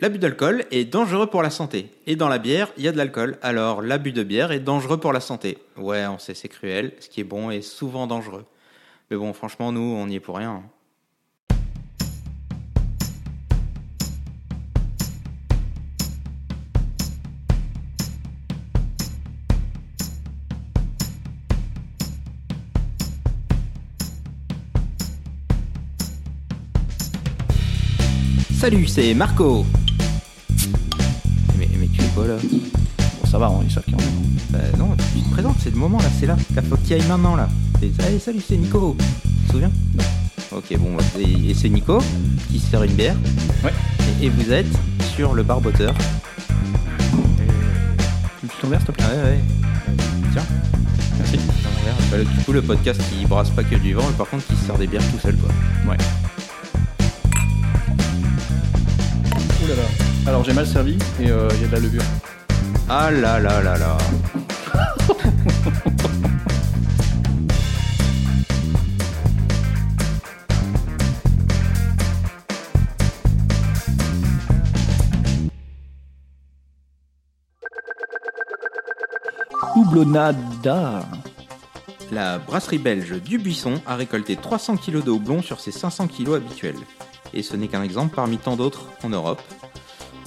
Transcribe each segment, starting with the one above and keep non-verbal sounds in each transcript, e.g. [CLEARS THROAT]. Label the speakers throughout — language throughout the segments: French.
Speaker 1: L'abus d'alcool est dangereux pour la santé. Et dans la bière, il y a de l'alcool. Alors, l'abus de bière est dangereux pour la santé. Ouais, on sait, c'est cruel. Ce qui est bon est souvent dangereux. Mais bon, franchement, nous, on n'y est pour rien. Salut, c'est Marco. Mais, mais tu es quoi là
Speaker 2: Bon, ça va, Ah, on est sûr qu'il y en a.
Speaker 1: Bah non, tu te présentes, c'est le moment là, c'est là. La faut qu'il aille maintenant là. Et- Allez, salut, c'est Nico. Tu te souviens Non. Ok, bon, bah, et, et c'est Nico qui se sert une bière.
Speaker 2: Ouais. Euh,
Speaker 1: Et, et vous êtes sur le barboteur.
Speaker 2: Tu tu t'en verres, s'il te plaît
Speaker 1: ouais, ouais. Tiens,
Speaker 2: Merci.
Speaker 1: tiens mon verre. Bah, le- du coup, le podcast qui brasse pas que du vent, mais par contre qui se sert des bières tout seul quoi.
Speaker 2: Ouh là là. Alors, j'ai mal servi et euh, il y a de la levure.
Speaker 1: Ah là là là là.
Speaker 2: Houblonada.
Speaker 1: La brasserie belge Dubuisson a récolté 300 kg de houblon sur ses 500 kg habituels. Et ce n'est qu'un exemple parmi tant d'autres en Europe.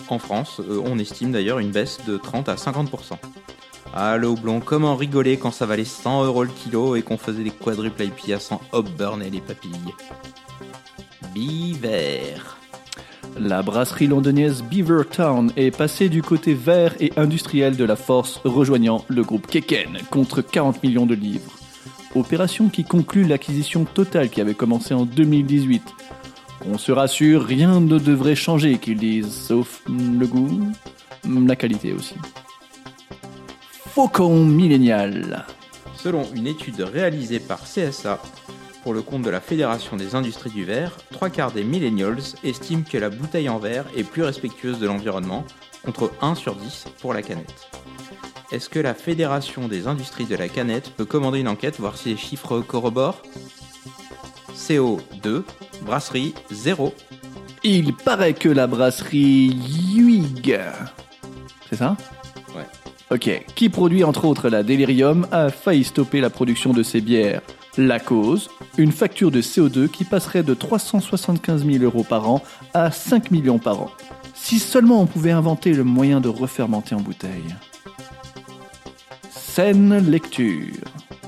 Speaker 1: En France, euh, on estime d'ailleurs une baisse de 30 à 50%. Ah, le houblon, comment rigoler quand ça valait 100 euros le kilo et qu'on faisait des quadruples IPA sans Hopburn et les papilles Biver.
Speaker 2: La brasserie londonienne Beaver Town est passée du côté vert et industriel de la force, rejoignant le groupe Keken contre 40 millions de livres. Opération qui conclut l'acquisition totale qui avait commencé en 2018. On se rassure, rien ne devrait changer, qu'ils disent, sauf mm, le goût, mm, la qualité aussi. Faucon millénial.
Speaker 1: Selon une étude réalisée par CSA pour le compte de la Fédération des industries du verre, trois quarts des millennials estiment que la bouteille en verre est plus respectueuse de l'environnement, contre 1 sur 10 pour la canette. Est-ce que la Fédération des industries de la canette peut commander une enquête, voir si les chiffres corroborent CO2, brasserie 0.
Speaker 2: Il paraît que la brasserie Yuig, c'est ça
Speaker 1: Ouais.
Speaker 2: Ok, qui produit entre autres la Delirium, a failli stopper la production de ses bières. La cause Une facture de CO2 qui passerait de 375 000 euros par an à 5 millions par an. Si seulement on pouvait inventer le moyen de refermenter en bouteille. Scène lecture.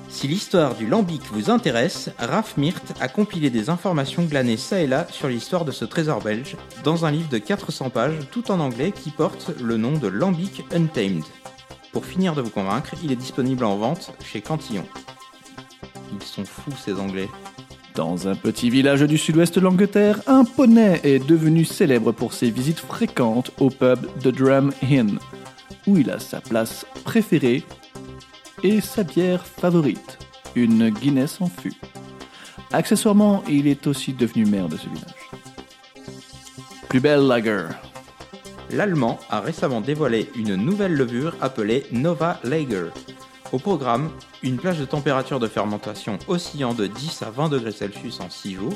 Speaker 1: Si l'histoire du lambic vous intéresse, Raph Myrt a compilé des informations glanées ça et là sur l'histoire de ce trésor belge dans un livre de 400 pages tout en anglais qui porte le nom de Lambic Untamed. Pour finir de vous convaincre, il est disponible en vente chez Cantillon. Ils sont fous ces Anglais.
Speaker 2: Dans un petit village du sud-ouest de l'Angleterre, un poney est devenu célèbre pour ses visites fréquentes au pub The Drum Inn, où il a sa place préférée et sa bière favorite, une Guinness en fût. Accessoirement, il est aussi devenu maire de ce village. Plus belle lager.
Speaker 1: L'Allemand a récemment dévoilé une nouvelle levure appelée Nova Lager. Au programme, une plage de température de fermentation oscillant de 10 à 20 degrés Celsius en 6 jours,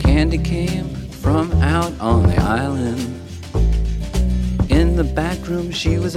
Speaker 3: Candy came from out on the island. In the back room, she was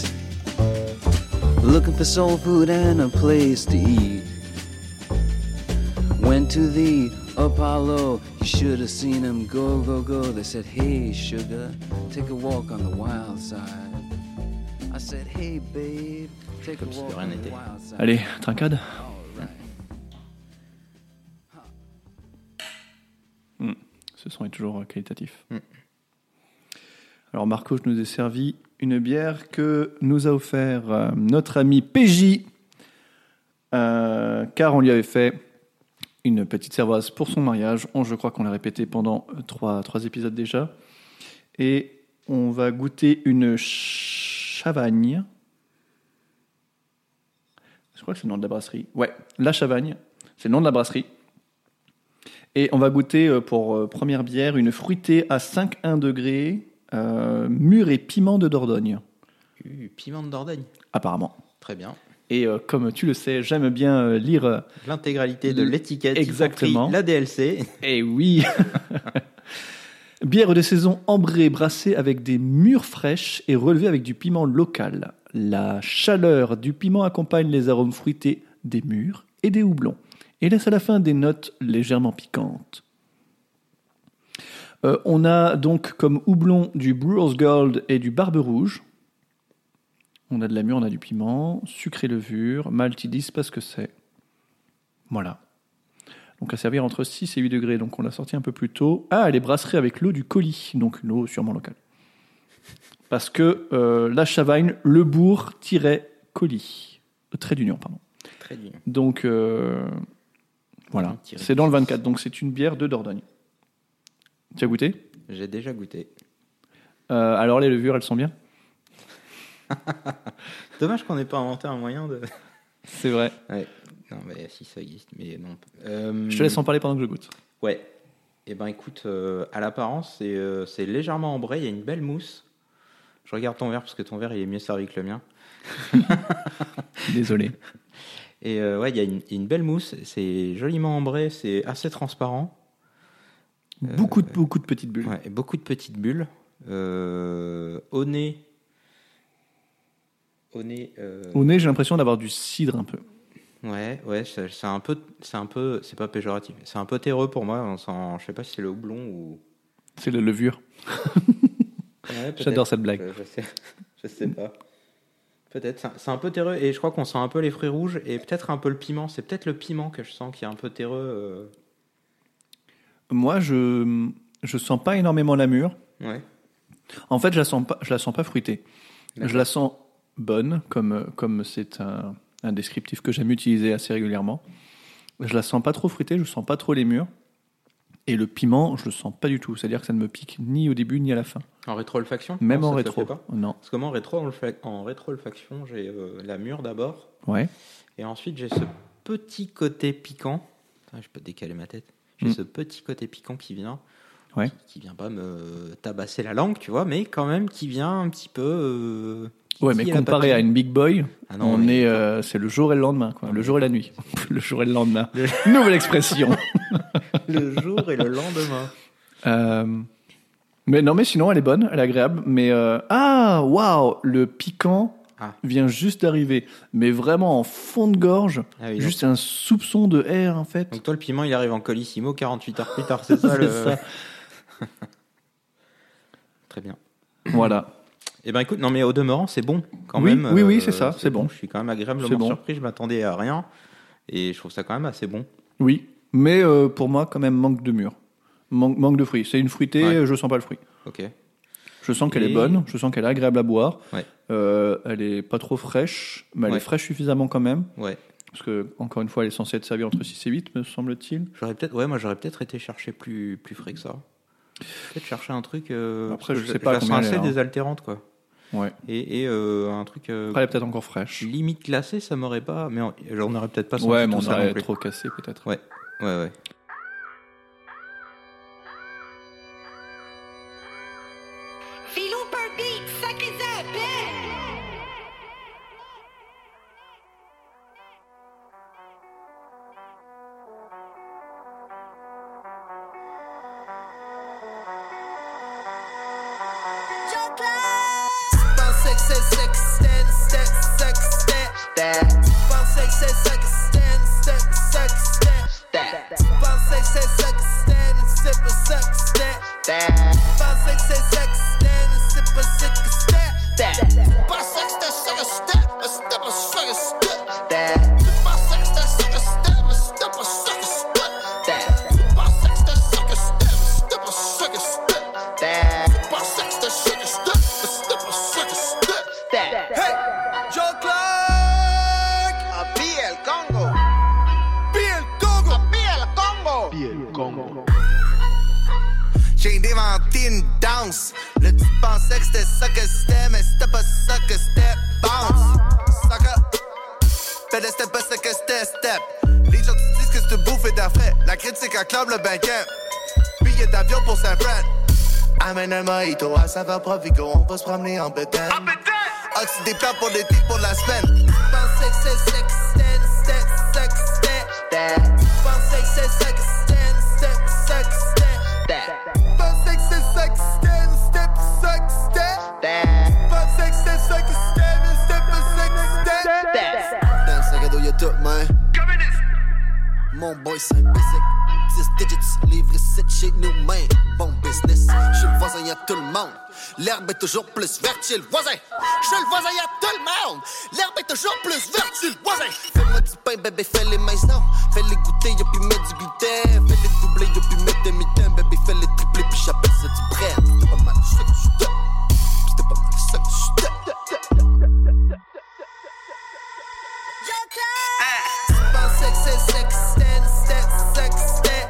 Speaker 3: Looking for soul food and a place to eat. Went to the Apollo, you should have seen him go, go, go. They said, Hey, Sugar, take a walk on the wild side. I said, Hey, babe, take a
Speaker 1: Comme si de
Speaker 3: walk
Speaker 1: rien
Speaker 3: on the
Speaker 1: n'était.
Speaker 3: wild side.
Speaker 2: Allez, trincade.
Speaker 3: All right.
Speaker 2: Hmm. Ce son est toujours euh, qualitatif.
Speaker 1: Mm.
Speaker 2: Alors Marco nous a servi une bière que nous a offert euh, notre ami PJ, euh, car on lui avait fait une petite servoise pour son mariage. On, je crois qu'on l'a répété pendant euh, trois, trois épisodes déjà. Et on va goûter une chavagne. Je crois que c'est le nom de la brasserie. Ouais, la chavagne. C'est le nom de la brasserie. Et on va goûter euh, pour euh, première bière une fruitée à 5,1 degrés, euh, mûre et piment de Dordogne,
Speaker 1: Uh, piment de Dordogne.
Speaker 2: apparemment.
Speaker 1: Très bien.
Speaker 2: Et euh, comme tu le sais, j'aime bien euh, lire. euh,
Speaker 1: L'intégralité de
Speaker 2: L-
Speaker 1: l'étiquette, y compris
Speaker 2: exactement.
Speaker 1: la DLC.
Speaker 2: Eh oui [LAUGHS] Bière de saison ambrée, brassée avec des mûres fraîches et relevée avec du piment local. La chaleur du piment accompagne les arômes fruités des mûres et des houblons et laisse à la fin des notes légèrement piquantes. Euh, on a donc comme houblon du Brewer's Gold et du Barbe Rouge. On a de la mûre, on a du piment, sucré levure, malt, ils disent pas ce que c'est. Voilà. Donc à servir entre 6 et 8 degrés. Donc on l'a sorti un peu plus tôt. Ah, elle est brasserie avec l'eau du colis, donc une eau sûrement locale. Parce que euh, la Chavagne, le bourg-colis. euh, Trait d'union, pardon.
Speaker 1: [LAUGHS] Très dur.
Speaker 2: Donc euh, voilà.
Speaker 1: Tiré.
Speaker 2: C'est dans le 24, donc c'est une bière de Dordogne. Tu as goûté
Speaker 1: J'ai déjà goûté.
Speaker 2: Euh, Alors les levures, elles sont bien
Speaker 1: Dommage qu'on n'ait pas inventé un moyen de.
Speaker 2: C'est vrai.
Speaker 1: Non, mais si ça existe, mais non. Euh,
Speaker 2: Je te laisse en parler pendant que je goûte.
Speaker 1: Ouais. Eh ben écoute, euh, à l'apparence, c'est euh, c'est légèrement ambré, il y a une belle mousse. Je regarde ton verre parce que ton verre il est mieux servi que le mien.
Speaker 2: Désolé.
Speaker 1: Et euh, ouais, il y a une, une belle mousse, c'est joliment ambré, c'est assez transparent.
Speaker 2: [LAUGHS] beaucoup, de, beaucoup de petites bulles.
Speaker 1: Ouais, et beaucoup de petites bulles. Euh, au nez. Au nez. euh,
Speaker 2: Au nez, j'ai l'impression d'avoir du cidre un peu.
Speaker 1: Ouais, ouais, c'est c'est un peu, c'est un peu, c'est pas péjoratif, c'est un peu terreux pour moi. On s'en- je sais pas si c'est le houblon ou.
Speaker 2: C'est la levure.
Speaker 1: [LAUGHS] Ouais, peut-être.
Speaker 2: J'adore cette blague.
Speaker 1: Je, je sais, [LAUGHS] je sais pas. Peut-être. c'est un- C'est un peu terreux et je crois qu'on sent un peu les fruits rouges et peut-être un peu le piment. C'est peut-être le piment que je sens qui est un peu terreux.
Speaker 2: Moi, je je sens pas énormément la mûre.
Speaker 1: euh, Ouais.
Speaker 2: En fait, je la sens pas, je la sens pas fruitée.
Speaker 1: D'accord.
Speaker 2: Je la sens bonne, comme comme c'est un, un descriptif que j'aime utiliser assez régulièrement. Je la sens pas trop fruitée, je sens pas trop les mûres. Et le piment, je le sens pas du tout. C'est-à-dire que ça ne me pique ni au début ni à la fin.
Speaker 1: En rétro-olfaction
Speaker 2: Même
Speaker 1: Non,
Speaker 2: en
Speaker 1: ça te
Speaker 2: rétro.
Speaker 1: fait pas
Speaker 2: Non.
Speaker 1: Parce que moi, en rétro-olfa- en rétro-olfaction, j'ai euh, la mûre d'abord.
Speaker 2: Ouais.
Speaker 1: Et ensuite, j'ai ce petit côté piquant. Putain, je peux décaler ma tête. J'ai
Speaker 2: Mm.
Speaker 1: ce petit côté piquant qui vient.
Speaker 2: Ouais.
Speaker 1: Qui, qui vient pas me tabasser la langue, tu vois, mais quand même qui vient un petit peu. euh,
Speaker 2: Ouais, mais
Speaker 1: titiller la
Speaker 2: comparé à
Speaker 1: papille.
Speaker 2: une Big Boy,
Speaker 1: Ah non,
Speaker 2: on
Speaker 1: mais-
Speaker 2: est, euh, c'est le jour et le lendemain, quoi. Le jour et
Speaker 1: [LAUGHS]
Speaker 2: la nuit. le jour et le lendemain.
Speaker 1: Le-
Speaker 2: Nouvelle expression.
Speaker 1: [LAUGHS] le jour et le lendemain.
Speaker 2: Euh, mais non, mais sinon, elle est bonne, elle est agréable. Mais euh, ah, waouh, le piquant
Speaker 1: Ah.
Speaker 2: vient juste d'arriver, mais vraiment en fond de gorge,
Speaker 1: Ah oui,
Speaker 2: juste un soupçon de air en fait.
Speaker 1: Donc toi, le piment, il arrive en colissimo 48 heures plus tard, c'est ça,
Speaker 2: [LAUGHS] C'est
Speaker 1: le...
Speaker 2: ça.
Speaker 1: [LAUGHS] Très bien.
Speaker 2: [CLEARS THROAT] voilà.
Speaker 1: Eh ben écoute, non mais au demeurant, c'est bon quand
Speaker 2: Oui,
Speaker 1: même. euh,
Speaker 2: oui, oui, c'est ça, c'est bon.
Speaker 1: Je suis quand même agréablement
Speaker 2: C'est bon.
Speaker 1: surpris, je m'attendais à rien. Et je trouve ça quand même assez bon.
Speaker 2: Oui, mais euh, pour moi, quand même, manque de mûr, Manque- manque de fruits. C'est une fruitée,
Speaker 1: Ouais.
Speaker 2: je sens pas le fruit.
Speaker 1: Ok.
Speaker 2: Je sens qu'elle
Speaker 1: Et-
Speaker 2: est bonne, je sens qu'elle est agréable à boire.
Speaker 1: Ouais.
Speaker 2: Euh, elle est pas trop fraîche, mais elle
Speaker 1: Ouais.
Speaker 2: est fraîche suffisamment quand même.
Speaker 1: Ouais.
Speaker 2: Parce que, encore une fois, elle est censée être servie entre 6 et 8, me semble-t-il.
Speaker 1: J'aurais peut-être, ouais, moi j'aurais peut-être été chercher plus, plus frais que ça. Peut-être chercher un truc. euh,
Speaker 2: Après,
Speaker 1: parce
Speaker 2: je
Speaker 1: que
Speaker 2: sais pas
Speaker 1: la sens
Speaker 2: combien elle est,
Speaker 1: assez
Speaker 2: hein.
Speaker 1: désaltérante quoi.
Speaker 2: Ouais.
Speaker 1: Et, et, euh, un truc euh,
Speaker 2: Après, elle est peut-être encore fraîche.
Speaker 1: limite glacé, ça m'aurait pas. Mais on, on aurait peut-être pas. senti
Speaker 2: Ouais, mais
Speaker 1: tout
Speaker 2: on
Speaker 1: ça non
Speaker 2: aurait
Speaker 1: plus.
Speaker 2: trop cassé peut-être.
Speaker 1: Ouais, ouais.
Speaker 4: Filou per beat, suck his up, bitch!
Speaker 5: Five, six, six, six, stand, step, sex, step, Five, six, six, six, stand, step, sex, step, Five, six, six, six, stand, sip, a sex, step, Five, six, six, six, stand, sip, a six, step, Five, six, six, six, step, a step, a six, step, Five, six, six, six, step, a step, a six, step, Five, six, six, six, step, a step, a six, step, Five, six, six, six, step, a step, a six, step. Hey, Joe Clark. el Congo. el Congo. el Congo. J'ai inventé une danse. Le petit pensait que c'était ça que c'était, mais c'était pas ça que c'était. Bounce. Sucker. Fais le step, pas ça que c'était step. Les gens te disent que c'est bouffe et d'affrait. La critique acclame le banquet. Billet d'avion pour Saint-Fran. Amène un mojito à saveur provigo. On va se promener en bétail. Oxy des plats pour l'été, pour la semaine. Pensez que c'est sex, stand, step, sex, step. Pensez que c'est sex, stand, step, sex, step. Pensez que c'est sex, stand, step, sex, step. Pensez que c'est sex, stand, step, sex, step. Dans le sac à dos, y'a tout, man. Mon boy, c'est un basic. 10 digits, livre 7 chez nous, man. Bon business, j'suis le voisin, y'a tout le monde. L'herbe est toujours plus verte chez le voisin. J'suis le voisin, y'a tout le monde. L'herbe est toujours plus verte chez le voisin. Fais-moi du pain, bébé, fais-les maintenant. Fais-les goûter, y'a puis mettre du gluten. Fais-les doubler, y'a puis mettre des mitaines. Bébé, fais-les tripler, puis j'appelle ça du bread. C'était pas mal, ça que j'suis dedans. C'était pas mal, ça que j'suis dedans. Pensez que c'est sex, stand, step, sex, step.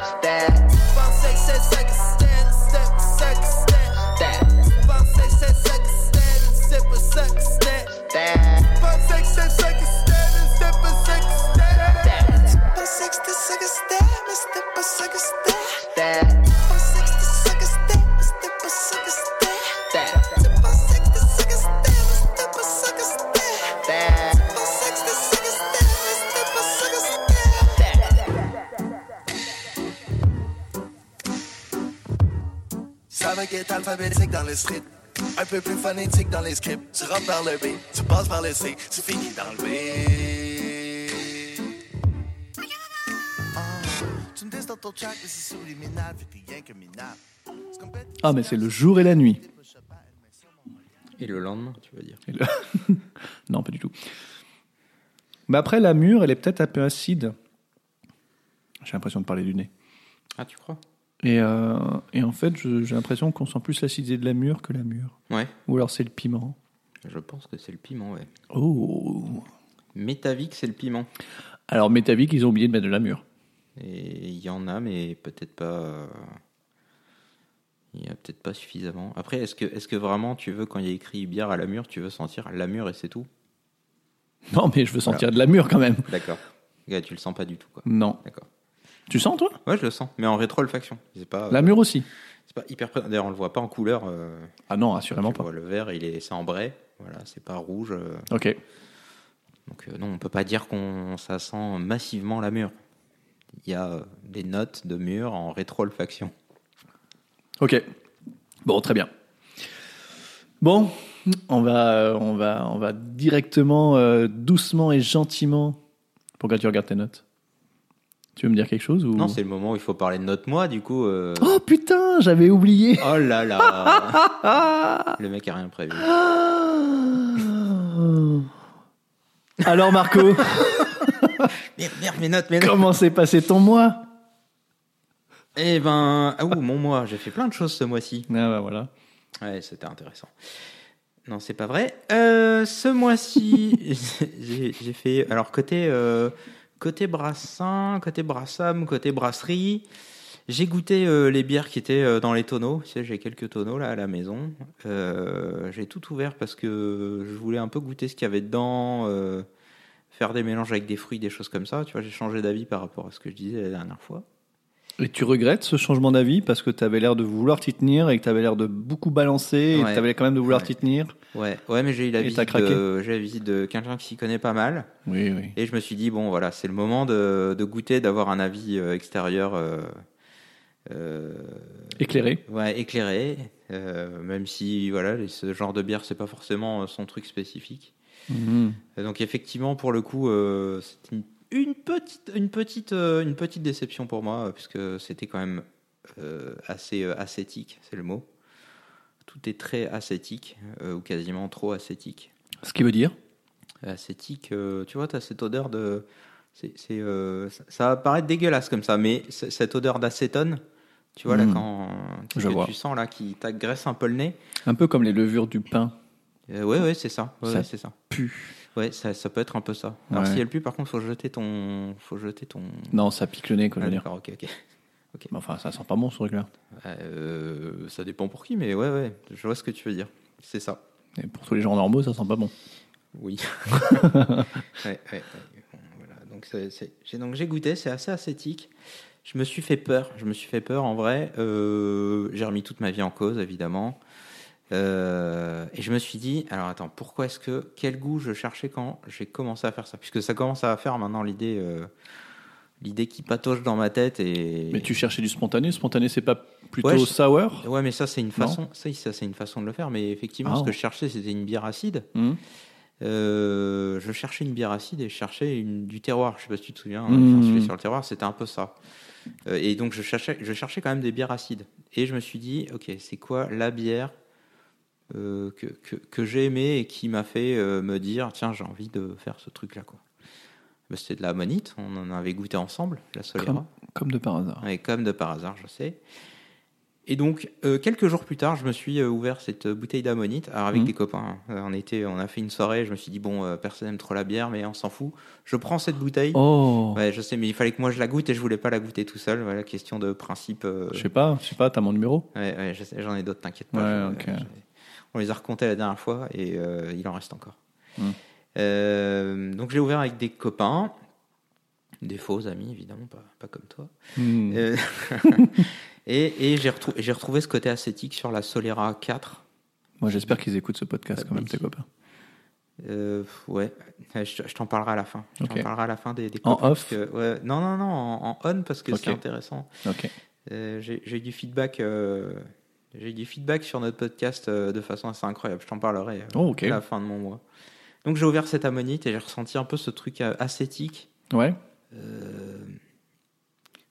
Speaker 5: Pensez que c'est sex, stand, step, sex, step. Pensez que c'est sex, stand, step, sex, step. Pensez que c'est sex, stand, step, sex, step. Pensez que c'est sex, stand, step, sex, step. Pensez que c'est sex, stand, step, sex, step. Pensez que c'est sex, stand, step, sex, step. Pensez que c'est sex, stand, step, sex, step. Ça va qu'être alphabétique dans le street. Un peu plus phonétique dans les scripts. Tu rentres par le B, tu passes par le C, tu finis dans le B. Ah, Tu me dis dans ton track, mais c'est subliminal, fait que t'es rien que minable. C'est complète-
Speaker 2: Ah, mais c'est le jour et la nuit.
Speaker 1: Et le lendemain, tu veux dire.
Speaker 2: Et le- non, pas du tout. Mais après, la mûre, elle est peut-être un peu acide. J'ai l'impression de parler du nez.
Speaker 1: Ah, tu crois
Speaker 2: Et, euh, et en fait, je- j'ai l'impression qu'on sent plus l'acidité de la mûre que la mûre.
Speaker 1: Ouais.
Speaker 2: Ou alors c'est le piment.
Speaker 1: Je pense que c'est le piment, ouais.
Speaker 2: Oh
Speaker 1: Métavic, c'est le piment.
Speaker 2: Alors, Métavic, ils ont oublié de mettre de la mûre. [LAUGHS]
Speaker 1: Et il y en a, mais peut-être pas. euh, Il y a peut-être pas suffisamment. Après, est-ce que, est que vraiment tu veux, quand il y a écrit bière à la mûre, tu veux sentir la mûre et c'est tout
Speaker 2: Non, mais je veux sentir de la mûre quand même.
Speaker 1: D'accord. Gars, tu le sens pas du tout, quoi.
Speaker 2: Non.
Speaker 1: D'accord.
Speaker 2: Tu sens, toi
Speaker 1: Ouais, je le sens, mais en rétro-olfaction. C'est pas,
Speaker 2: La mûre aussi
Speaker 1: c'est pas hyper présent. D'ailleurs, on le voit pas en couleur. euh,
Speaker 2: Ah non, assurément
Speaker 1: tu
Speaker 2: pas.
Speaker 1: vois, le vert, il est cendré. Voilà, c'est pas rouge. euh,
Speaker 2: Ok.
Speaker 1: Donc euh, non, on peut pas dire qu'on ça sent massivement la mûre. Il y a euh, des notes de mûre en rétro-olfaction.
Speaker 2: Ok. Bon, très bien. Bon, on va, euh, on va, on va directement, euh, doucement et gentiment. Pourquoi tu regardes tes notes Tu veux me dire quelque chose ou
Speaker 1: Non, c'est le moment où il faut parler de note moi, du coup. euh,
Speaker 2: Oh putain, j'avais [LAUGHS] oublié.
Speaker 1: Oh là là
Speaker 2: [LAUGHS]
Speaker 1: Le mec a rien prévu.
Speaker 2: Ah Alors [LAUGHS] Marco,
Speaker 1: Merde, merde, mes notes, mes notes
Speaker 2: comment s'est passé ton mois
Speaker 1: Eh ben, ah ouh, mon mois, j'ai fait plein de choses ce mois-ci.
Speaker 2: Ah bah voilà.
Speaker 1: Ouais, c'était intéressant. Non, c'est pas vrai. Euh, ce mois-ci,
Speaker 2: [LAUGHS]
Speaker 1: j'ai j'ai fait. Alors, côté, euh, côté brassin, côté brassam, côté brasserie, j'ai goûté euh, les bières qui étaient euh, dans les tonneaux. Tu sais, j'ai quelques tonneaux là à la maison. Euh, j'ai tout ouvert parce que je voulais un peu goûter ce qu'il y avait dedans, euh, faire des mélanges avec des fruits, des choses comme ça. Tu vois, j'ai changé d'avis par rapport à ce que je disais la dernière fois.
Speaker 2: Et tu regrettes ce changement d'avis parce que tu avais l'air de vouloir t'y tenir et que tu avais l'air de beaucoup balancer et
Speaker 1: Ouais.
Speaker 2: que tu avais quand même de vouloir
Speaker 1: Ouais.
Speaker 2: t'y tenir.
Speaker 1: Ouais, ouais, mais j'ai eu la
Speaker 2: Et t'as
Speaker 1: visite
Speaker 2: craqué
Speaker 1: de- j'ai eu la visite de quelqu'un qui s'y connaît pas mal.
Speaker 2: Oui, oui.
Speaker 1: Et je me suis dit, bon, voilà, c'est le moment de, de goûter, d'avoir un avis euh, extérieur euh, euh,
Speaker 2: Éclairé.
Speaker 1: ouais, éclairé, euh, même si voilà, les- ce genre de bière, c'est pas forcément euh, son truc spécifique.
Speaker 2: Mhm.
Speaker 1: Euh, Donc, effectivement, pour le coup, euh, c'était une, une petite, une, petite, euh, une petite déception pour moi, euh, puisque c'était quand même euh, assez euh, ascétique, c'est le mot. Tout est très ascétique, euh, ou quasiment trop ascétique
Speaker 2: Ce qui veut dire
Speaker 1: acétique, euh, tu vois, tu as cette odeur de. c'est c'est, euh, ça- ça va paraître dégueulasse comme ça, mais c- cette odeur d'acétone, tu vois,
Speaker 2: Mhm.
Speaker 1: là, quand
Speaker 2: Je
Speaker 1: que
Speaker 2: vois.
Speaker 1: tu sens, là, qui t'agresse un peu le nez.
Speaker 2: un peu comme les levures du pain.
Speaker 1: Euh, ouais, ouais, c'est ça. Ouais,
Speaker 2: Ça
Speaker 1: ouais, c'est ça.
Speaker 2: Pue.
Speaker 1: Ouais, ça, ça peut être un peu ça. Alors,
Speaker 2: Ouais.
Speaker 1: si elle pue, par contre, faut jeter ton. Faut jeter ton.
Speaker 2: Non, ça pique le nez, quoi,
Speaker 1: Ah,
Speaker 2: je veux dire.
Speaker 1: d'accord, ok, ok.
Speaker 2: Mais Enfin, ça sent pas bon ce truc-là.
Speaker 1: Euh, ça dépend pour qui, mais ouais, ouais, je vois ce que tu veux dire. C'est ça.
Speaker 2: Et pour tous les gens normaux, ça sent pas bon. [LAUGHS]
Speaker 1: Oui. Ouais, ouais, ouais. Bon, voilà. Donc c'est- c'est- j'ai donc j'ai goûté, c'est assez ascétique. Je me suis fait peur. Je me suis fait peur en vrai. Euh, j'ai remis toute ma vie en cause évidemment. Euh, et je me suis dit, alors attends, pourquoi est-ce que quel goût je cherchais quand j'ai commencé à faire ça Puisque ça commence à faire maintenant l'idée, euh, l'idée qui patauge dans ma tête et.
Speaker 2: Mais tu cherchais du spontané. Spontané, c'est pas plutôt
Speaker 1: Ouais, je-
Speaker 2: sour
Speaker 1: Ouais, mais ça c'est une
Speaker 2: Non.
Speaker 1: façon, ça, ça, c'est une façon de le faire. Mais effectivement,
Speaker 2: Ah.
Speaker 1: ce que je cherchais, c'était une bière acide.
Speaker 2: Hmm.
Speaker 1: Euh, je cherchais une bière acide et je cherchais une, du terroir. Je sais pas si tu te souviens, hein,
Speaker 2: Mmh.
Speaker 1: enfin, celui sur le terroir, c'était un peu ça. Euh, et donc je cherchais, je cherchais quand même des bières acides. Et je me suis dit, ok, c'est quoi la bière euh, que, que, que j'ai aimée et qui m'a fait euh, me dire, tiens, j'ai envie de faire ce truc-là, quoi. Bah, C'était de la monite, on en avait goûté ensemble, la Solera.
Speaker 2: Comme, comme de par hasard.
Speaker 1: Ouais, comme de par hasard, je sais. Et donc, euh, quelques jours plus tard, je me suis euh, ouvert cette euh, bouteille d'ammonite alors avec
Speaker 2: Mhm.
Speaker 1: des copains. hein. Euh, on, était, on a fait une soirée, je me suis dit, bon, euh, personne n'aime trop la bière, mais on s'en fout. Je prends cette bouteille.
Speaker 2: Oh
Speaker 1: Ouais, je sais, mais il fallait que moi je la goûte et je voulais pas la goûter tout seul. Voilà, question de principe. euh,
Speaker 2: Je sais pas, je sais pas, t'as mon numéro
Speaker 1: ouais, ouais, je sais, j'en ai d'autres, t'inquiète pas.
Speaker 2: Ouais,
Speaker 1: je-
Speaker 2: ok.
Speaker 1: je- on les a recomptés la dernière fois et euh, il en reste encore.
Speaker 2: Hmm.
Speaker 1: Euh, donc j'ai ouvert avec des copains, des faux amis évidemment, pas, pas comme toi.
Speaker 2: Hmm.
Speaker 1: Euh, [LAUGHS] et et j'ai retrou- j'ai retrouvé ce côté ascétique sur la Solera 4.
Speaker 2: Moi, j'espère qu'ils écoutent ce podcast quand même, tes copains.
Speaker 1: Euh, ouais, Euh, je, je t'en parlerai à la fin. Je
Speaker 2: Ok.
Speaker 1: t'en parlerai à la fin des, des
Speaker 2: En
Speaker 1: copains, parce
Speaker 2: off
Speaker 1: que- ouais, Non, non, non, en, en on parce que
Speaker 2: Ok.
Speaker 1: c'est intéressant.
Speaker 2: Ok.
Speaker 1: Euh, j'ai j'ai eu du feedback. euh, j'ai eu du feedback sur notre podcast euh, de façon assez incroyable. Je t'en parlerai euh,
Speaker 2: Oh, ok.
Speaker 1: à la fin de mon mois. Donc j'ai ouvert cette ammonite et j'ai ressenti un peu ce truc euh, ascétique.
Speaker 2: Ouais.
Speaker 1: Euh,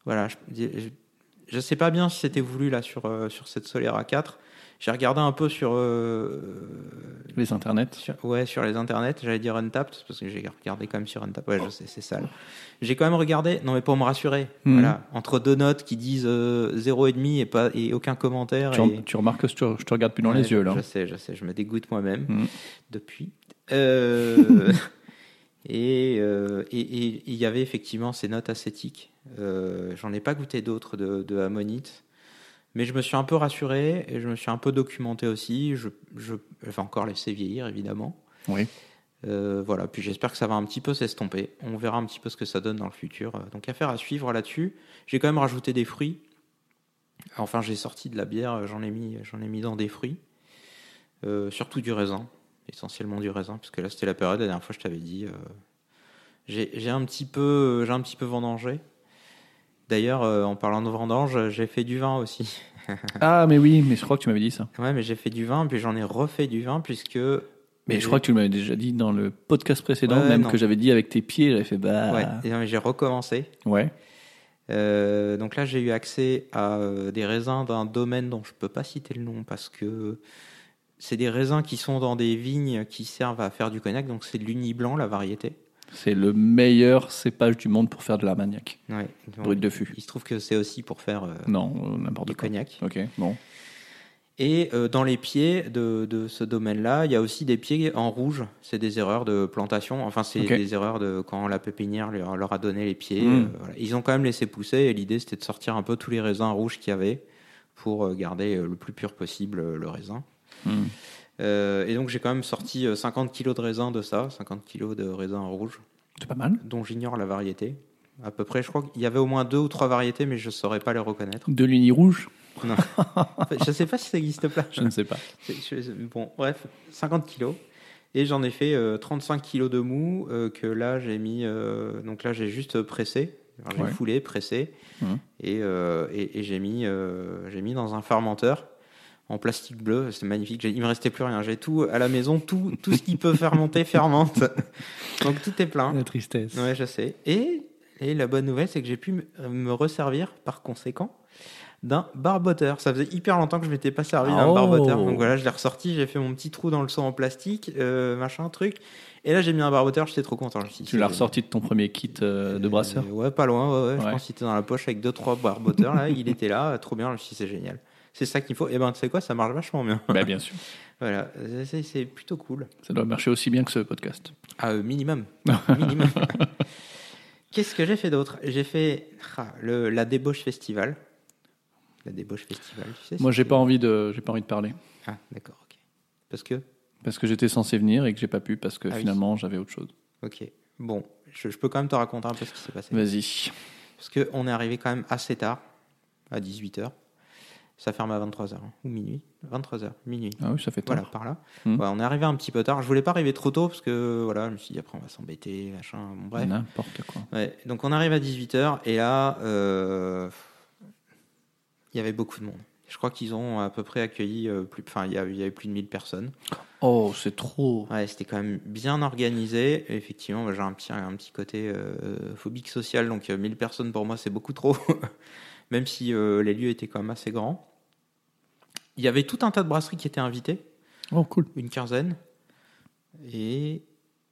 Speaker 1: voilà, je, je, je sais pas bien si c'était voulu là sur, euh, sur cette Solera 4. J'ai regardé un peu sur, euh,
Speaker 2: Les internets.
Speaker 1: sur- ouais, sur les internets, j'allais dire Untapped, parce que j'ai regardé quand même sur Untapped. Ouais, je sais, c'est sale. J'ai quand même regardé, non mais pour me rassurer,
Speaker 2: Mhm.
Speaker 1: voilà, entre deux notes qui disent euh, 0,5 et, pas et aucun commentaire. et-
Speaker 2: Tu, rem- tu remarques que je te, je te regarde plus dans
Speaker 1: Ouais,
Speaker 2: les yeux, là. Mm.
Speaker 1: Je sais, je sais, je me dégoûte moi-même
Speaker 2: Mhm.
Speaker 1: depuis. Euh, [LAUGHS] Et euh, et- et- et il y avait effectivement ces notes acétiques. Euh, J'en ai pas goûté d'autres de, de ammonite. Mais je me suis un peu rassuré et je me suis un peu documenté aussi. Je, je, je vais encore laisser vieillir, évidemment.
Speaker 2: Oui.
Speaker 1: Euh, voilà, puis j'espère que ça va un petit peu s'estomper. On verra un petit peu ce que ça donne dans le futur. Euh, Donc affaire à suivre là-dessus. J'ai quand même rajouté des fruits. Enfin, j'ai sorti de la bière, euh, j'en ai mis, j'en ai mis dans des fruits, Euh, surtout du raisin, essentiellement du raisin, parce que là c'était la période. La dernière fois, je t'avais dit, euh, j'ai j'ai un petit peu, euh, j'ai un petit peu vendangé. D'ailleurs, euh, en parlant de vendange, j'ai fait du vin aussi. [LAUGHS]
Speaker 2: Ah, mais oui, mais je crois que tu m'avais dit ça.
Speaker 1: Ouais, mais j'ai fait du vin, puis j'en ai refait du vin, puisque.
Speaker 2: Mais je crois que tu m'avais déjà dit dans le podcast précédent,
Speaker 1: Ouais,
Speaker 2: même
Speaker 1: non.
Speaker 2: que j'avais dit avec tes pieds, j'avais fait bah.
Speaker 1: Ouais, et non, mais j'ai recommencé.
Speaker 2: Ouais.
Speaker 1: Euh, donc là, j'ai eu accès à euh, des raisins d'un domaine dont je peux pas citer le nom parce que c'est des raisins qui sont dans des vignes qui servent à faire du cognac. Donc c'est de l'uni blanc, la variété.
Speaker 2: C'est le meilleur cépage du monde pour faire de l'armagnac.
Speaker 1: Ouais. Donc,
Speaker 2: Brut de fût.
Speaker 1: Il se trouve que c'est aussi pour faire euh,
Speaker 2: Non, euh, n'importe
Speaker 1: du
Speaker 2: quoi.
Speaker 1: cognac.
Speaker 2: Ok, bon.
Speaker 1: Et euh, dans les pieds de, de ce domaine-là, il y a aussi des pieds en rouge. C'est des erreurs de plantation. Enfin, c'est
Speaker 2: Ok.
Speaker 1: des erreurs de quand la pépinière leur, leur a donné les pieds.
Speaker 2: Mm.
Speaker 1: Euh, voilà. Ils ont quand même laissé pousser et l'idée c'était de sortir un peu tous les raisins rouges qu'il y avait pour euh, garder euh, le plus pur possible euh, le raisin.
Speaker 2: Hmm.
Speaker 1: Euh, et donc j'ai quand même sorti euh, 50 kilos de raisins de ça, 50 kilos de raisins rouges,
Speaker 2: C'est pas mal.
Speaker 1: dont j'ignore la variété. À peu près, je crois qu'il y avait au moins deux ou trois variétés, mais je ne saurais pas les reconnaître.
Speaker 2: De l'uni rouge [LAUGHS]
Speaker 1: Non. je ne sais pas si ça existe pas.
Speaker 2: Je ne sais pas.
Speaker 1: C'est- je- Bon, bref, 50 kilos. Et j'en ai fait euh, 35 kilos de mou euh, que là j'ai mis. euh, donc là j'ai juste pressé. Alors, J'ai
Speaker 2: Ouais.
Speaker 1: foulé, pressé.
Speaker 2: Mhm.
Speaker 1: Et, euh, et- et j'ai mis, euh, j'ai mis dans un fermenteur en plastique bleu. C'est magnifique. J'ai- Il me restait plus rien. J'ai tout à la maison. Tout, tout ce qui peut fermenter fermente. [LAUGHS] Donc tout est plein.
Speaker 2: La tristesse.
Speaker 1: Ouais, je sais. Et, et la bonne nouvelle, c'est que j'ai pu me- euh, me resservir, par conséquent, d'un barboteur. Ça faisait hyper longtemps que je m'étais pas servi d'un
Speaker 2: Oh.
Speaker 1: barboteur. Donc voilà, je l'ai ressorti, j'ai fait mon petit trou dans le seau en plastique, euh, machin, truc. Et là, j'ai mis un barboteur, j'étais trop content. Je me suis dit,
Speaker 2: Tu l'as
Speaker 1: c'est-
Speaker 2: ressorti de ton premier kit euh, de brasseur.
Speaker 1: Euh, ouais, pas loin. ouais, ouais. Je
Speaker 2: Ouais.
Speaker 1: pense qu'il était dans la poche avec deux trois barboteurs. là, il était là, euh, trop bien. Je me suis dit, c'est génial. C'est ça qu'il faut. Et ben, tu sais quoi, ça marche vachement bien.
Speaker 2: Bah, bien sûr.
Speaker 1: Voilà, C'est- c'est c'est plutôt cool.
Speaker 2: Ça doit marcher aussi bien que ce podcast.
Speaker 1: Ah, euh,
Speaker 2: [LAUGHS]
Speaker 1: minimum. Minimum. Qu'est-ce que j'ai fait d'autre J'ai fait ah, le, la débauche festival. La débauche festival, tu sais.
Speaker 2: Moi,
Speaker 1: c'est-
Speaker 2: j'ai pas envie de, j'ai pas envie de parler
Speaker 1: Ah, d'accord, ok. Parce que,
Speaker 2: parce que j'étais censé venir et que j'ai pas pu parce que
Speaker 1: Ah oui.
Speaker 2: finalement j'avais autre chose.
Speaker 1: ok. Bon, je, je peux quand même te raconter un peu ce qui s'est passé.
Speaker 2: Vas-y.
Speaker 1: Parce qu'on est arrivé quand même assez tard, à 18h. Ça ferme à 23h, ou minuit. 23h, minuit.
Speaker 2: Ah oui, ça fait tard.
Speaker 1: Voilà, par là.
Speaker 2: Hmm.
Speaker 1: Ouais, on est arrivé un petit peu tard. Je voulais pas arriver trop tôt parce que voilà, je me suis dit après on va s'embêter, machin. Bon, bref.
Speaker 2: N'importe quoi.
Speaker 1: Ouais, donc on arrive à 18h et là, euh, il y avait beaucoup de monde. Je crois qu'ils ont à peu près accueilli, euh, plus, enfin il y, a- il y avait plus de 1000 personnes.
Speaker 2: Oh, c'est trop.
Speaker 1: Ouais, c'était quand même bien organisé. Et effectivement, moi, j'ai un petit, un petit côté euh, phobique social, donc euh, 1000 personnes pour moi c'est beaucoup trop, [LAUGHS] même si euh, les lieux étaient quand même assez grands. Il y avait tout un tas de brasseries qui étaient invitées,
Speaker 2: Oh, cool.
Speaker 1: une quinzaine. Et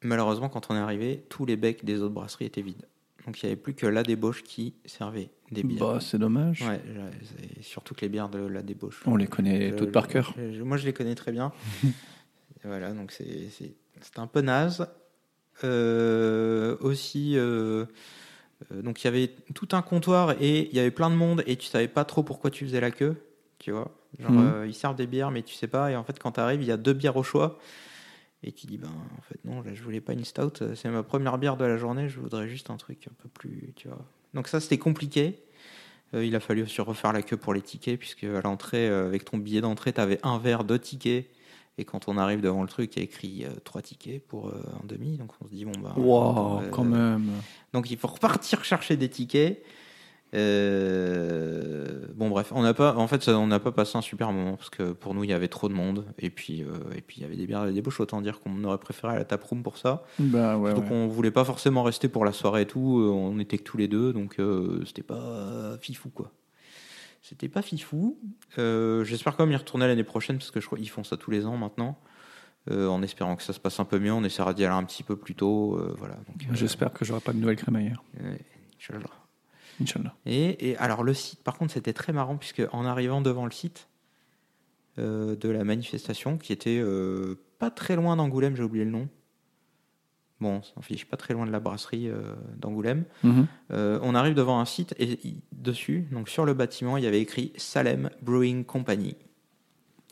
Speaker 1: malheureusement, quand on est arrivé, tous les becs des autres brasseries étaient vides. Donc il n'y avait plus que la débauche qui servait des bières.
Speaker 2: Bah, c'est dommage.
Speaker 1: Ouais, là, c'est surtout que les bières de la débauche.
Speaker 2: On les connaît
Speaker 1: Je-
Speaker 2: toutes par cœur.
Speaker 1: euh, je- je- moi, je les connais très bien. voilà, donc c'est c'est- c'est un peu naze. Euh, aussi, euh, euh, donc il y avait tout un comptoir et il y avait plein de monde et tu savais pas trop pourquoi tu faisais la queue, tu vois. Genre,
Speaker 2: Mhm.
Speaker 1: euh, ils servent des bières, mais tu sais pas. Et en fait, quand tu arrives, il y a deux bières au choix. Et tu dis, ben en fait, non, là, je voulais pas une stout, euh, c'est ma première bière de la journée, je voudrais juste un truc un peu plus, tu vois. Donc ça, c'était compliqué. Euh, il a fallu aussi refaire la queue pour les tickets, puisque à l'entrée, euh, avec ton billet d'entrée, tu avais un verre, deux tickets. Et quand on arrive devant le truc, il y a écrit euh, trois tickets pour euh, un demi. Donc on se dit, bon, bah.
Speaker 2: Wow,
Speaker 1: euh,
Speaker 2: quand même.
Speaker 1: Donc il faut repartir [LAUGHS] chercher des tickets. Euh, Bon, bref, on n'a pas, en fait, ça- on n'a pas passé un super moment, parce que pour nous, il y avait trop de monde. Et puis, euh, et puis il y avait des bières à la débauche. Autant dire qu'on aurait préféré la taproom pour ça.
Speaker 2: Bah ouais.
Speaker 1: Donc
Speaker 2: ouais.
Speaker 1: on voulait pas forcément rester pour la soirée et tout, euh, on était que tous les deux, donc euh, c'était pas euh, fifou quoi. C'était pas fifou. Euh, J'espère quand même y retourner l'année prochaine parce que je crois qu'ils font ça tous les ans maintenant. Euh, en espérant que ça se passe un peu mieux, on essaiera d'y aller un petit peu plus tôt. euh, voilà. Donc, euh,
Speaker 2: J'espère que j'aurai pas de nouvelle crémaillère.
Speaker 1: euh, Inch'Allah.
Speaker 2: Inch'Allah.
Speaker 1: Et, et alors le site, par contre, c'était très marrant puisque en arrivant devant le site euh, de la manifestation, qui était euh, pas très loin d'Angoulême, j'ai oublié le nom, Bon, on s'en fiche, pas très loin de la brasserie euh, d'Angoulême.
Speaker 2: Mhm.
Speaker 1: Euh, on arrive devant un site et il- dessus, donc sur le bâtiment, il y avait écrit Salem Brewing Company.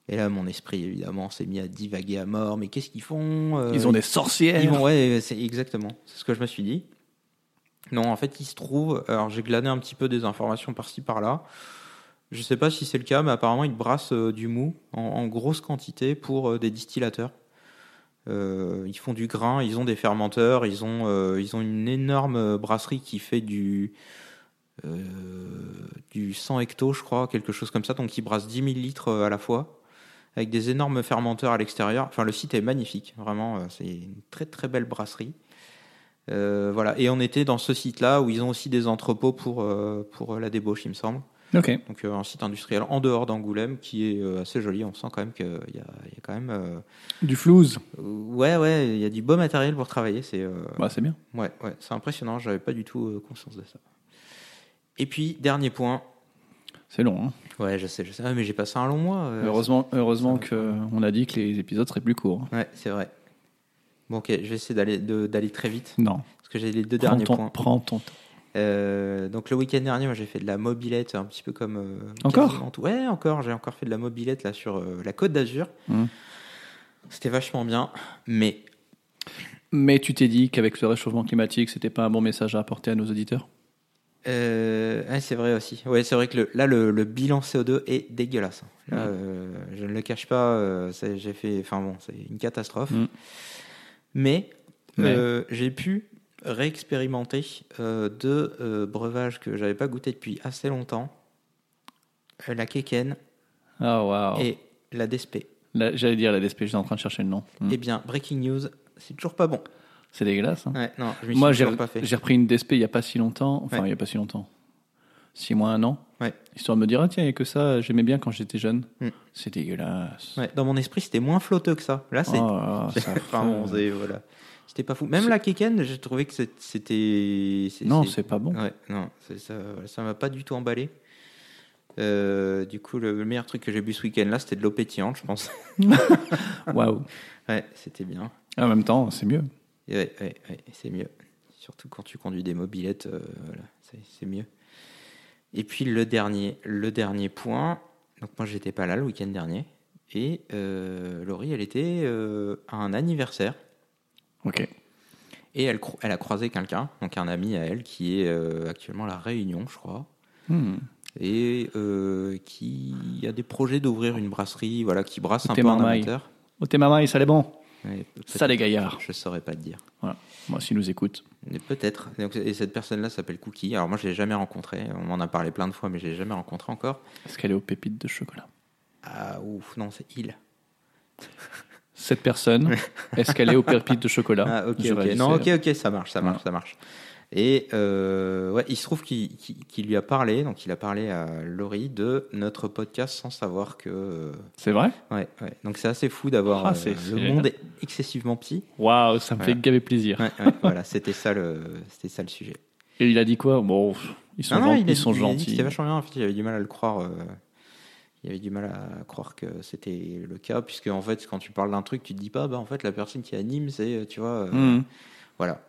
Speaker 1: Et là, mon esprit, évidemment, s'est mis à divaguer à mort. Mais qu'est-ce qu'ils font Euh,
Speaker 2: Ils ont des sorcières.
Speaker 1: ils vont- ouais, c'est exactement. C'est ce que je me suis dit. Non, en fait, il se trouve. Alors, j'ai glané un petit peu des informations par-ci par-là. Je sais pas si c'est le cas, mais apparemment, ils brassent euh, du mou en, en grosse quantité pour euh, des distillateurs. Euh, ils font du grain, ils ont des fermenteurs, ils ont, euh, ils ont une énorme euh, brasserie qui fait du, euh, du 100 hecto, je crois, quelque chose comme ça. Donc, ils brassent 10 000 litres euh, à la fois avec des énormes fermenteurs à l'extérieur. Enfin, le site est magnifique, vraiment, euh, c'est une très très belle brasserie. Euh, voilà, et on était dans ce site-là où ils ont aussi des entrepôts pour, euh, pour la débauche, il me semble.
Speaker 2: Ok.
Speaker 1: Donc euh, un site industriel en dehors d'Angoulême qui est euh, assez joli. On sent quand même qu'il y, a- il y a quand même, euh,
Speaker 2: Du flouze.
Speaker 1: ouais ouais, il y a du beau matériel pour travailler. C'est euh,
Speaker 2: Bah, c'est bien.
Speaker 1: Ouais, ouais, c'est impressionnant. J'avais pas du tout euh, conscience de ça. Et puis dernier point.
Speaker 2: C'est long. hein.
Speaker 1: Ouais, je sais, je sais. Ah, mais j'ai passé un long mois. euh,
Speaker 2: heureusement heureusement qu'on a dit que les épisodes seraient plus courts.
Speaker 1: Ouais, c'est vrai. Bon, ok, je vais essayer d'aller de- d'aller très vite
Speaker 2: Non.
Speaker 1: parce que j'ai les deux
Speaker 2: Prends
Speaker 1: derniers
Speaker 2: ton,
Speaker 1: points.
Speaker 2: prends ton temps.
Speaker 1: Euh, donc le week-end dernier, moi j'ai fait de la mobilette, un petit peu comme euh,
Speaker 2: Encore
Speaker 1: quasiment tout. Ouais, encore. J'ai encore fait de la mobilette là sur euh, la Côte d'Azur.
Speaker 2: Mhm.
Speaker 1: C'était vachement bien, mais
Speaker 2: Mais tu t'es dit qu'avec le réchauffement climatique, c'était pas un bon message à apporter à nos auditeurs
Speaker 1: Euh, ouais, c'est vrai aussi. Ouais, c'est vrai que le- là, le, le bilan CO2 est dégueulasse. hein. Là,
Speaker 2: Mm.
Speaker 1: euh, je ne le cache pas. euh, c'est- j'ai fait. Enfin bon, c'est une catastrophe.
Speaker 2: Mm.
Speaker 1: Mais, euh, j'ai pu réexpérimenter euh, deux euh, breuvages que j'avais pas goûté depuis assez longtemps. Euh, La Keken
Speaker 2: Ah, waouh.
Speaker 1: et la DSP.
Speaker 2: Là, J'allais dire la DSP, j'étais en train de chercher le nom. Hmm.
Speaker 1: Eh bien, breaking news, c'est toujours pas bon.
Speaker 2: C'est dégueulasse. hein.
Speaker 1: Ouais, non, je m'y
Speaker 2: Moi,
Speaker 1: suis
Speaker 2: j'ai
Speaker 1: toujours pas fait.
Speaker 2: j'ai repris une DSP il n'y a pas si longtemps. Enfin,
Speaker 1: Ouais.
Speaker 2: il n'y a pas si longtemps. Six mois, un an.
Speaker 1: Ouais.
Speaker 2: Histoire de me dire, ah tiens, il n'y a que ça, j'aimais bien quand j'étais jeune.
Speaker 1: Hmm.
Speaker 2: C'est dégueulasse.
Speaker 1: Ouais, dans mon esprit, c'était moins flotteux que ça. Là,
Speaker 2: Oh
Speaker 1: c'est
Speaker 2: là là,
Speaker 1: [LAUGHS] C'est
Speaker 2: ça
Speaker 1: enfin,
Speaker 2: fait-
Speaker 1: bon, c'est- voilà. C'était pas fou. Même
Speaker 2: euh, C'est-
Speaker 1: la Keken, j'ai trouvé que c'est- c'était. c'est-
Speaker 2: Non, c'est pas bon.
Speaker 1: Ouais, non, c'est ça voilà, ça m'a pas du tout emballé. Euh, du coup, le meilleur truc que j'ai bu ce week-end là, c'était de l'eau pétillante, je pense. [LAUGHS]
Speaker 2: Waouh.
Speaker 1: Ouais, c'était bien.
Speaker 2: En même temps, c'est mieux.
Speaker 1: Et Ouais, ouais, ouais, c'est mieux. Surtout quand tu conduis des mobilettes, euh, voilà, c'est c'est mieux. Et puis le dernier, le dernier point. Donc moi, j'étais pas là le week-end dernier. Et euh, Laurie, elle était euh, à un anniversaire.
Speaker 2: Ok.
Speaker 1: Et elle, cro- elle a croisé quelqu'un, donc un ami à elle, qui est euh, actuellement à La Réunion, je crois,
Speaker 2: Hmm.
Speaker 1: et euh, qui a des projets d'ouvrir une brasserie, voilà, qui brasse un
Speaker 2: Côté
Speaker 1: peu en
Speaker 2: Marmaille.
Speaker 1: amateur.
Speaker 2: Oh, t'es maman, ça allait bon.
Speaker 1: Ouais, peut-être-
Speaker 2: Ça, les gaillards.
Speaker 1: Je saurais pas te dire.
Speaker 2: Voilà. Moi, s'ils nous écoutent.
Speaker 1: Mais peut-être. Donc, Et cette personne-là s'appelle Cookie. Alors moi, je l'ai jamais rencontrée. On m'en a parlé plein de fois, mais je l'ai jamais rencontrée encore.
Speaker 2: Est-ce qu'elle est aux pépites de chocolat
Speaker 1: Ah ouf, non, c'est il.
Speaker 2: Cette personne,
Speaker 1: [LAUGHS]
Speaker 2: est-ce qu'elle est aux pépites de chocolat
Speaker 1: Ah, ok,
Speaker 2: Je
Speaker 1: ok.
Speaker 2: réagissais.
Speaker 1: Non, ok, ok, ça marche, ça marche,
Speaker 2: Voilà.
Speaker 1: ça marche. Et euh, ouais, il se trouve qu'il qu'il- qu'il lui a parlé, donc il a parlé à Laurie de notre podcast sans savoir que. euh,
Speaker 2: C'est vrai
Speaker 1: ouais, ouais. Donc c'est assez fou d'avoir.
Speaker 2: Ah,
Speaker 1: euh,
Speaker 2: c'est- c'est
Speaker 1: le
Speaker 2: génial.
Speaker 1: monde est excessivement petit.
Speaker 2: Waouh, ça me
Speaker 1: Voilà.
Speaker 2: fait gaver plaisir.
Speaker 1: Ouais,
Speaker 2: [LAUGHS]
Speaker 1: ouais, voilà, c'était ça le, c'était ça le sujet.
Speaker 2: Et il a dit quoi Bon, pff, ils sont,
Speaker 1: Non, non, il
Speaker 2: gen-
Speaker 1: a
Speaker 2: ils
Speaker 1: dit-
Speaker 2: sont
Speaker 1: il a dit que
Speaker 2: gentils.
Speaker 1: C'était vachement bien. En fait, il avait du mal à le croire. euh, il avait du mal à croire que c'était le cas, puisque en fait, quand tu parles d'un truc, tu te dis pas, bah en fait, la personne qui anime, c'est, euh, tu vois, euh,
Speaker 2: Hmm.
Speaker 1: voilà.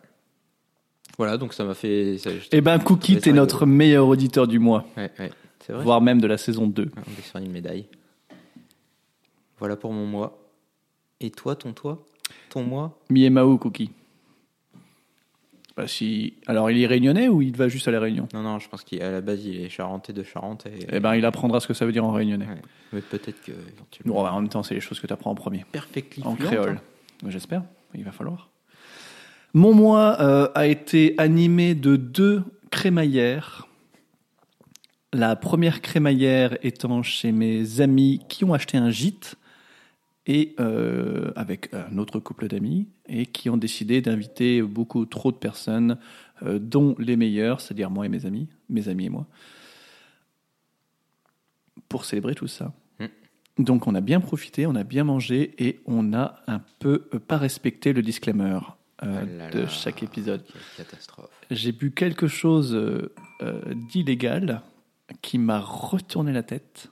Speaker 1: Voilà, donc ça m'a fait. ça- je-
Speaker 2: Eh ben, Cookie,
Speaker 1: trouvais ça
Speaker 2: t'es
Speaker 1: rigolo.
Speaker 2: notre meilleur auditeur du mois,
Speaker 1: Ouais, ouais, c'est vrai.
Speaker 2: voire même de la saison 2.
Speaker 1: On va se faire une médaille. Voilà pour mon moi. Et toi, ton toi Ton moi
Speaker 2: Miemao, Cookie. Bah, si... Alors, il est réunionnais ou il va juste à la Réunion
Speaker 1: Non, non, je pense qu'à la base, il est charentais de Charente. Et...
Speaker 2: Eh ben, il apprendra ce que ça veut dire en réunionnais.
Speaker 1: Euh, Ouais. Mais peut-être que éventuellement.
Speaker 2: Bon, bah, en même temps, c'est les choses que t'apprends en premier.
Speaker 1: Perfectly
Speaker 2: En
Speaker 1: fluent,
Speaker 2: créole.
Speaker 1: hein.
Speaker 2: J'espère, il va falloir. Mon mois euh, a été animé de deux crémaillères. La première crémaillère étant chez mes amis qui ont acheté un gîte et euh, avec un autre couple d'amis et qui ont décidé d'inviter beaucoup trop de personnes, euh, dont les meilleurs, c'est-à-dire moi et mes amis, mes amis et moi, pour célébrer tout ça.
Speaker 1: Mm.
Speaker 2: Donc on a bien profité, on a bien mangé et on a un peu euh, pas respecté le disclaimer euh,
Speaker 1: Ah là
Speaker 2: de
Speaker 1: là,
Speaker 2: chaque épisode.
Speaker 1: quelle catastrophe.
Speaker 2: J'ai bu quelque chose euh, euh, d'illégal qui m'a retourné la tête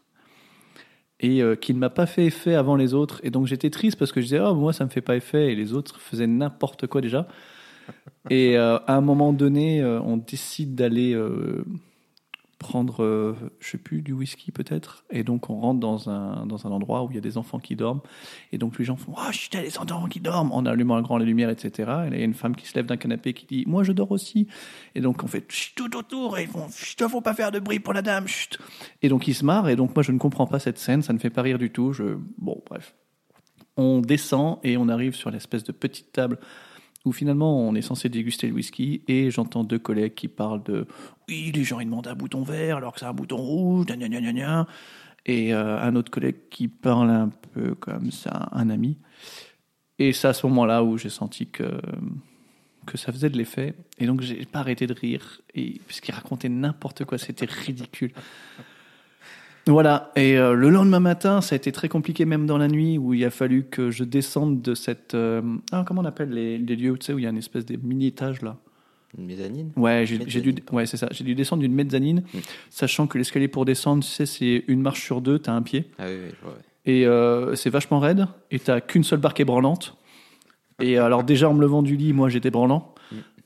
Speaker 2: et euh, qui ne m'a pas fait effet oh, avant les autres. Et donc j'étais triste parce que je disais, Ah, moi ça me fait pas effet et les autres faisaient n'importe quoi déjà. Et euh, à un moment donné, euh, on décide d'aller euh, prendre, euh, je sais plus, du whisky peut-être. Et donc on rentre dans un, dans un endroit où il y a des enfants qui dorment. Et donc les gens font Oh, chut, il y a des enfants qui dorment en allumant grand la lumière, etc. Et là, il y a une femme qui se lève d'un canapé qui dit Moi, je dors aussi. Et donc on fait Chut, tout autour. Et ils font Chut, faut pas faire de bruit pour la dame. Chut. Et donc ils se marrent. Et donc moi, je ne comprends pas cette scène. Ça ne fait pas rire du tout. Je... Bon, bref. On descend et on arrive sur l'espèce de petite table où finalement on est censé déguster le whisky et j'entends deux collègues qui parlent de oui les gens ils demandent un bouton vert alors que c'est un bouton rouge gna gna gna gna gna. et euh, un autre collègue qui parle un peu comme ça un ami et c'est à ce moment là où j'ai senti que que ça faisait de l'effet et donc j'ai pas arrêté de rire et puisqu'il racontait n'importe quoi c'était ridicule voilà, et euh, le lendemain matin, ça a été très compliqué, même dans la nuit, où il a fallu que je descende de cette. euh, ah, comment on appelle les, les lieux, tu sais, où il y a une espèce de mini-étage, là
Speaker 1: Une mezzanine
Speaker 2: Ouais, j'ai j'ai dû,
Speaker 1: Mezzanine, Mm.
Speaker 2: ouais, c'est ça. J'ai dû descendre d'une mezzanine, sachant que l'escalier pour descendre, tu sais, c'est une marche sur deux, t'as un pied,
Speaker 1: Ah oui, oui, je vois. ouais.
Speaker 2: et euh, c'est vachement raide, et t'as qu'une seule barque ébranlante. Et euh, alors, déjà, en me levant du lit, moi, j'étais branlant.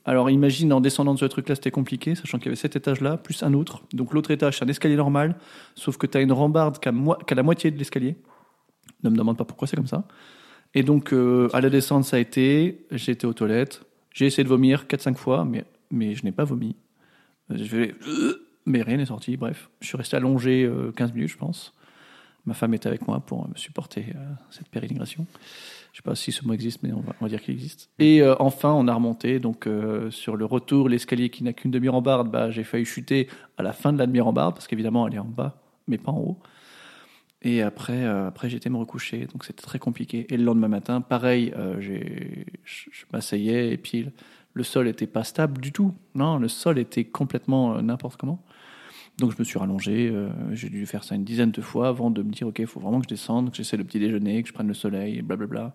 Speaker 2: Alors, imagine, en descendant de ce truc-là, c'était compliqué, sachant qu'il y avait cet étage-là, plus un autre. Donc, l'autre étage, c'est un escalier normal, sauf que t'as une rambarde qu'à moi- qu'à la moitié de l'escalier. Ne me demande pas pourquoi c'est comme ça. Et donc, euh, à la descente, ça a été. J'étais aux toilettes. J'ai essayé de vomir 4-5 fois, mais, mais je n'ai pas vomi. Euh, Je vais. Mais rien n'est sorti, bref. Je suis resté allongé euh, 15 minutes, je pense. Ma femme était avec moi pour euh, me supporter euh, cette pérégrinations. Je sais pas si ce mot existe, mais on va, on va dire qu'il existe. Et euh, enfin, on a remonté. Donc, euh, sur le retour, l'escalier qui n'a qu'une demi-rambarde, bah, j'ai failli chuter à la fin de la demi-rambarde, parce qu'évidemment, elle est en bas, mais pas en haut. Et après, euh, après j'étais me recoucher, donc c'était très compliqué. Et le lendemain matin, pareil, euh, j'ai- je, je m'asseyais et puis le, le sol était pas stable du tout. Non, le sol était complètement euh, n'importe comment. Donc je me suis rallongé, euh, j'ai dû faire ça une dizaine de fois avant de me dire, ok, il faut vraiment que je descende, que j'essaie le petit déjeuner, que je prenne le soleil, et blablabla.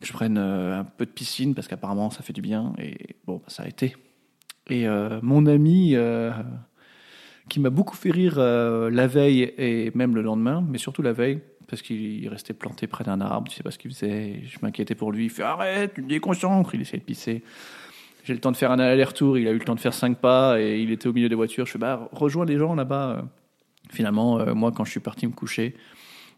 Speaker 2: Que je prenne euh, un peu de piscine, parce qu'apparemment ça fait du bien. Et bon, bah, ça a été. Et euh, mon ami... euh, qui m'a beaucoup fait rire euh, la veille et même le lendemain, mais surtout la veille, parce qu'il restait planté près d'un arbre, tu sais pas ce qu'il faisait, et je m'inquiétais pour lui, il fait arrête, tu me déconcentres, il essayait de pisser. J'ai le temps de faire un aller-retour, il a eu le temps de faire cinq pas, et il était au milieu des voitures, je fais bah rejoins les gens là-bas. Finalement, euh, moi quand je suis parti me coucher,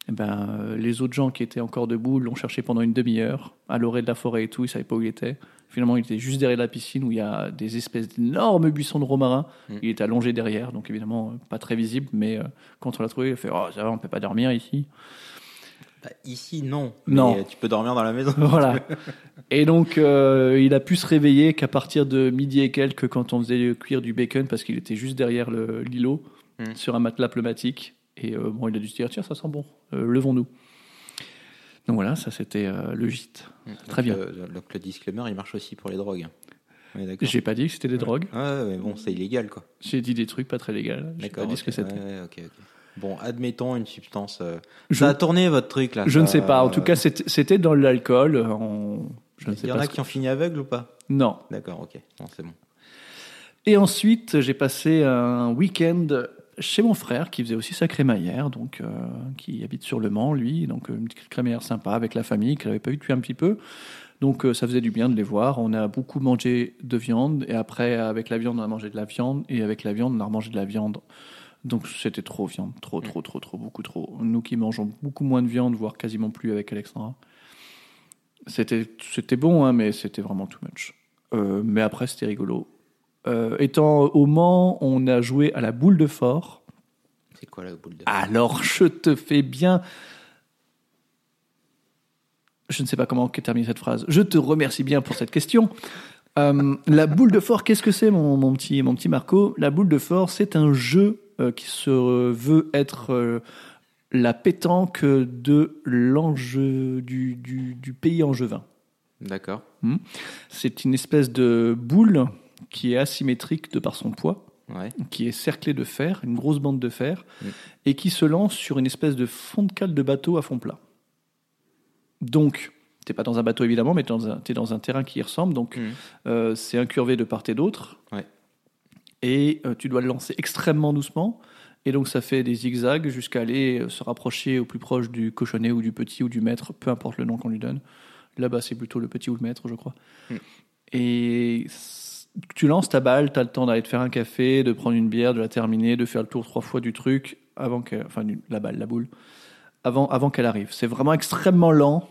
Speaker 2: eh ben, euh, les autres gens qui étaient encore debout l'ont cherché pendant une demi-heure, à l'orée de la forêt et tout, ils savaient pas où il était. Finalement, il était juste derrière la piscine où il y a des espèces d'énormes buissons de romarin. Il était allongé derrière, donc évidemment euh, pas très visible, mais euh, quand on l'a trouvé, il a fait Oh, ça va, on peut pas dormir ici.
Speaker 1: Bah, ici, non.
Speaker 2: Non.
Speaker 1: Mais euh, tu peux dormir dans la maison.
Speaker 2: Voilà. Et donc, euh, il a pu se réveiller qu'à partir de midi et quelques, quand on faisait cuire du bacon, parce qu'il était juste derrière le- l'îlot,
Speaker 1: Mm.
Speaker 2: sur un matelas pneumatique. Et euh, bon, il a dû se dire Tiens, ça sent bon, euh, levons-nous. Donc voilà, ça c'était euh, le gîte. [LAUGHS] Très bien.
Speaker 1: Donc, euh, donc le disclaimer, il marche aussi pour les drogues. Ouais, d'accord.
Speaker 2: J'ai pas dit que c'était des drogues,
Speaker 1: Ouais, mais bon, c'est illégal, quoi.
Speaker 2: j'ai dit des trucs pas très légaux. J'ai pas
Speaker 1: D'accord.
Speaker 2: dit ce
Speaker 1: ok.
Speaker 2: que c'était.
Speaker 1: Ouais, ok, ok. Bon, admettons une substance. euh,
Speaker 2: Je-
Speaker 1: Ça euh, a tourné votre truc là.
Speaker 2: Je ne sais
Speaker 1: ça-
Speaker 2: pas, en tout cas, c'était c'était dans l'alcool. euh, on- Je ne sais
Speaker 1: Il y en
Speaker 2: pas.
Speaker 1: a
Speaker 2: ce que-
Speaker 1: qui ont fini aveugle ou pas
Speaker 2: Non.
Speaker 1: D'accord, ok. Bon, c'est bon.
Speaker 2: Et ensuite, j'ai passé un week-end chez mon frère qui faisait aussi sa crémaillère, donc euh, qui habite sur le Mans, lui, donc euh, une petite crémaillère sympa avec la famille qu'il n'avait pas eu depuis un petit peu. Donc euh, ça faisait du bien de les voir. On a beaucoup mangé de viande et après avec la viande on a mangé de la viande et avec la viande on a mangé de la viande. Donc c'était trop viande, trop trop trop trop beaucoup trop. Nous qui mangeons beaucoup moins de viande, voire quasiment plus avec Alexandra. C'était c'était bon hein, mais c'était vraiment too much. Euh, mais après c'était rigolo. Euh, étant au Mans, on a joué à la boule de fort.
Speaker 1: C'est quoi la boule de
Speaker 2: Ah. Alors, je te fais bien. Je ne sais pas comment terminer cette phrase. Je te remercie bien pour cette question. Euh, la boule de fort, qu'est-ce que c'est, mon, mon petit, mon petit Marco La boule de fort, c'est un jeu euh, qui se veut être euh, la pétanque de l'enjeu du, du, du pays angevin.
Speaker 1: D'accord.
Speaker 2: C'est une espèce de boule qui est asymétrique de par son poids
Speaker 1: Ouais.
Speaker 2: qui est cerclé de fer, une grosse bande de fer,
Speaker 1: Mm.
Speaker 2: et qui se lance sur une espèce de fond de cale de bateau à fond plat. Donc, t'es pas dans un bateau évidemment, mais t'es dans, un- t'es dans un terrain qui y ressemble, donc
Speaker 1: Mm.
Speaker 2: euh, c'est incurvé de part et d'autre.
Speaker 1: Ouais.
Speaker 2: Et euh, tu dois le lancer extrêmement doucement, et donc ça fait des zigzags jusqu'à aller euh, se rapprocher au plus proche du cochonnet ou du petit ou du maître, peu importe le nom qu'on lui donne. Là-bas, c'est plutôt le petit ou le maître, je crois. Et s- tu lances ta balle, tu as le temps d'aller te faire un café, de prendre une bière, de la terminer, de faire le tour trois fois du truc, avant que, enfin, du- la balle, la boule, avant, avant qu'elle arrive. C'est vraiment extrêmement lent.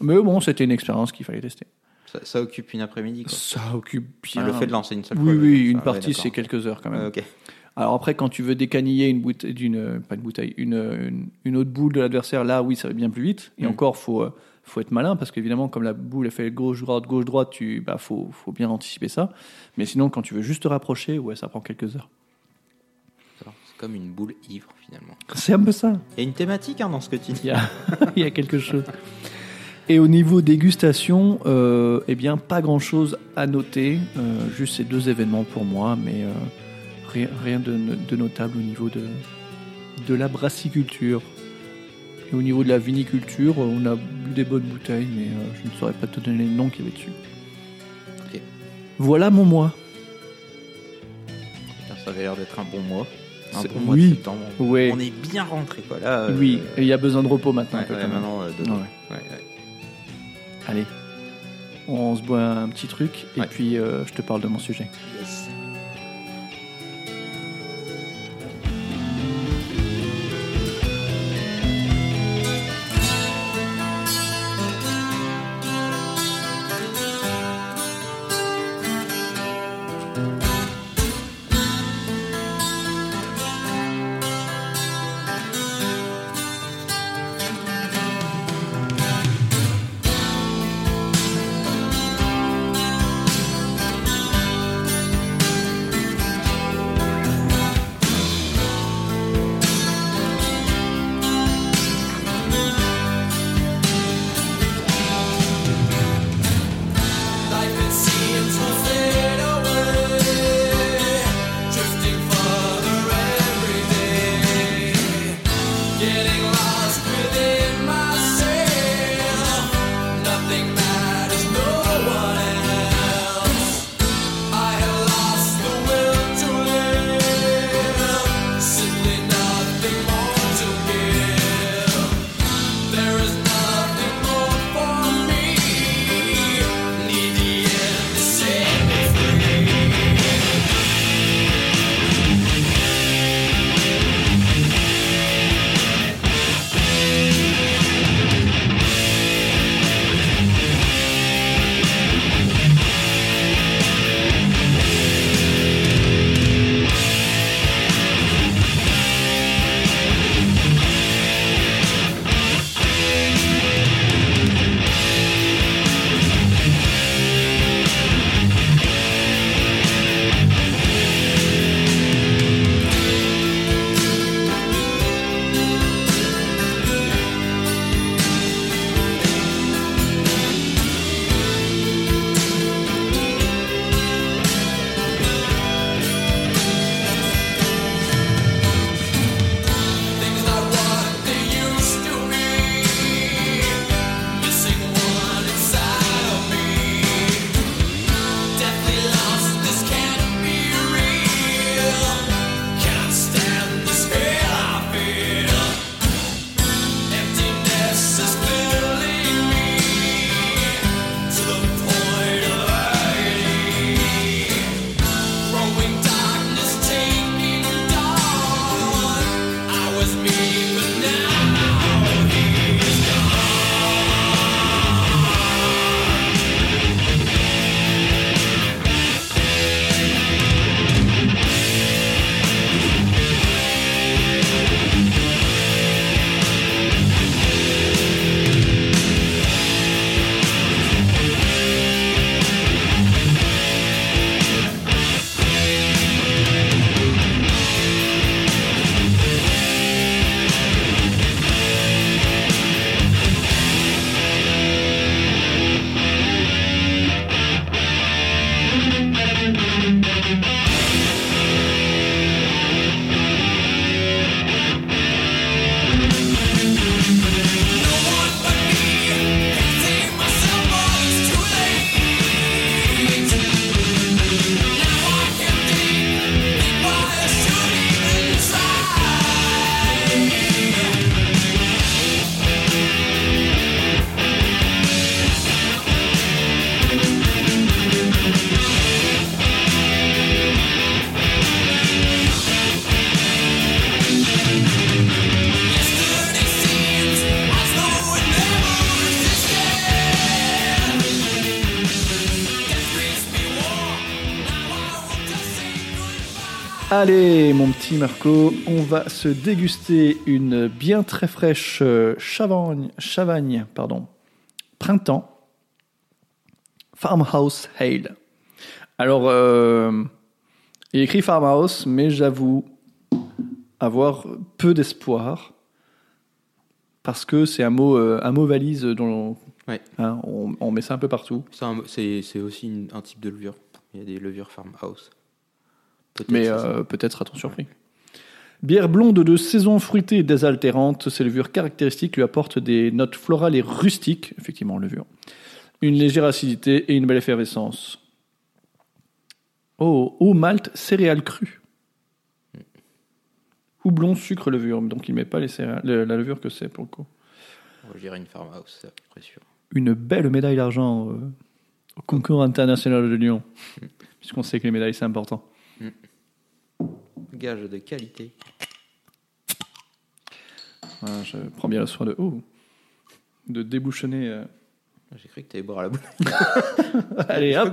Speaker 2: Mais bon, c'était une expérience qu'il fallait tester.
Speaker 1: Ça, ça occupe une après-midi. quoi.
Speaker 2: Ça occupe bien.
Speaker 1: Enfin, le fait de lancer une seule fois.
Speaker 2: oui,
Speaker 1: je veux
Speaker 2: oui,
Speaker 1: dire,
Speaker 2: une
Speaker 1: ça, ouais,
Speaker 2: partie,
Speaker 1: d'accord. Euh,
Speaker 2: c'est quelques heures quand même.
Speaker 1: Ouais, ok.
Speaker 2: Alors après, quand tu veux décaniller une bouteille, d'une, pas une bouteille, une, une, une autre boule de l'adversaire, là, oui, ça va bien plus vite. Et
Speaker 1: Mm.
Speaker 2: encore, faut, euh, faut être malin parce qu'évidemment, comme la boule a fait gauche droite gauche droite, tu, bah, faut, faut bien anticiper ça. Mais sinon, quand tu veux juste te rapprocher, ouais, ça prend quelques heures.
Speaker 1: D'accord. C'est comme une boule ivre finalement.
Speaker 2: C'est un peu ça.
Speaker 1: Il y a une thématique hein, dans ce que tu dis.
Speaker 2: Il y a, [LAUGHS] il y a quelque chose. Et au niveau dégustation, euh, eh bien, pas grand chose à noter. Euh, juste ces deux événements pour moi, mais euh, rien, rien de, de notable au niveau de, de la brassiculture. Et au niveau de la viniculture, on a des bonnes bouteilles, mais euh, je ne saurais pas te donner le nom qu'il y avait dessus.
Speaker 1: Ok.
Speaker 2: Voilà mon mois.
Speaker 1: Putain, ça avait l'air d'être un bon mois. Un
Speaker 2: C'est-
Speaker 1: bon mois
Speaker 2: oui.
Speaker 1: de septembre.
Speaker 2: Ouais.
Speaker 1: On est bien rentré quoi. Là, euh,
Speaker 2: Oui,
Speaker 1: euh,
Speaker 2: et il y a besoin de repos maintenant.
Speaker 1: ouais,
Speaker 2: un peu,
Speaker 1: ouais,
Speaker 2: quand même.
Speaker 1: maintenant, euh, dedans. Ouais, ouais.
Speaker 2: Allez, on se boit un petit truc, et
Speaker 1: Ouais.
Speaker 2: puis euh, je te parle de mon sujet. Allez, mon petit Marco, on va se déguster une bien très fraîche euh, chavagne, chavagne pardon, printemps, Farmhouse Hale. Alors, euh, il écrit Farmhouse, mais j'avoue avoir peu d'espoir parce que c'est un mot, euh, un mot valise dont
Speaker 1: Ouais.
Speaker 2: hein, on, on met ça un peu partout.
Speaker 1: C'est un- C'est c'est aussi une- un type de levure. Il y a des levures farmhouse. Peut-être
Speaker 2: Mais
Speaker 1: c'est ça.
Speaker 2: euh, peut-être a-t-on surpris. Bière blonde de saison fruitée et désaltérante, ses levures caractéristiques lui apportent des notes florales et rustiques, effectivement en levure, une légère acidité et une belle effervescence. Oh, eau malt, céréales crues. Houblon, sucre, levure. Donc il met pas les céréales- le- la levure que c'est pour le coup. euh,
Speaker 1: Moi, Je dirais une farmhouse, c'est à peu près sûr.
Speaker 2: Une belle médaille d'argent euh, au concours international de Lyon, puisqu'on sait que les médailles c'est important.
Speaker 1: Gage de qualité.
Speaker 2: Voilà, Hein, je prends bien le soin de oh, de débouchonner. euh.
Speaker 1: J'ai cru que t'allais boire à la boule. [LAUGHS]
Speaker 2: [LAUGHS] Allez, hop,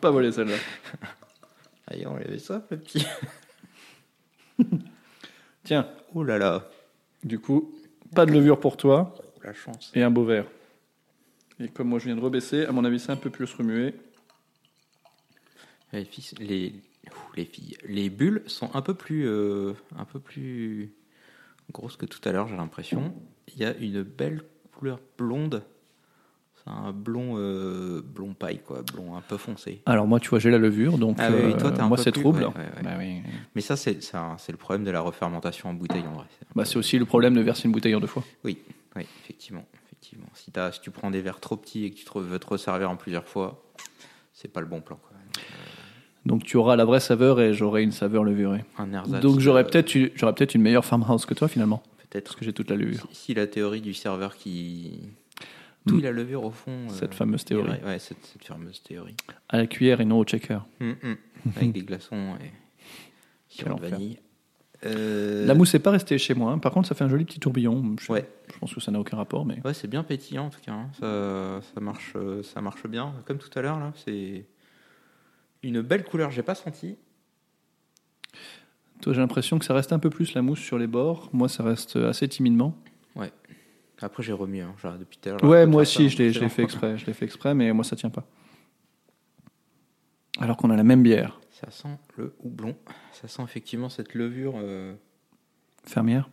Speaker 2: pas voler celle-là.
Speaker 1: Allez, on avait ça, le petit.
Speaker 2: Tiens,
Speaker 1: Oh là là,
Speaker 2: du coup, pas de levure pour toi
Speaker 1: oh, la chance.
Speaker 2: et un beau verre. Et comme moi je viens de rebaisser, à mon avis c'est un peu plus remué.
Speaker 1: Les filles, les, ouh, les filles, les bulles sont un peu plus, euh, un peu plus grosses que tout à l'heure, j'ai l'impression. Il y a une belle couleur blonde. C'est un blond, euh, blond paille, quoi, blond un peu foncé.
Speaker 2: Alors moi tu vois j'ai la levure, donc euh,
Speaker 1: Ah oui, oui, toi, t'as un
Speaker 2: moi
Speaker 1: peu
Speaker 2: c'est
Speaker 1: plus-
Speaker 2: trouble.
Speaker 1: ouais, ouais, ouais.
Speaker 2: Bah oui.
Speaker 1: Mais ça, c'est c'est un- c'est le problème de la refermentation en bouteille, en vrai.
Speaker 2: Bah, c'est aussi le problème de verser une bouteille en deux fois.
Speaker 1: Oui, oui, effectivement, effectivement. Si, t'as- si tu prends des verres trop petits et que tu te- veux te resservir en plusieurs fois, c'est pas le bon plan. Quoi.
Speaker 2: Donc tu auras la vraie saveur et j'aurai une saveur levurée.
Speaker 1: Un ersatz,
Speaker 2: donc j'aurais
Speaker 1: euh,
Speaker 2: peut-être une- j'aurais peut-être une meilleure farmhouse que toi finalement, parce
Speaker 1: peut-être
Speaker 2: que j'ai toute la
Speaker 1: si,
Speaker 2: levure.
Speaker 1: si la théorie du serveur qui tout la levure au fond. euh,
Speaker 2: Mm. Cette fameuse
Speaker 1: est vraie.
Speaker 2: théorie.
Speaker 1: Ouais, cette, cette fameuse théorie.
Speaker 2: À la cuillère et non au checker.
Speaker 1: Hum, hum. Avec des glaçons et sirop de
Speaker 2: enfer.
Speaker 1: vanille. Euh,
Speaker 2: La mousse n'est pas restée chez moi. hein. Par contre, ça fait un joli petit tourbillon. Je,
Speaker 1: Ouais.
Speaker 2: je pense que ça n'a aucun rapport, mais
Speaker 1: Ouais, c'est bien pétillant en tout cas. hein. Ça, ça marche, euh, ça marche bien. Comme tout à l'heure là, c'est une belle couleur. J'ai pas senti.
Speaker 2: toi, j'ai l'impression que ça reste un peu plus la mousse sur les bords. Moi, ça reste assez timidement.
Speaker 1: Après j'ai remis. hein. J'arrête depuis tout à l'heure.
Speaker 2: Ouais,
Speaker 1: j'arrête
Speaker 2: moi
Speaker 1: de faire ça,
Speaker 2: aussi, je l'ai
Speaker 1: hein.
Speaker 2: je l'ai fait exprès. Je l'ai fait exprès, mais moi, ça tient pas. Alors qu'on a la même bière
Speaker 1: Ça sent le houblon. Ça sent effectivement cette levure. euh,
Speaker 2: fermière.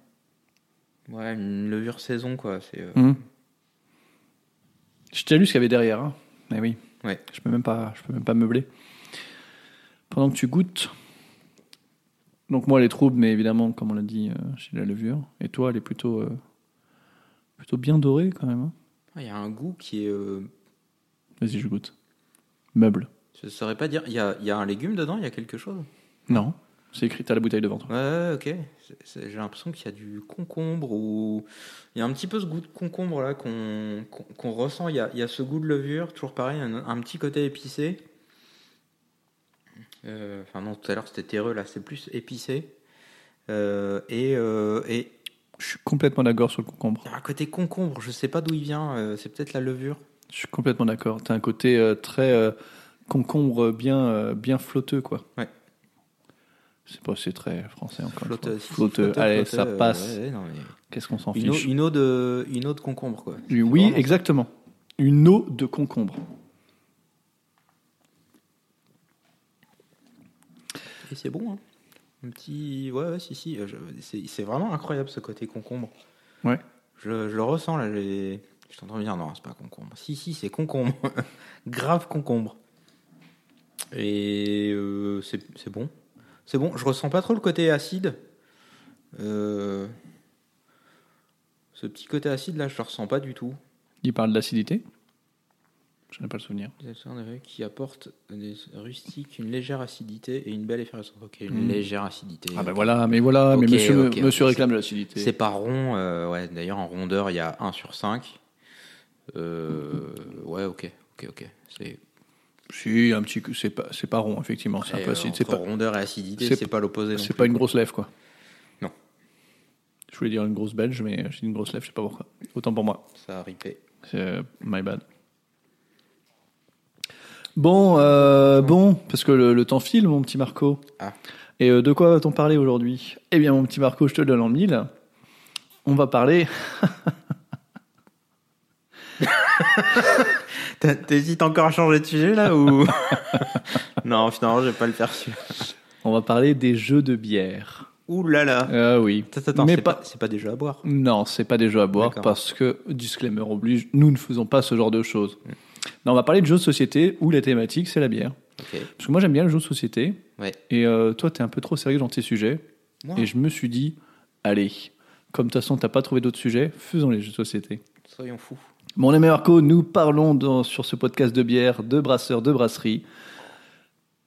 Speaker 1: Ouais, une levure saison quoi. C'est euh,
Speaker 2: Mhm. J'ai déjà lu ce qu'il y avait derrière. hein. Mais oui.
Speaker 1: Ouais.
Speaker 2: Je peux même pas, je peux même pas meubler. Pendant que tu goûtes. Donc moi, elle est trouble, mais évidemment, comme on l'a dit, euh, chez la levure. Et toi, elle est plutôt, euh, plutôt bien dorée quand même. hein.
Speaker 1: Il y a un goût qui est. euh,
Speaker 2: Vas-y, je goûte. Meuble.
Speaker 1: Je saurais pas dire. Il y a, il y a un légume dedans, il y a quelque chose
Speaker 2: Non. C'est écrit, t'as la bouteille devant toi.
Speaker 1: Ouais, ouais, ok. C'est- c'est- J'ai l'impression qu'il y a du concombre ou. Il y a un petit peu ce goût de concombre là qu'on qu'on- qu'on ressent. Il y, a, il y a ce goût de levure, toujours pareil, un, un petit côté épicé. Euh, Enfin, non, tout à l'heure c'était terreux, là c'est plus épicé. Euh, et, euh, et
Speaker 2: Je suis complètement d'accord sur le concombre.
Speaker 1: il y a un côté concombre, je sais pas d'où il vient, euh, c'est peut-être la levure.
Speaker 2: Je suis complètement d'accord. T'as un côté euh, très euh, concombre bien, euh, bien flotteux, quoi.
Speaker 1: Ouais.
Speaker 2: C'est pas, c'est très français encore. une
Speaker 1: Flotte, euh,
Speaker 2: fois. Flotteux. Allez, ça passe. Qu'est-ce qu'on s'en
Speaker 1: une, eau,
Speaker 2: fiche
Speaker 1: une eau de, une eau de concombre quoi.
Speaker 2: Oui,
Speaker 1: Vraiment ça.
Speaker 2: exactement. Une eau de concombre.
Speaker 1: Et c'est bon, hein. Un petit. Ouais, ouais, si, si. euh, je- C'est c'est vraiment incroyable ce côté concombre.
Speaker 2: Ouais.
Speaker 1: Je, je le ressens là. j'ai- Je t'entends bien. Non, c'est pas concombre. Si, si, c'est concombre. [LAUGHS] Grave concombre. Et euh, c'est c'est bon. C'est bon. Je ressens pas trop le côté acide. Euh, Ce petit côté acide là, je le ressens pas du tout.
Speaker 2: Il parle d'acidité. Je n'ai pas le souvenir.
Speaker 1: Des acteurs de rue qui apporte des rustiques, une légère acidité et une belle effervescence. Ok, une
Speaker 2: Mm.
Speaker 1: légère acidité.
Speaker 2: Ah ben voilà, mais voilà,
Speaker 1: Ok,
Speaker 2: mais monsieur,
Speaker 1: ok,
Speaker 2: monsieur
Speaker 1: ok.
Speaker 2: réclame de
Speaker 1: C'est
Speaker 2: l'acidité.
Speaker 1: par rond, euh, ouais, d'ailleurs en rondeur il y a 1 sur 5. ouais, ok, ok, ok. C'est
Speaker 2: Si, un petit, coup, c'est pas, c'est pas rond effectivement, c'est un peu
Speaker 1: euh,
Speaker 2: acide. C'est
Speaker 1: entre
Speaker 2: pas,
Speaker 1: rondeur et acidité,
Speaker 2: c'est
Speaker 1: c'est pas l'opposé. non
Speaker 2: c'est
Speaker 1: plus.
Speaker 2: pas une grosse lèvre quoi.
Speaker 1: Non.
Speaker 2: Je voulais dire une grosse belge, mais j'ai dit une grosse lèvre, je sais pas pourquoi. Autant pour moi.
Speaker 1: Ça a ripé.
Speaker 2: C'est my bad. Bon, euh, bon, parce que le, le temps file, mon petit Marco.
Speaker 1: Ah.
Speaker 2: Et euh, de quoi va-t-on parler aujourd'hui Eh bien, mon petit Marco, je te donne en mille. On va parler.
Speaker 1: T'as- T'hésites encore à changer de sujet là ou [LAUGHS] Non, finalement, je vais pas le faire. celui-là.
Speaker 2: On va parler des jeux de bière.
Speaker 1: Ouh là là.
Speaker 2: Ah oui.
Speaker 1: Euh, Attends, attends,
Speaker 2: Mais
Speaker 1: c'est
Speaker 2: pas-
Speaker 1: pas... c'est pas déjà à boire.
Speaker 2: Non, c'est pas des jeux à boire
Speaker 1: D'accord.
Speaker 2: parce que, disclaimer oblige, nous ne faisons pas ce genre de choses. Non, on va parler de jeux de société où la thématique, c'est la bière.
Speaker 1: Ok.
Speaker 2: Parce que moi, j'aime bien le jeu de société.
Speaker 1: Ouais.
Speaker 2: Et euh, toi, t'es un peu trop sérieux dans tes sujets.
Speaker 1: Moi
Speaker 2: Et je me suis dit, allez, comme de toute façon, t'as pas trouvé d'autres sujets, faisons les jeux de société.
Speaker 1: Soyons fous.
Speaker 2: Mon ami Marco, nous parlons dans- sur ce podcast de bière, de brasseurs, de brasserie.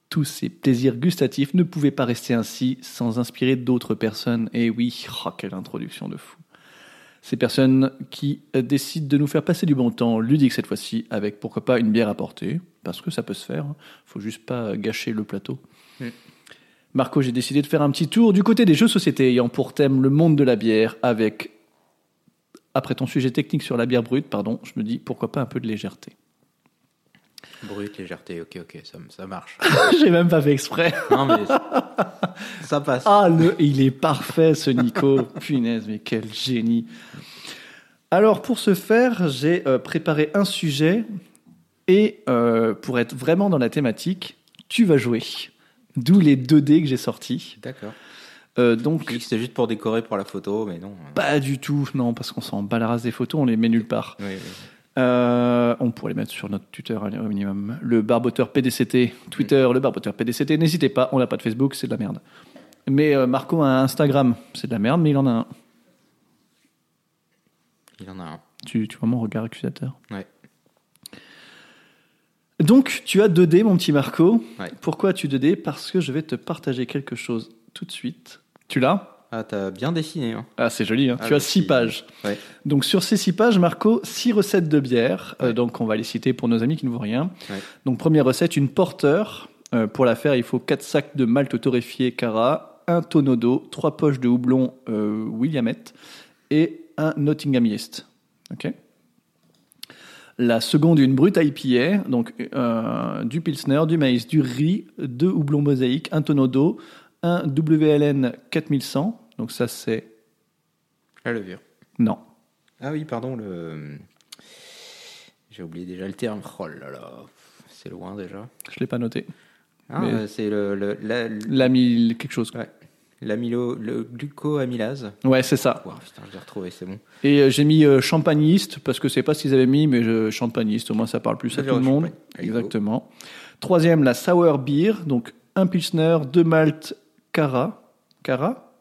Speaker 2: Tous ces plaisirs gustatifs ne pouvaient pas rester ainsi sans inspirer d'autres personnes. Et oui, oh, quelle introduction de fou. Ces personnes qui euh, décident de nous faire passer du bon temps, ludique cette fois-ci, avec pourquoi pas une bière à porter, parce que ça peut se faire, hein. faut juste pas gâcher le plateau. Marco, j'ai décidé de faire un petit tour du côté des jeux société ayant pour thème le monde de la bière avec après ton sujet technique sur la bière brute, pardon, je me dis pourquoi pas un peu de légèreté.
Speaker 1: Brut, légèreté, ok, ok, ça, ça marche.
Speaker 2: [LAUGHS] J'ai même pas fait exprès.
Speaker 1: non, mais [LAUGHS] ça passe.
Speaker 2: Ah, le, il est parfait ce [LAUGHS] Nico. Punaise, mais quel génie. Alors, pour ce faire, j'ai euh, préparé un sujet et euh, pour être vraiment dans la thématique, tu vas jouer. D'où les 2 dés que j'ai sortis.
Speaker 1: D'accord.
Speaker 2: Euh,
Speaker 1: Je dis
Speaker 2: donc,
Speaker 1: que c'était juste pour décorer pour la photo, mais non. euh,
Speaker 2: pas du tout, non, parce qu'on s'en bat la race des photos, on les met nulle part.
Speaker 1: Oui, oui.
Speaker 2: Euh, on pourrait les mettre sur notre Twitter allez, au minimum. Le barboteur PDCT, Twitter, le barboteur PDCT. N'hésitez pas, on n'a pas de Facebook, c'est de la merde. Mais euh, Marco a un Instagram, c'est de la merde, mais il en a un.
Speaker 1: Il en a un.
Speaker 2: Tu, tu vois mon regard accusateur.
Speaker 1: Ouais.
Speaker 2: Donc, tu as 2D, mon petit Marco.
Speaker 1: Ouais.
Speaker 2: Pourquoi as-tu 2D Parce que je vais te partager quelque chose tout de suite. Tu l'as
Speaker 1: Ah, t'as bien dessiné, hein.
Speaker 2: Ah, c'est joli, hein.
Speaker 1: Ah,
Speaker 2: tu as
Speaker 1: merci.
Speaker 2: 6 pages.
Speaker 1: Ouais.
Speaker 2: Donc sur ces six pages, Marco, six recettes de bière. Euh,
Speaker 1: Ouais.
Speaker 2: donc on va les citer pour nos amis qui ne voient rien.
Speaker 1: Ouais.
Speaker 2: Donc première recette, une porteur. Euh, pour la faire, il faut quatre sacs de malt torréfié Cara, un tonneau d'eau, trois poches de houblon euh, Williamette et un Nottingham yeast. Ok. La seconde, une brute IPA, donc euh, du pilsner, du maïs, du riz, deux houblons mosaïques, un tonneau d'eau, un WLN 4100. Donc ça c'est
Speaker 1: La levure.
Speaker 2: non.
Speaker 1: Ah oui, pardon, le. J'ai oublié déjà le terme. Oh là là. C'est loin déjà.
Speaker 2: Je l'ai pas noté.
Speaker 1: Ah,
Speaker 2: Mais-
Speaker 1: euh, c'est le. le, la-
Speaker 2: L'amyl quelque chose.
Speaker 1: ouais. L'amylo. Le glucoamylase.
Speaker 2: Ouais, c'est ça.
Speaker 1: Ouah, putain, je l'ai retrouvé, c'est bon.
Speaker 2: Et euh, j'ai mis euh, champagniste parce que c'est pas ce qu'ils avaient mis, mais je, champagniste, au moins ça parle plus
Speaker 1: Ça
Speaker 2: à tout
Speaker 1: dure
Speaker 2: le
Speaker 1: au
Speaker 2: monde.
Speaker 1: champagne. Allez, go.
Speaker 2: Exactement. Troisième, la sour beer, donc un pilsner, deux maltes, cara, cara,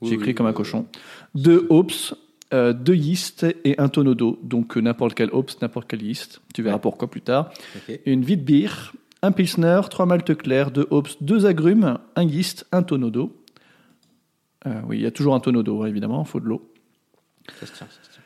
Speaker 1: Oui,
Speaker 2: j'ai écrit
Speaker 1: oui, euh,
Speaker 2: comme un
Speaker 1: oui,
Speaker 2: cochon, deux hops, euh, deux yeast et un tonneau d'eau, donc euh, n'importe quel hops, n'importe quel yeast. Tu verras pourquoi plus tard.
Speaker 1: Ok.
Speaker 2: une vite bière, un pilsner, trois maltes claires, deux hops, deux agrumes, un yeast, un tonneau d'eau. Euh, oui, il y a toujours un tonneau d'eau, évidemment, il faut de l'eau.
Speaker 1: Ça se tient, ça se tient.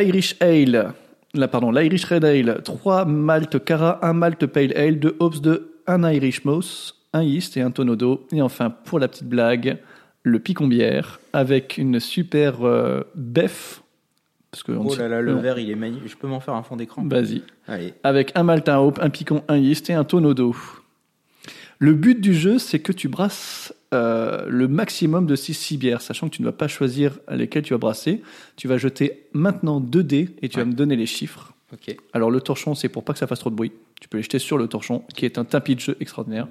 Speaker 2: L'Irish Ale, la, pardon, l'Irish Red Ale, trois maltes cara, un malt pale ale, deux hops, de un Irish Moss, un yeast et un tonneau d'eau. Et enfin, pour la petite blague, le picon bière avec une super euh, bef. Parce que on ne
Speaker 1: Oh
Speaker 2: sait-
Speaker 1: là là, le
Speaker 2: non. Bah.
Speaker 1: verre, il est magnifique. Je peux m'en faire un fond d'écran
Speaker 2: Vas-y.
Speaker 1: Allez.
Speaker 2: avec un malt, un hop, un picon, un yeast et un tonneau d'eau. Le but du jeu, c'est que tu brasses euh, le maximum de ces 6 bières, sachant que tu ne vas pas choisir lesquelles tu vas brasser. Tu vas jeter maintenant 2 dés et tu vas
Speaker 1: Ouais.
Speaker 2: me donner les chiffres.
Speaker 1: Ok.
Speaker 2: Alors le torchon, c'est pour pas que ça fasse trop de bruit. Tu peux les jeter sur le torchon, qui est un tapis de jeu extraordinaire.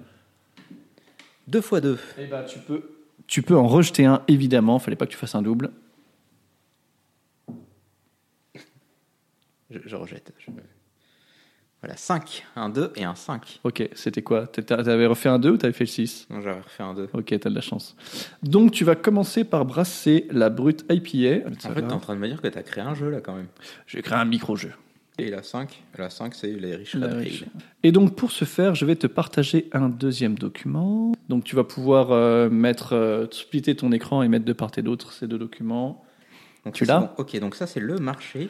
Speaker 1: Deux fois deux.
Speaker 2: Et bah tu peux... Tu peux en rejeter un, évidemment. Fallait pas que tu fasses un double.
Speaker 1: Je, je rejette. je- Voilà, 5. Un 2 et un 5.
Speaker 2: Ok, c'était quoi T'étais- T'avais refait un 2 ou t'avais fait le 6
Speaker 1: Non, j'avais refait un 2.
Speaker 2: Ok, t'as de la chance. Donc tu vas commencer par brasser la brute IPA.
Speaker 1: En fait, t'es en train de me dire que t'as créé un jeu là quand même.
Speaker 2: je vais créer un micro-jeu.
Speaker 1: Et la 5 La 5, c'est les riches
Speaker 2: La
Speaker 1: Red
Speaker 2: riche.
Speaker 1: Ale.
Speaker 2: Et donc pour ce faire, je vais te partager un deuxième document. Donc tu vas pouvoir euh, mettre, euh, splitter ton écran et mettre de part et d'autre ces deux documents.
Speaker 1: Donc,
Speaker 2: Tu
Speaker 1: ça,
Speaker 2: l'as
Speaker 1: c'est bon. Ok, donc ça, c'est le marché.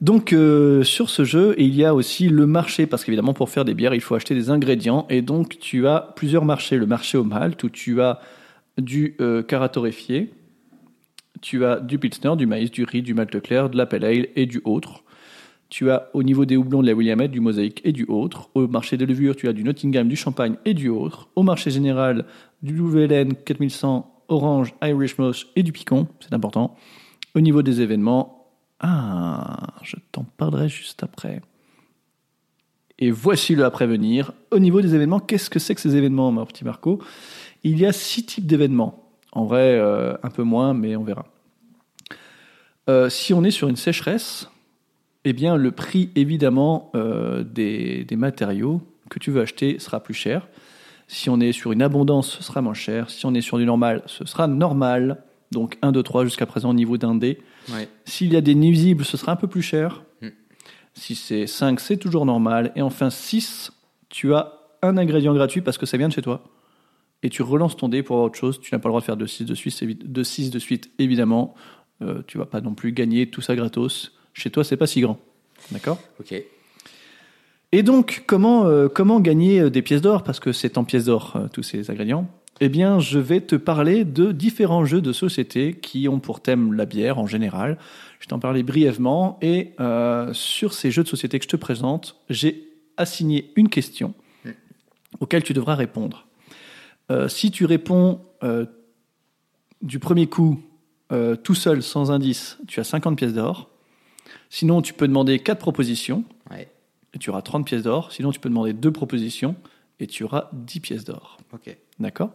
Speaker 2: Donc euh, sur ce jeu, il y a aussi le marché, parce qu'évidemment pour faire des bières, il faut acheter des ingrédients, et donc tu as plusieurs marchés. Le marché au malt, où tu as du euh, cara torréfié, tu as du pilsner, du maïs, du riz, du malt clair, de la pale ale et du autre. Tu as au niveau des houblons de la Williamette, du Mosaïque et du Autre. Au marché des levures, tu as du Nottingham, du Champagne et du Autre. Au marché général, du Louvain 4100, Orange, Irish Moss et du Picon. C'est important. Au niveau des événements, ah, je t'en parlerai juste après. Et voici le à prévenir. Au niveau des événements, qu'est-ce que c'est que ces événements, mon petit Marco Il y a six types d'événements. En vrai, euh, un peu moins, mais on verra. Euh, si on est sur une sécheresse, eh bien, le prix évidemment euh, des, des matériaux que tu veux acheter sera plus cher. Si on est sur une abondance, ce sera moins cher. Si on est sur du normal, ce sera normal. Donc 1, 2, 3 jusqu'à présent au niveau d'un dé.
Speaker 1: Ouais.
Speaker 2: S'il y a des nuisibles, ce sera un peu plus cher.
Speaker 1: Mm.
Speaker 2: Si c'est 5, c'est toujours normal. Et enfin 6, tu as un ingrédient gratuit parce que ça vient de chez toi. Et tu relances ton dé pour avoir autre chose. Tu n'as pas le droit de faire 2 6 de suite, évi- de, 6 de suite évidemment. Euh, tu vas pas non plus gagner tout ça gratos. Chez toi, c'est pas si grand. D'accord
Speaker 1: Ok.
Speaker 2: et donc, comment, euh, comment gagner euh, des pièces d'or Parce que c'est en pièces d'or, euh, tous ces ingrédients. Eh bien, je vais te parler de différents jeux de société qui ont pour thème la bière en général. Je t'en parlais brièvement. Et euh, sur ces jeux de société que je te présente, j'ai assigné une question auquel tu devras répondre. Euh, si tu réponds euh, du premier coup euh, tout seul, sans indice, tu as 50 pièces d'or. Sinon, tu peux demander quatre propositions
Speaker 1: Ouais.
Speaker 2: et tu auras 30 pièces d'or. Sinon, tu peux demander deux propositions et tu auras 10 pièces d'or.
Speaker 1: Ok.
Speaker 2: D'accord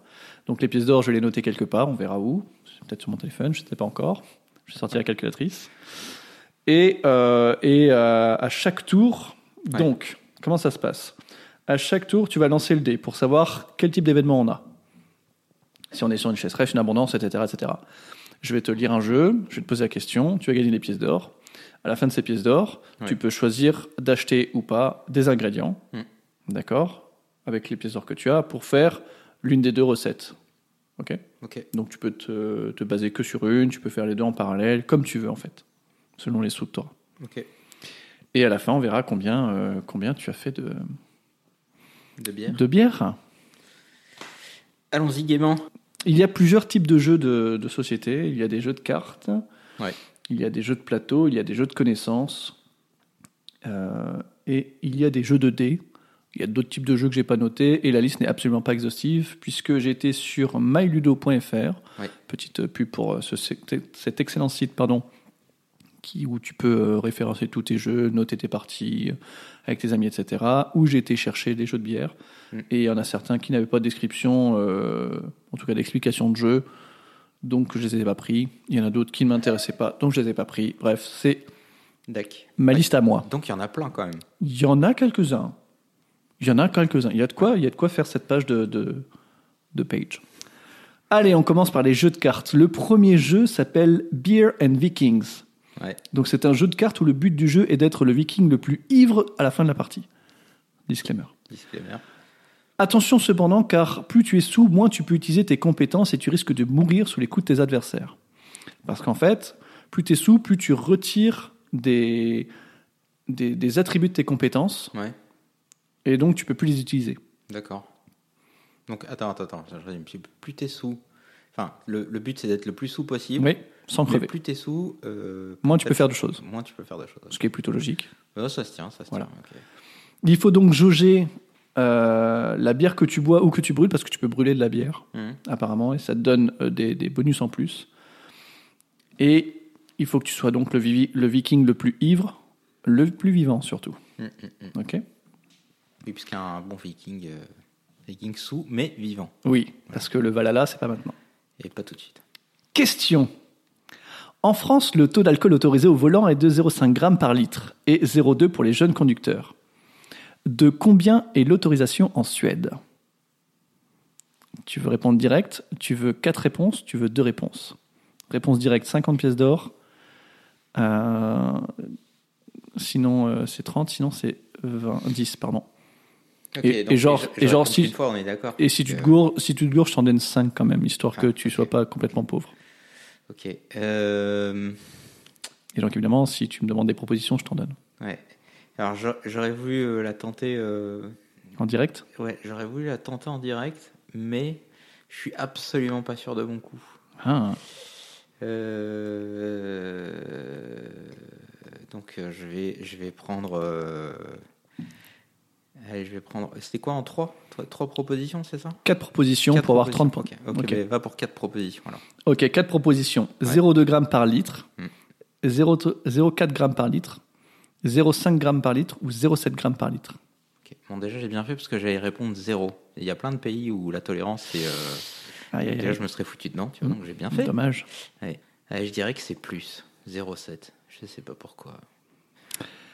Speaker 2: Donc, les pièces d'or, je les noter quelque part, on verra où. C'est Peut-être sur mon téléphone, je ne sais pas encore. Je vais sortir la calculatrice. Et, euh, et euh, à chaque tour,
Speaker 1: Ouais.
Speaker 2: donc, comment ça se passe À chaque tour, tu vas lancer le dé pour savoir quel type d'événement on a. Si on est sur une chaise rêche, une abondance, etc., etc. Je vais te lire un jeu, je vais te poser la question, tu vas gagner des pièces d'or. À la fin de ces pièces d'or,
Speaker 1: Ouais.
Speaker 2: tu peux choisir d'acheter ou pas des ingrédients,
Speaker 1: Mm.
Speaker 2: d'accord, avec les pièces d'or que tu as, pour faire l'une des deux recettes. Ok
Speaker 1: Ok.
Speaker 2: donc tu peux te, te baser que sur une, tu peux faire les deux en parallèle, comme tu veux en fait, selon les sous de toi.
Speaker 1: Ok.
Speaker 2: Et à la fin, on verra combien, euh, combien tu as fait de,
Speaker 1: De bière.
Speaker 2: de bière.
Speaker 1: Allons-y gaiement.
Speaker 2: Il y a plusieurs types de jeux de, de société. Il y a des jeux de cartes,
Speaker 1: Ouais.
Speaker 2: il y a des jeux de plateau, il y a des jeux de connaissances, euh, et il y a des jeux de dés. Il y a d'autres types de jeux que j'ai pas notés, et la liste n'est absolument pas exhaustive, puisque j'étais sur myludo.fr,
Speaker 1: Ouais.
Speaker 2: petite euh, pub pour euh, ce- cet excellent site, pardon, qui, où tu peux euh, référencer tous tes jeux, noter tes parties euh, avec tes amis, etc., où j'ai été chercher des jeux de bière.
Speaker 1: Mm.
Speaker 2: Et il y en a certains qui n'avaient pas de description, euh, en tout cas d'explication de jeu, donc je les ai pas pris. Il y en a d'autres qui ne m'intéressaient pas, donc je les ai pas pris. Bref, c'est
Speaker 1: Dac.
Speaker 2: ma liste à moi.
Speaker 1: Donc il y en a plein quand même.
Speaker 2: Il y en a quelques-uns. Il y en a quelques-uns. Il y a de quoi, il y a de quoi faire cette page de, de, de page. Allez, on commence par les jeux de cartes. Le premier jeu s'appelle Beer and Vikings.
Speaker 1: Ouais.
Speaker 2: Donc c'est un jeu de cartes où le but du jeu est d'être le viking le plus ivre à la fin de la partie. Disclaimer.
Speaker 1: Disclaimer.
Speaker 2: Attention cependant, car plus tu es sous, moins tu peux utiliser tes compétences et tu risques de mourir sous les coups de tes adversaires. Parce qu'en fait, plus tu es sous, plus tu retires des, des, des attributs de tes compétences
Speaker 1: Ouais.
Speaker 2: et donc tu peux plus les utiliser.
Speaker 1: D'accord. Donc attends, attends, attends. Je résume. Plus- Plus t'es sous. Enfin, le, le but c'est d'être le plus sous possible.
Speaker 2: Mais sans
Speaker 1: Mais
Speaker 2: crever.
Speaker 1: plus t'es sous, euh,
Speaker 2: Moins tu peux
Speaker 1: peut-être-
Speaker 2: faire de choses.
Speaker 1: Moins tu peux faire de choses.
Speaker 2: Ce qui est plutôt logique.
Speaker 1: Euh, ça se tient, ça se
Speaker 2: Voilà.
Speaker 1: tient. ok.
Speaker 2: Il faut donc jauger euh, la bière que tu bois ou que tu brûles, parce que tu peux brûler de la bière.
Speaker 1: Mhm.
Speaker 2: apparemment, et ça te donne euh, des, des bonus en plus. Et il faut que tu sois donc le, vivi- le viking le plus ivre, le plus vivant surtout.
Speaker 1: Mm, mm, mm.
Speaker 2: Ok
Speaker 1: Oui, puisqu'un bon viking, euh, viking sous, mais vivant.
Speaker 2: Oui, parce que le Valhalla, c'est pas maintenant.
Speaker 1: Et pas tout de suite.
Speaker 2: Question En France, le taux d'alcool autorisé au volant est de 0,5 g par litre et 0,2 pour les jeunes conducteurs. De combien est l'autorisation en Suède Tu veux répondre direct Tu veux 4 réponses Tu veux 2 réponses Réponse directe 50 pièces d'or. Euh, sinon, euh, c'est 30. Sinon, c'est 20 10, pardon.
Speaker 1: Ok,
Speaker 2: Et- et genre-
Speaker 1: je-
Speaker 2: et
Speaker 1: je
Speaker 2: genre
Speaker 1: raconte
Speaker 2: si-
Speaker 1: Une fois, on est d'accord.
Speaker 2: Et si tu
Speaker 1: Euh,
Speaker 2: te gourres, si tu te gourres, je t'en donne 5 quand même, histoire que
Speaker 1: Ah,
Speaker 2: tu sois
Speaker 1: ok.
Speaker 2: pas complètement pauvre.
Speaker 1: Ok. Euh,
Speaker 2: Et donc, évidemment, si tu me demandes des propositions, je t'en donne.
Speaker 1: ouais. Alors j'a- j'aurais voulu euh, la tenter. euh,
Speaker 2: En direct
Speaker 1: Ouais, j'aurais voulu la tenter en direct, mais je suis absolument pas sûr de mon coup.
Speaker 2: Ah,
Speaker 1: Euh, Donc euh, je, vais, je vais prendre. euh, Allez, je vais prendre. C'était quoi en 3 3 propositions, c'est ça
Speaker 2: Quatre propositions
Speaker 1: Quatre
Speaker 2: pour avoir 30
Speaker 1: propositions.
Speaker 2: points.
Speaker 1: Ok,
Speaker 2: Ok.
Speaker 1: ok, bah, va pour 4 propositions alors.
Speaker 2: Ok, 4 propositions.
Speaker 1: Ouais.
Speaker 2: 0,2 grammes par litre,
Speaker 1: Hmm.
Speaker 2: 0 0,4 grammes par litre, 0,5 grammes par litre ou 0,7 grammes par litre.
Speaker 1: Ok. Bon, déjà, j'ai bien fait parce que j'allais répondre zéro. Il y a plein de pays où la tolérance, c'est. euh,
Speaker 2: Aïe, aïe,
Speaker 1: Déjà,
Speaker 2: aïe. Mmh.
Speaker 1: je me serais foutu dedans, tu vois, donc j'ai bien fait.
Speaker 2: Dommage.
Speaker 1: Allez, je dirais que c'est plus. 0,7. Je sais pas pourquoi.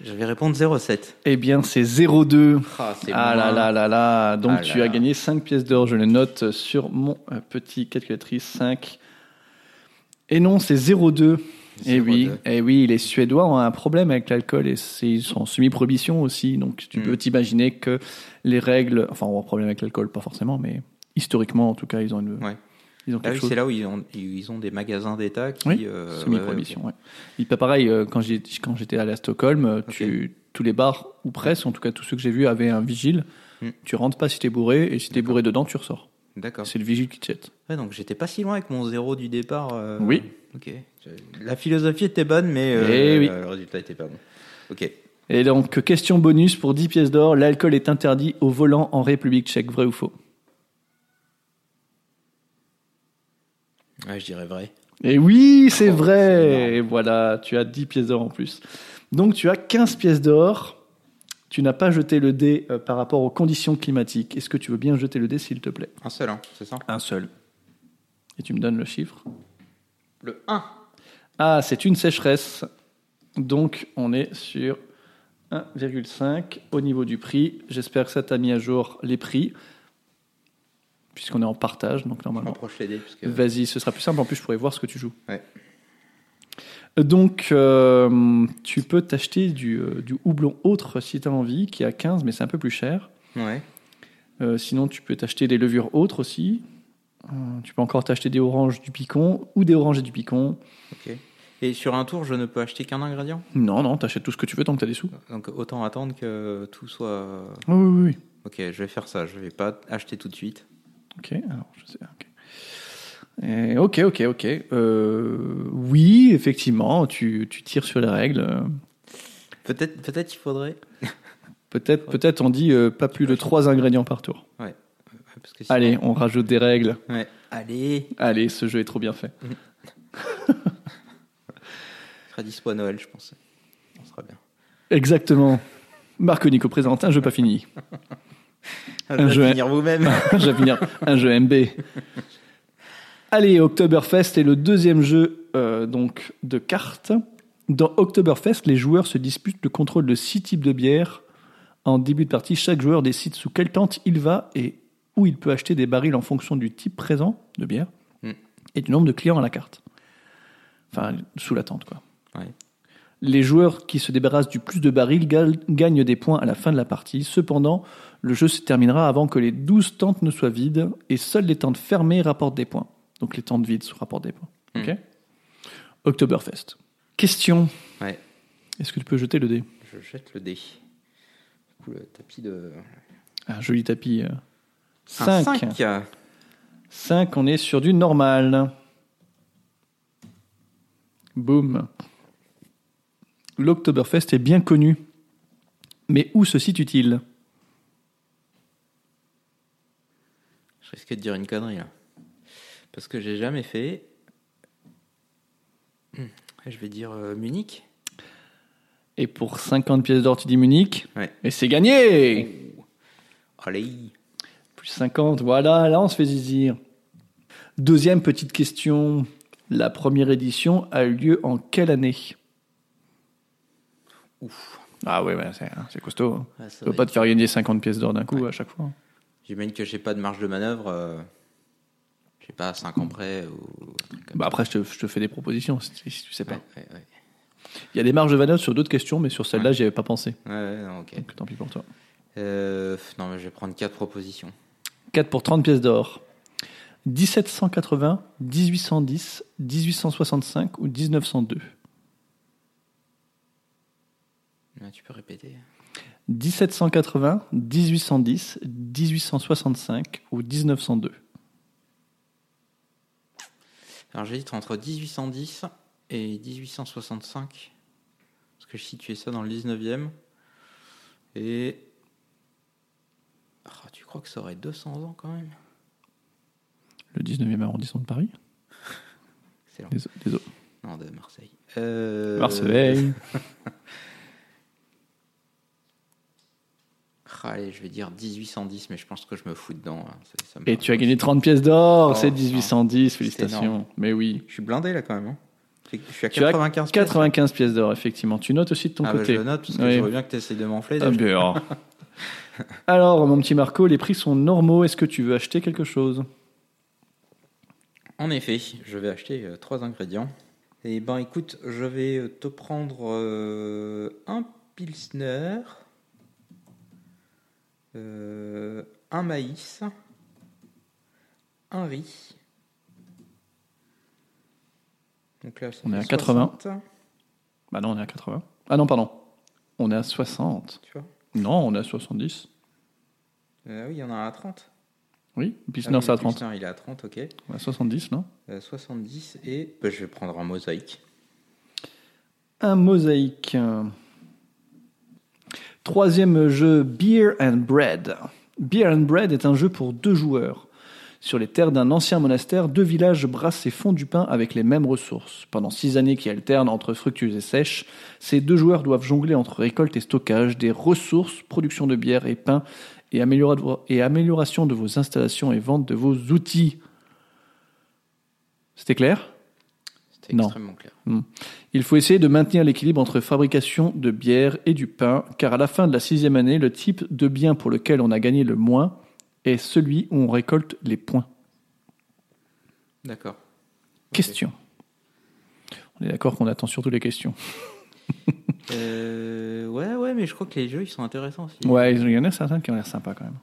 Speaker 1: Je vais répondre 0,7.
Speaker 2: Eh bien, c'est 0,2.
Speaker 1: Ah, c'est
Speaker 2: Ah là
Speaker 1: moins.
Speaker 2: là là là. Donc,
Speaker 1: Ah
Speaker 2: tu
Speaker 1: là
Speaker 2: as
Speaker 1: là.
Speaker 2: gagné 5 pièces d'or. Je le note sur mon euh, petit calculatrice. 5. Et non, c'est 0,2. Eh oui,
Speaker 1: 0,2.
Speaker 2: eh oui, les Suédois ont un problème avec l'alcool et c'est- ils sont en semi-prohibition aussi. Donc tu
Speaker 1: Mm.
Speaker 2: peux t'imaginer que les règles, enfin, on a un problème avec l'alcool, pas forcément, mais historiquement en tout cas, ils ont une,
Speaker 1: Ouais.
Speaker 2: ils ont
Speaker 1: Ah
Speaker 2: quelque
Speaker 1: oui,
Speaker 2: chose.
Speaker 1: c'est là où ils ont, ils ont des magasins d'État qui.
Speaker 2: Oui,
Speaker 1: euh, ouais,
Speaker 2: semi-prohibition.
Speaker 1: ouais,
Speaker 2: ouais. Et pas pareil euh, quand j'ai- quand j'étais allé à Stockholm, euh, tu- tous les bars ou presque, en tout cas tous ceux que j'ai vus avaient un vigile.
Speaker 1: Mm.
Speaker 2: Tu rentres pas si t'es bourré et si t'es bourré dedans, tu ressors.
Speaker 1: ok. D'accord.
Speaker 2: C'est le vigile qui te jette.
Speaker 1: Ouais, donc j'étais pas si loin avec mon zéro du départ. euh,
Speaker 2: Oui.
Speaker 1: Ok. La philosophie était bonne, mais euh,
Speaker 2: Eh oui.
Speaker 1: le résultat était pas bon. Ok.
Speaker 2: Et donc question bonus pour 10 pièces d'or, l'alcool est interdit au volant en République Tchèque, vrai ou faux
Speaker 1: Ouais, je dirais vrai.
Speaker 2: Et oui, c'est
Speaker 1: Oh, c'est énorme.
Speaker 2: vrai. Et voilà, tu as 10 pièces d'or en plus. Donc tu as 15 pièces d'or. Tu n'as pas jeté le dé euh, par rapport aux conditions climatiques. Est-ce que tu veux bien jeter le dé, s'il te plaît
Speaker 1: Un seul, hein, c'est ça
Speaker 2: Un seul. Et tu me donnes le chiffre
Speaker 1: Le 1.
Speaker 2: Ah, c'est une sécheresse. Donc on est sur 1,5 au niveau du prix. J'espère que ça t'a mis à jour les prix, puisqu'on est en partage, donc
Speaker 1: Je
Speaker 2: normalement.
Speaker 1: m'approche les dés, parce que-
Speaker 2: Vas-y, ce sera plus simple. En plus, je pourrai voir ce que tu joues.
Speaker 1: Ouais.
Speaker 2: Donc, euh, tu peux t'acheter du, euh, du houblon autre si tu as envie, qui est à 15, mais c'est un peu plus cher.
Speaker 1: Ouais.
Speaker 2: Euh, sinon, tu peux t'acheter des levures autres aussi. Euh, tu peux encore t'acheter des oranges du picon ou des oranges et du picon.
Speaker 1: Ok. Et sur un tour, je ne peux acheter qu'un ingrédient
Speaker 2: Non, non, t'achètes tout ce que tu veux tant que t'as des sous.
Speaker 1: Donc autant attendre que tout soit.
Speaker 2: Ah.
Speaker 1: euh,
Speaker 2: Oui, oui, oui.
Speaker 1: Ok, je vais faire ça. Je vais pas acheter tout de suite.
Speaker 2: Ok, alors je sais. Ok, Et ok, ok. ok. Euh, oui, effectivement, tu, tu tires sur les règles. Euh,
Speaker 1: Peut-être, peut-être il faudrait.
Speaker 2: Peut-être peut-être on dit euh, pas plus de 3 ingrédients par tour.
Speaker 1: Parce que sinon-
Speaker 2: Allez, on rajoute des règles.
Speaker 1: Ouais. Allez.
Speaker 2: Allez, ce jeu est trop bien fait.
Speaker 1: On sera dispo à Noël, je pense. On sera bien.
Speaker 2: Exactement. Marconico présente un jeu pas fini.
Speaker 1: Un
Speaker 2: jeu.
Speaker 1: finir vous-même.
Speaker 2: un [LAUGHS] jeu à finir, un jeu MB. Allez, Oktoberfest est le deuxième jeu euh, donc de cartes. Dans Oktoberfest, les joueurs se disputent le contrôle de six types de bières. En début de partie, chaque joueur décide sous quelle tente il va et où il peut acheter des barils en fonction du type présent de bière
Speaker 1: Mm.
Speaker 2: et du nombre de clients à la carte. Enfin, sous la tente, quoi.
Speaker 1: Ouais.
Speaker 2: Les joueurs qui se débarrassent du plus de barils gal- gagnent des points à la fin de la partie. Cependant, le jeu se terminera avant que les 12 tentes ne soient vides et seules les tentes fermées rapportent des points. Donc les tentes vides se rapportent des points.
Speaker 1: Mm.
Speaker 2: Ok Oktoberfest. Question.
Speaker 1: Ouais.
Speaker 2: Est-ce que tu peux jeter le dé
Speaker 1: Je jette le dé. Du coup, le tapis de.
Speaker 2: Un joli tapis. euh,
Speaker 1: Un
Speaker 2: 5.
Speaker 1: cinq.
Speaker 2: 5, on est sur du normal. Boum. L'Oktoberfest est bien connu. Mais où se situe-t-il
Speaker 1: Je risquais de dire une connerie là. Parce que j'ai jamais fait. Hmm. Je vais dire euh, Munich.
Speaker 2: Et pour 50 pièces d'or, tu dis Munich.
Speaker 1: Ouais.
Speaker 2: Et c'est gagné
Speaker 1: Oh, Allez.
Speaker 2: Plus 50, voilà, là on se fait zizir. Deuxième petite question. La première édition a eu lieu en quelle année
Speaker 1: Ouf.
Speaker 2: Ah ouais, ouais, c'est c'est costaud. hein.
Speaker 1: Ah, ça
Speaker 2: Tu peux
Speaker 1: va
Speaker 2: pas
Speaker 1: être-
Speaker 2: te faire gagner 50 pièces d'or d'un coup
Speaker 1: Ouais.
Speaker 2: à chaque fois. hein.
Speaker 1: J'imagine que j'ai pas de marge de manœuvre. euh, Je sais pas, 5 ans près ou un truc comme
Speaker 2: Bah après, je te, je te fais des propositions si, tu- si tu sais
Speaker 1: ça.
Speaker 2: pas.
Speaker 1: Ouais, ouais, ouais.
Speaker 2: Il y a des marges de manœuvre sur d'autres questions, mais sur celle-là, j'y avais pas pensé.
Speaker 1: Ouais, ouais, non, ok.
Speaker 2: Donc tant pis pour toi.
Speaker 1: Euh, pff, non, mais je vais prendre 4 propositions.
Speaker 2: 4 pour 30 pièces d'or. 1780, 1810, 1865 ou 1902
Speaker 1: Ah, tu peux répéter
Speaker 2: 1780, 1810, 1865 ou 1902
Speaker 1: Alors j'hésite entre 1810 et 1865. Parce que je situais ça dans le 19e. Et. Ah, tu crois que ça aurait 200 ans quand même
Speaker 2: Le 19e arrondissement de Paris
Speaker 1: Excellent.
Speaker 2: Désolé. désolé.
Speaker 1: Non, de Marseille. Euh,
Speaker 2: Marseille.
Speaker 1: ah, Allez, je vais dire 1810, mais je pense que je me fous dedans. hein. Ça- ça me
Speaker 2: Et
Speaker 1: parle.
Speaker 2: tu as gagné 30 pièces d'or,
Speaker 1: Oh,
Speaker 2: c'est
Speaker 1: putain.
Speaker 2: 1810,
Speaker 1: énorme.
Speaker 2: félicitations. Mais oui.
Speaker 1: Je suis blindé là quand même. hein. Je suis à
Speaker 2: Tu as
Speaker 1: 95 pièces.
Speaker 2: 95 pièces d'or, effectivement. Tu notes aussi de ton
Speaker 1: Ah, bah, je
Speaker 2: côté.
Speaker 1: le note parce que
Speaker 2: Oui.
Speaker 1: je vois bien que tu essaies de m'enfler.
Speaker 2: Ah,
Speaker 1: déjà.
Speaker 2: bien. alors. [LAUGHS] Alors, mon petit Marco, les prix sont normaux. Est-ce que tu veux acheter quelque chose
Speaker 1: En effet, je vais acheter euh, trois ingrédients. Et ben écoute, je vais euh, te prendre euh, un pilsner, euh, un maïs, un riz. Donc là, ça
Speaker 2: On est
Speaker 1: fait
Speaker 2: à 80.
Speaker 1: 60,
Speaker 2: Bah non, on est à 80. Ah non, pardon. On est à 60.
Speaker 1: tu vois.
Speaker 2: Non, on est à 70.
Speaker 1: Euh, oui, il y en a un à 30.
Speaker 2: Oui,
Speaker 1: Ah
Speaker 2: Pilsner,
Speaker 1: oui,
Speaker 2: c'est à
Speaker 1: le
Speaker 2: 30.
Speaker 1: Pilsner, il est à 30, ok.
Speaker 2: On est à 70, non
Speaker 1: Euh, 70 et ben, je vais prendre un mosaïque.
Speaker 2: Un mosaïque. Troisième jeu, Beer and Bread. Beer and Bread est un jeu pour deux joueurs. Sur les terres d'un ancien monastère, deux villages brassent et font du pain avec les mêmes ressources. Pendant six années qui alternent entre fructueuses et sèches, ces deux joueurs doivent jongler entre récolte et stockage des ressources, production de bière et pain, et, améliora- et amélioration de vos installations et vente de vos outils. C'était clair
Speaker 1: C'était
Speaker 2: Non.
Speaker 1: extrêmement clair.
Speaker 2: il faut essayer de maintenir l'équilibre entre fabrication de bière et du pain, car à la fin de la sixième année, le type de bien pour lequel on a gagné le moins est celui où on récolte les points.
Speaker 1: D'accord.
Speaker 2: Question. On est d'accord qu'on attend surtout les questions.
Speaker 1: Euh, ouais, ouais, mais je crois que les jeux ils sont intéressants aussi.
Speaker 2: Ouais, il y en a certains qui ont l'air sympas quand même.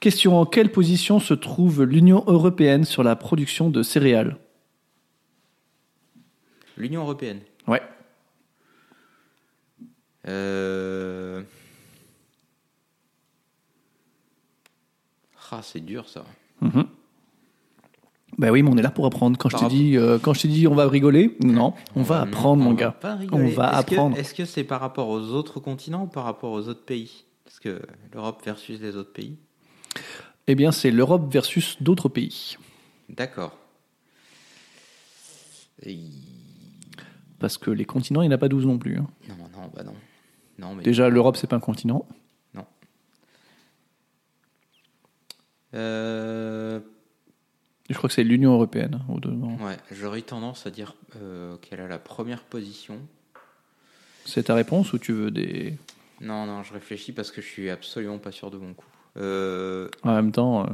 Speaker 2: Question. En quelle position se trouve l'Union européenne sur la production de céréales
Speaker 1: L'Union européenne.
Speaker 2: Ouais.
Speaker 1: Euh... Ah, c'est dur ça.
Speaker 2: Mhm. Ben oui, mais on est là pour apprendre. Quand je
Speaker 1: Par
Speaker 2: t'ai
Speaker 1: rapport-
Speaker 2: dit, euh, quand je t'ai dit, on va rigoler, non, on, va apprendre,
Speaker 1: Euh, on
Speaker 2: mon
Speaker 1: va
Speaker 2: gars.
Speaker 1: pas rigoler.
Speaker 2: On va
Speaker 1: Est-ce que-
Speaker 2: apprendre.
Speaker 1: Est-ce que c'est par rapport aux autres continents ou par rapport aux autres pays Parce que l'Europe versus les autres pays.
Speaker 2: Eh bien, c'est l'Europe versus d'autres pays.
Speaker 1: D'accord. Et-
Speaker 2: Parce que les continents, il n'y en a pas 12 non plus. hein.
Speaker 1: Non, non, bah non. Non, mais.
Speaker 2: Déjà, l'Europe, c'est pas un continent.
Speaker 1: Non. Euh,
Speaker 2: Je crois que c'est l'Union européenne. hein, au devant.
Speaker 1: ouais, j'aurais tendance à dire euh, qu'elle a la première position.
Speaker 2: C'est ta réponse ou tu veux des.
Speaker 1: Non, non, je réfléchis parce que je suis absolument pas sûr de mon coup. Euh,
Speaker 2: En même temps. euh,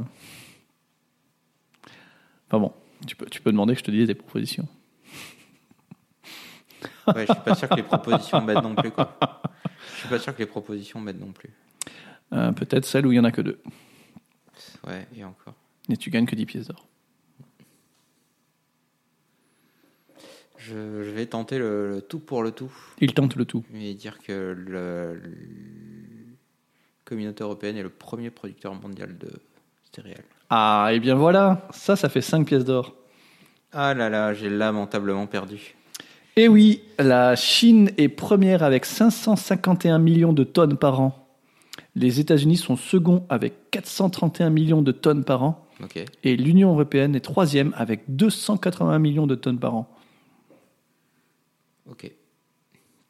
Speaker 2: Enfin bon, tu peux, tu peux demander que je te dise des propositions.
Speaker 1: ouais, je suis pas sûr que les propositions m'aident non plus, quoi. Je suis pas sûr que les propositions m'aident non plus.
Speaker 2: Euh, Peut-être celle où il n'y en a que deux.
Speaker 1: Ouais, et encore.
Speaker 2: Et tu gagnes que 10 pièces d'or.
Speaker 1: Je, je vais tenter le, le tout pour le tout
Speaker 2: Il tente le tout.
Speaker 1: et dire que le, le- la communauté européenne est le premier producteur mondial de céréales.
Speaker 2: Ah, et bien voilà Ça, ça fait 5 pièces d'or.
Speaker 1: Ah là là, j'ai lamentablement perdu.
Speaker 2: Et Eh oui, la Chine est première avec 551 millions de tonnes par an. Les États-Unis sont seconds avec 431 millions de tonnes par an.
Speaker 1: Ok.
Speaker 2: Et l'Union européenne est troisième avec 280 millions de tonnes par an.
Speaker 1: Ok.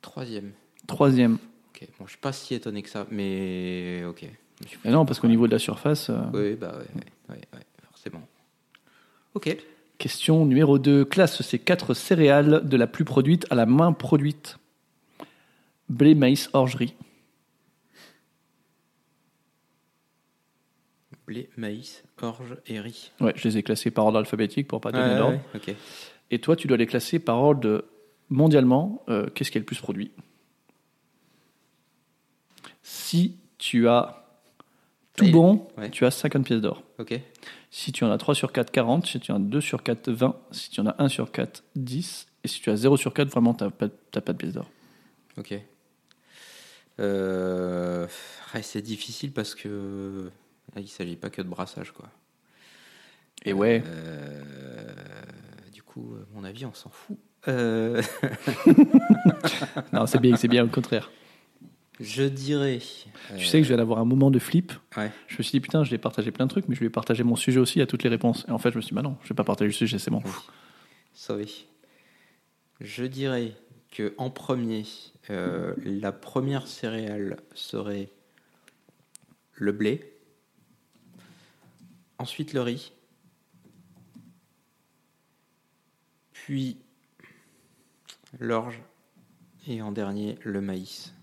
Speaker 1: Troisième.
Speaker 2: Troisième.
Speaker 1: Ok. Bon, je suis pas si étonné que ça, mais ok. Je suis-
Speaker 2: Et non, parce qu'au niveau de la surface. euh,
Speaker 1: Oui, bah ouais, ouais, ouais, ouais, forcément. Ok.
Speaker 2: Question numéro 2. Classe ces quatre céréales de la plus produite à la main produite. Blé, maïs, orgerie.
Speaker 1: Blé, maïs, orge et riz.
Speaker 2: Ouais, je les ai classées par ordre alphabétique pour pas donner d'ordre.
Speaker 1: ok.
Speaker 2: Et toi, tu dois les classer par ordre de- mondialement. euh, Qu'est-ce qui est le plus produit Si tu as
Speaker 1: Ça y
Speaker 2: tout
Speaker 1: est.
Speaker 2: bon,
Speaker 1: Ouais.
Speaker 2: tu as 50 pièces d'or.
Speaker 1: Ok.
Speaker 2: Si tu en as 3 sur 4, 40. Si tu en as 2 sur 4, 20. Si tu en as 1 sur 4, 10. Et si tu as 0 sur 4, vraiment, tu n'as pas, t'as pas de pièces d'or.
Speaker 1: Ok. Euh, ouais, c'est difficile parce que [LAUGHS] là, il s'agit pas que de brassage, quoi.
Speaker 2: Et ouais.
Speaker 1: Euh, Du coup, euh, mon avis, on s'en fout. Euh, [LAUGHS]
Speaker 2: Non, c'est bien, c'est bien, au contraire.
Speaker 1: je dirais.
Speaker 2: Tu sais que je viens d'avoir un moment de flip.
Speaker 1: Ouais.
Speaker 2: Je me suis dit, putain, je vais partager plein de trucs, mais je vais partager mon sujet aussi à toutes les réponses. Et en fait, je me suis dit, bah non, je vais pas partager le sujet, c'est bon.
Speaker 1: Sauvé. Je dirais que en premier, euh, la première céréale serait le blé. Ensuite le riz. Puis l'orge. Et en dernier, le maïs.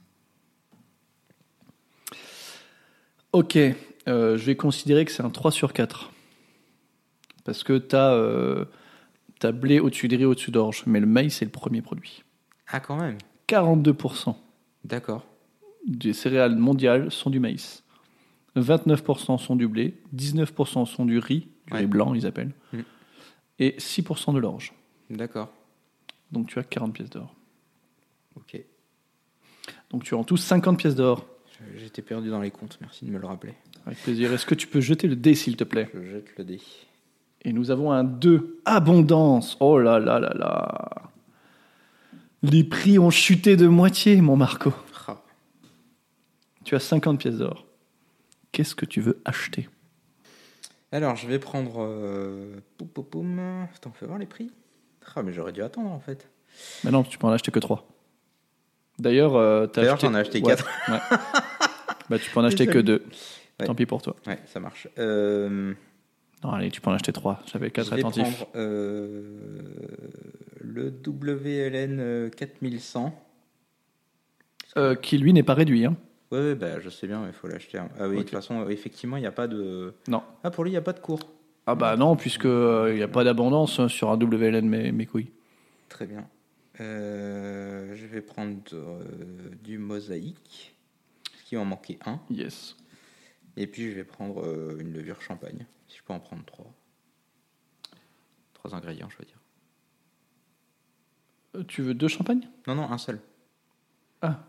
Speaker 2: Ok, euh, je vais considérer que c'est un 3 sur 4. Parce que t'as euh, t'as blé au-dessus de riz, au-dessus d'orge. Mais le maïs, c'est le premier produit.
Speaker 1: Ah, quand même.
Speaker 2: 42%
Speaker 1: D'accord.
Speaker 2: des céréales mondiales sont du maïs. 29% sont du blé, 19% sont du riz, du
Speaker 1: Ouais.
Speaker 2: riz blanc, ils appellent,
Speaker 1: Mm.
Speaker 2: et 6% de l'orge.
Speaker 1: D'accord.
Speaker 2: Donc tu as 40 pièces d'or.
Speaker 1: Ok.
Speaker 2: Donc tu as en tout 50 pièces d'or.
Speaker 1: Je- J'étais perdu dans les comptes. Merci de me le rappeler.
Speaker 2: Avec plaisir. Est-ce que tu peux jeter le dé, s'il te plaît
Speaker 1: Je jette le dé.
Speaker 2: Et nous avons un 2. Abondance. Oh là là là là. Les prix ont chuté de moitié, mon Marco.
Speaker 1: Ah.
Speaker 2: Tu as 50 pièces d'or. Qu'est-ce que tu veux acheter
Speaker 1: Alors, je vais prendre. Euh, pou, pou, poum. Attends, fais voir les prix. Ah, mais j'aurais dû attendre en fait.
Speaker 2: Mais non, tu peux en acheter que 3. D'ailleurs, euh, t'as
Speaker 1: D'ailleurs, j'en ai acheté
Speaker 2: Ouais,
Speaker 1: quatre.
Speaker 2: ouais. bah, tu peux
Speaker 1: [LAUGHS]
Speaker 2: en acheter que
Speaker 1: Désolé.
Speaker 2: 2.
Speaker 1: Ouais.
Speaker 2: Tant pis pour toi.
Speaker 1: Ouais, ça marche. Euh,
Speaker 2: Non, allez, tu peux en acheter 3. J'avais 4
Speaker 1: je vais
Speaker 2: attentifs.
Speaker 1: prendre euh, le WLN euh, 4100.
Speaker 2: Euh, qui, lui, n'est pas réduit. hein.
Speaker 1: Ouais, ouais, bah, je sais bien, il faut l'acheter. hein. Ah oui, de
Speaker 2: Ok.
Speaker 1: toute façon, euh, effectivement, il n'y a pas de.
Speaker 2: Non.
Speaker 1: Ah, pour lui, il n'y a pas de cours.
Speaker 2: Ah bah non, puisque euh, il n'y a pas d'abondance hein, sur un WLN, mes, mes couilles.
Speaker 1: Très bien. Euh, je vais prendre euh, du mosaïque, parce qu'il m'en manquait un.
Speaker 2: Yes.
Speaker 1: Et puis je vais prendre euh, une levure champagne, si je peux en prendre trois. Trois ingrédients, je veux dire.
Speaker 2: Euh, Tu veux deux champagnes
Speaker 1: Non, non, un seul.
Speaker 2: Ah.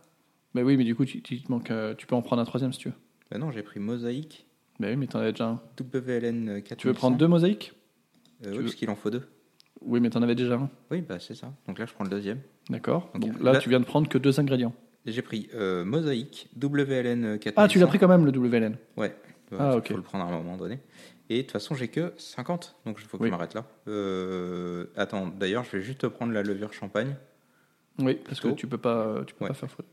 Speaker 2: Bah oui, mais du coup, tu, tu- il te manque, euh, tu peux en prendre un troisième si tu veux.
Speaker 1: Ben non, j'ai pris mosaïque,
Speaker 2: Bah oui, mais t'en avais déjà un.
Speaker 1: WLN 4.
Speaker 2: Tu veux prendre deux mosaïques
Speaker 1: Euh, Oui,
Speaker 2: veux-
Speaker 1: parce qu'il en faut deux.
Speaker 2: Oui, mais t'en avais déjà un.
Speaker 1: Oui, bah c'est ça. Donc là, je prends le deuxième.
Speaker 2: D'accord.
Speaker 1: Ok.
Speaker 2: Donc là,
Speaker 1: Là-
Speaker 2: tu viens de prendre que deux ingrédients.
Speaker 1: Et J'ai pris euh, mosaïque, WLN 4.
Speaker 2: Ah, tu l'as pris quand même, le WLN.
Speaker 1: Ouais. Ouais,
Speaker 2: Ah,
Speaker 1: faut-
Speaker 2: ok.
Speaker 1: faut le prendre à un moment donné. Et de toute façon, j'ai que 50, donc il faut que
Speaker 2: Oui.
Speaker 1: je m'arrête là. Euh, Attends, d'ailleurs, je vais juste prendre la levure champagne.
Speaker 2: Oui, parce que
Speaker 1: Plutôt.
Speaker 2: tu peux pas, euh, tu peux
Speaker 1: Ouais.
Speaker 2: pas faire faute.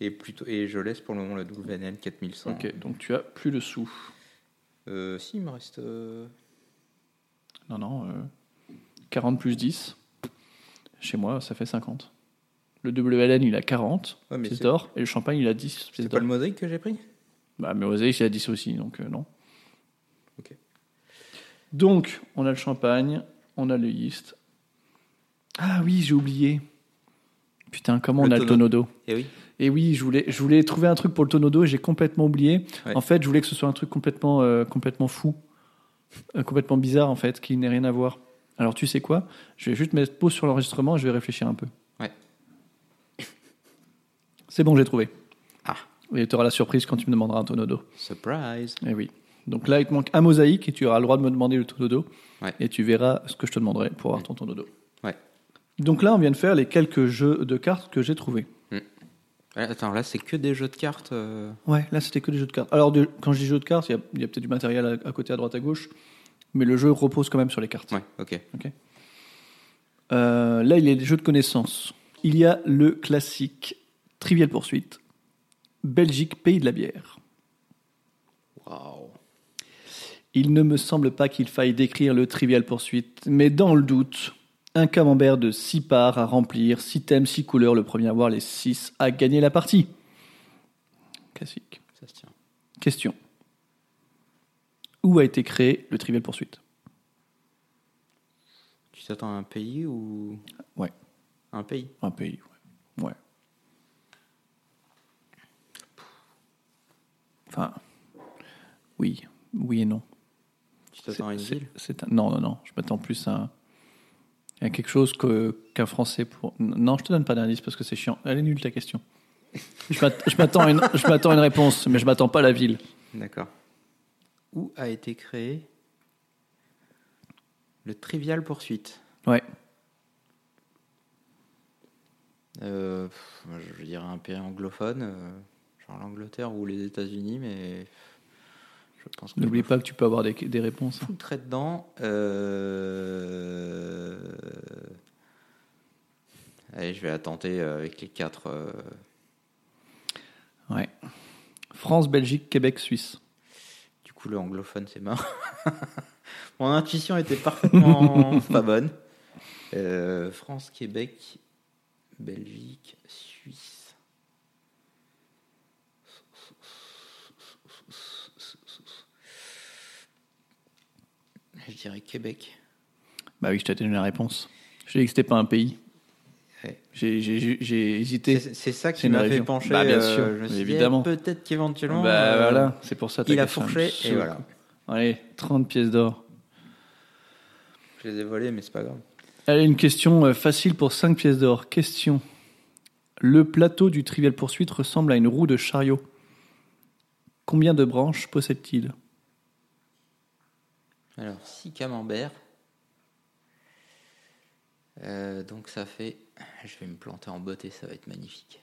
Speaker 1: Et, plutôt, et je laisse pour le moment la WLN 4100.
Speaker 2: Ok, donc tu as plus de sous.
Speaker 1: Euh, si, il me reste. euh,
Speaker 2: Non, non. euh, 40 plus 10. Chez moi, ça fait 50. Le WLN, il a 40
Speaker 1: Ouais, mais
Speaker 2: pièces
Speaker 1: c'est-
Speaker 2: d'or. Et le champagne, il a 10 pièces
Speaker 1: C'est pas
Speaker 2: d'or.
Speaker 1: le mosaïque que j'ai pris
Speaker 2: Bah, mais Oseille, il a 10 aussi, donc euh, non.
Speaker 1: Ok.
Speaker 2: Donc, on a le champagne, on a le yeast. Ah oui, j'ai oublié. Putain, comment
Speaker 1: Le
Speaker 2: on a le
Speaker 1: tonneau.
Speaker 2: tonneau d'eau
Speaker 1: Eh oui.
Speaker 2: Et oui, je voulais, je voulais trouver un truc pour le tonneau d'eau et j'ai complètement oublié.
Speaker 1: Ouais.
Speaker 2: En fait, je voulais que ce soit un truc complètement, euh, complètement fou, Euh, complètement bizarre en fait, qui n'ait rien à voir. Alors tu sais quoi Je vais juste mettre pause sur l'enregistrement et je vais réfléchir un peu.
Speaker 1: Ouais.
Speaker 2: C'est bon, j'ai trouvé.
Speaker 1: Ah.
Speaker 2: Et tu auras la surprise quand tu me demanderas un tonneau d'eau.
Speaker 1: Surprise.
Speaker 2: Et Eh oui. Donc là, il te manque un mosaïque et tu auras le droit de me demander le tonneau d'eau.
Speaker 1: Ouais.
Speaker 2: Et tu verras ce que je te demanderai pour avoir ton tonneau d'eau.
Speaker 1: Ouais.
Speaker 2: Donc là, on vient de faire les quelques jeux de cartes que j'ai trouvés.
Speaker 1: Ah, Attends, là, c'est que des jeux de cartes. euh,
Speaker 2: Ouais, là c'était que des jeux de cartes. Alors de- quand je dis jeux de cartes, il y a, il y a peut-être du matériel à, à côté, à droite, à gauche, mais le jeu repose quand même sur les cartes.
Speaker 1: Ouais, ok.
Speaker 2: Euh, là, il y a des jeux de connaissances. Il y a le classique Trivial Poursuite, Belgique, pays de la bière.
Speaker 1: Waouh.
Speaker 2: Il ne me semble pas qu'il faille décrire le Trivial Poursuite, mais dans le doute, un camembert de 6 parts à remplir, 6 thèmes, 6 couleurs, le premier à avoir les 6 a gagné la partie. Classique.
Speaker 1: Ça se tient.
Speaker 2: Question. Où a été créé le Trivial Poursuite
Speaker 1: Tu t'attends à un pays ou.
Speaker 2: Ouais.
Speaker 1: Un pays
Speaker 2: Un pays, ouais. Ouais. Enfin, oui, oui et non.
Speaker 1: Tu t'attends à une
Speaker 2: C'est-
Speaker 1: ville
Speaker 2: c'est un- Non, non, non. Je m'attends plus à, à quelque chose que- qu'un Français pour. Non, je te donne pas d'indice parce que c'est chiant. Elle est nulle ta question. Je m'att- je m'attends à une, je m'attends à une réponse, mais je m'attends pas à la ville.
Speaker 1: D'accord. Où a été créé le Trivial Poursuite
Speaker 2: Ouais.
Speaker 1: Euh, pff, moi, je dirais un pays anglophone, euh, genre l'Angleterre ou les États-Unis, mais je pense que
Speaker 2: N'oublie
Speaker 1: je
Speaker 2: pas que tu peux avoir des, des réponses.
Speaker 1: me foutrais dedans. Euh, Allez, je vais la tenter euh, avec les quatre. euh,
Speaker 2: Ouais. France, Belgique, Québec, Suisse.
Speaker 1: Du coup, le anglophone, c'est mort. [LAUGHS] Mon intuition était parfaitement pas bonne. Euh, France, Québec, Belgique, Suisse. Je dirais Québec.
Speaker 2: Bah oui, je t'ai donné la réponse. J'ai dit que c'était pas un pays.
Speaker 1: Ouais.
Speaker 2: J'ai- J'ai j'ai- j'ai hésité.
Speaker 1: C'est c'est ça
Speaker 2: c'est
Speaker 1: qui
Speaker 2: une
Speaker 1: m'a fait
Speaker 2: région.
Speaker 1: pencher.
Speaker 2: Bah, bien
Speaker 1: euh,
Speaker 2: sûr,
Speaker 1: je me suis dit,
Speaker 2: évidemment.
Speaker 1: eh, peut-être qu'éventuellement.
Speaker 2: Bah
Speaker 1: euh,
Speaker 2: voilà, c'est pour ça. ta
Speaker 1: Il a
Speaker 2: question me
Speaker 1: fourché et
Speaker 2: saoule.
Speaker 1: voilà.
Speaker 2: Allez, 30 pièces d'or.
Speaker 1: Je les ai volés, mais c'est pas grave.
Speaker 2: Allez, une question euh, facile pour 5 pièces d'or. Question. Le plateau du Trivial Poursuite ressemble à une roue de chariot. Combien de branches possède-t-il
Speaker 1: Alors, 6 camemberts. Euh, donc ça fait... Je vais me planter en beauté, ça va être magnifique.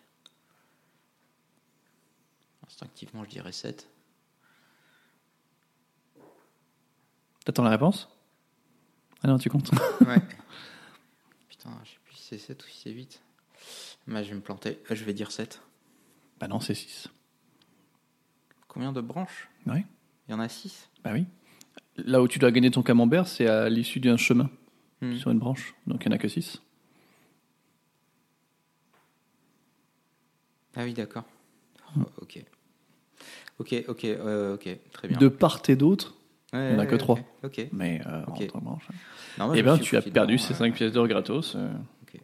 Speaker 1: Instinctivement, je dirais 7.
Speaker 2: T'attends la réponse Ah non, tu comptes. [LAUGHS]
Speaker 1: Ouais. [LAUGHS] Putain, je sais plus si c'est 7 ou si c'est 8. Bah, je vais me planter. Euh, Je vais dire 7.
Speaker 2: bah non, c'est 6.
Speaker 1: Combien de branches
Speaker 2: Ouais,
Speaker 1: Il y en a 6
Speaker 2: bah oui. Là où tu dois gagner ton camembert, c'est à l'issue d'un chemin
Speaker 1: Hmm.
Speaker 2: sur une branche. Donc il n'y en a que 6.
Speaker 1: Ah oui, d'accord.
Speaker 2: Hmm.
Speaker 1: Oh, ok. Ok, ok, euh, ok. Très bien.
Speaker 2: De part et d'autre,
Speaker 1: Ouais,
Speaker 2: on a
Speaker 1: ouais,
Speaker 2: que trois.
Speaker 1: Ok. ok.
Speaker 2: mais euh,
Speaker 1: Ok.
Speaker 2: entre branches.
Speaker 1: Non, moi,
Speaker 2: eh
Speaker 1: je
Speaker 2: ben,
Speaker 1: me suis
Speaker 2: tu as
Speaker 1: foutu
Speaker 2: perdu
Speaker 1: dedans,
Speaker 2: ces
Speaker 1: euh,
Speaker 2: 5 pièces d'or gratos. euh.
Speaker 1: Ok.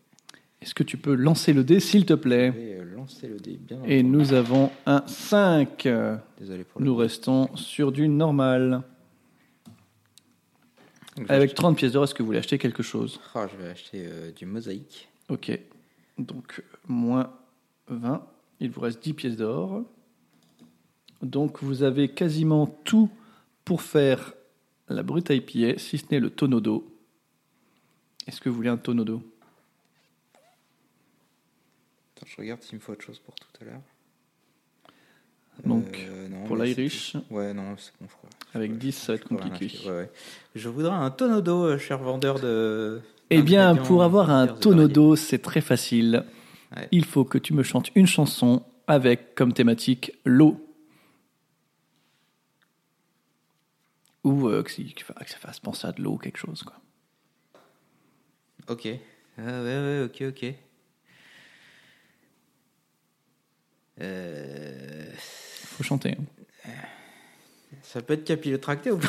Speaker 2: Est-ce que tu peux lancer le dé, s'il te
Speaker 1: Je
Speaker 2: plaît
Speaker 1: vais euh, lancer le dé bien
Speaker 2: Et
Speaker 1: entendu.
Speaker 2: nous avons un 5.
Speaker 1: Désolé pour le
Speaker 2: Nous restons sur du normal.
Speaker 1: Donc, je vais
Speaker 2: Avec 30 pièces d'or, est-ce que vous voulez acheter quelque chose
Speaker 1: acheter- Ah, je vais acheter euh, du mosaïque.
Speaker 2: Ok. Donc, moins 20. Il vous reste 10 pièces d'or. Donc, vous avez quasiment tout pour faire la brute à épier, si ce n'est le tonneau d'eau. Est-ce que vous voulez un tonneau d'eau
Speaker 1: Attends, je regarde s'il me faut autre chose pour tout à l'heure. Euh,
Speaker 2: Donc,
Speaker 1: non,
Speaker 2: pour
Speaker 1: mais c'est
Speaker 2: l'Irish.
Speaker 1: tout. Ouais, non, c'est bon, je crois.
Speaker 2: Avec
Speaker 1: Ouais,
Speaker 2: 10,
Speaker 1: je-
Speaker 2: ça va
Speaker 1: je
Speaker 2: être
Speaker 1: pourrais
Speaker 2: compliqué.
Speaker 1: l'acheter, ouais, ouais. Je voudrais un tonneau d'eau, euh, cher vendeur de.
Speaker 2: Eh bien,
Speaker 1: d'ingrédients
Speaker 2: pour avoir un
Speaker 1: divers et
Speaker 2: tonneau
Speaker 1: variés.
Speaker 2: d'eau, c'est très facile.
Speaker 1: Ouais.
Speaker 2: Il faut que tu me chantes une chanson avec comme thématique l'eau. Ou euh, que, si- que fa- que ça fasse penser à de l'eau, quelque chose. Quoi.
Speaker 1: Ok. Ah, ouais, ouais, ok, ok. Euh,
Speaker 2: Faut chanter. hein.
Speaker 1: Ça peut être capillotracté ou pas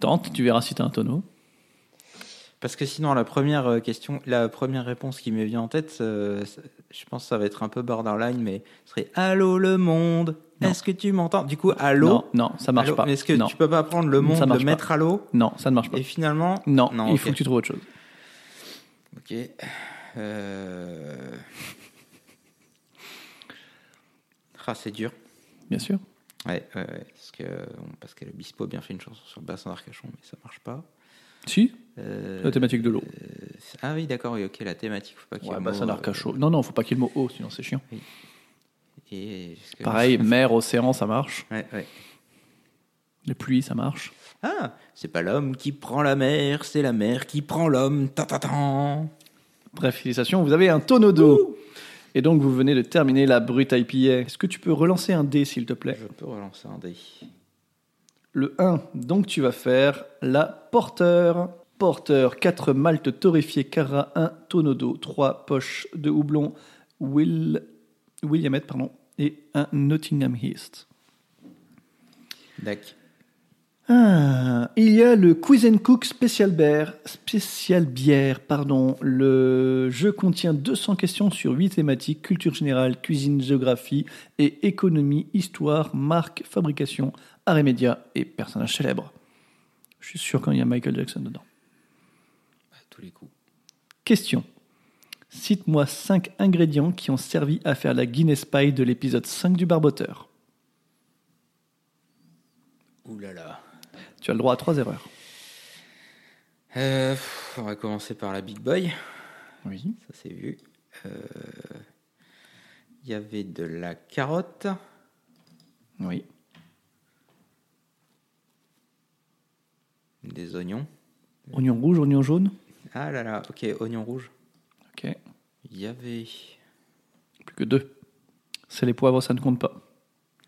Speaker 2: Tente, tu verras si t'as un tonneau.
Speaker 1: Parce que sinon, la première euh, question, la première réponse qui me vient en tête, euh, c'est- je pense que ça va être un peu borderline, mais ce serait Allô le monde
Speaker 2: Non.
Speaker 1: Est-ce que tu m'entends Du coup, Allô
Speaker 2: non, non, ça marche
Speaker 1: Allô,
Speaker 2: pas.
Speaker 1: mais Est-ce que
Speaker 2: non.
Speaker 1: tu peux pas prendre le
Speaker 2: Ça
Speaker 1: monde,
Speaker 2: marche
Speaker 1: le mettre à l'eau
Speaker 2: non, ça ne marche pas.
Speaker 1: et finalement
Speaker 2: Non, il
Speaker 1: ok.
Speaker 2: faut que tu trouves autre chose.
Speaker 1: Ok. Euh, Ah, c'est dur.
Speaker 2: Bien sûr.
Speaker 1: Ouais, ouais, ouais, parce que bon, Pascal Obispo a bien fait une chanson sur le bassin d'Arcachon, mais ça marche pas.
Speaker 2: Si,
Speaker 1: Euh,
Speaker 2: la thématique de l'eau.
Speaker 1: euh, Ah oui, d'accord, oui, ok, la thématique, faut pas qu'il y ait
Speaker 2: Ouais,
Speaker 1: un
Speaker 2: bah,
Speaker 1: mot,
Speaker 2: ça
Speaker 1: euh,
Speaker 2: marque à chaud. Non, non, faut pas qu'il y ait le mot eau, sinon c'est chiant.
Speaker 1: et- parce que- [LAUGHS]
Speaker 2: Pareil, mer, océan, ça marche.
Speaker 1: Ouais, ouais.
Speaker 2: Les pluies, ça marche.
Speaker 1: Ah, c'est pas l'homme qui prend la mer, c'est la mer qui prend l'homme. Ta ta ta.
Speaker 2: Bref, félicitations, vous avez un tonneau d'eau. Et donc, vous venez de terminer la brute à IPA. Est-ce que tu peux relancer un dé, s'il te plaît
Speaker 1: Je peux relancer un dé.
Speaker 2: Le 1. Donc, tu vas faire la porteur. Porteur, 4 maltes torréfiées, cara 1, tonneau d'eau, 3 poches de houblon, Will... Williamette, pardon, et un Nottingham Heast.
Speaker 1: Dac.
Speaker 2: Ah, il y a le Quiz and Cook spécial bière, spécial bière, pardon. Le jeu contient 200 questions sur 8 thématiques culture générale, cuisine, géographie et économie, histoire, marque, fabrication, arts et médias et personnages célèbres. Je suis sûr qu'il y a Michael Jackson dedans.
Speaker 1: À tous les coups.
Speaker 2: Question. Cite-moi 5 ingrédients qui ont servi à faire la Guinness Pie de l'épisode 5 du Barboteur.
Speaker 1: Ouh là là.
Speaker 2: Tu as le droit à 3 erreurs.
Speaker 1: Euh, pff, on va commencer par la Big Boy,
Speaker 2: Oui.
Speaker 1: ça c'est vu. Euh, Il y avait de la carotte.
Speaker 2: Oui.
Speaker 1: Des oignons.
Speaker 2: Oignon rouge, oignon jaune
Speaker 1: Ah là là, ok, oignons rouges.
Speaker 2: Ok.
Speaker 1: Il y avait.
Speaker 2: Plus que deux. C'est les poivres, ça ne compte pas.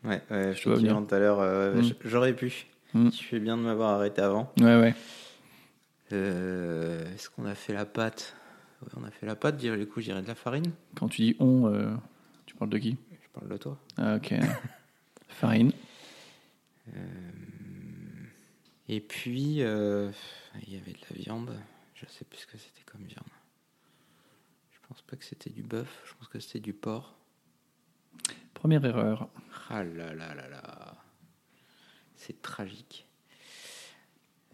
Speaker 1: Ouais, ouais,
Speaker 2: Je vois
Speaker 1: effectivement, tout à l'heure, euh,
Speaker 2: Mm.
Speaker 1: j- j'aurais pu.
Speaker 2: Mm.
Speaker 1: Je fais bien de m'avoir arrêté avant.
Speaker 2: Ouais, ouais.
Speaker 1: Euh, Est-ce qu'on a fait la pâte Ouais, on a fait la pâte, du coup, j'irai de la farine.
Speaker 2: Quand tu dis on, euh, tu parles de qui
Speaker 1: Je parle de toi.
Speaker 2: Ah, ok. [LAUGHS] Farine.
Speaker 1: Euh, Et puis, euh, il y avait de la viande. Je sais plus ce que c'était comme viande. Je pense pas que c'était du bœuf, je pense que c'était du porc.
Speaker 2: Première erreur.
Speaker 1: Ah là là là là. C'est tragique.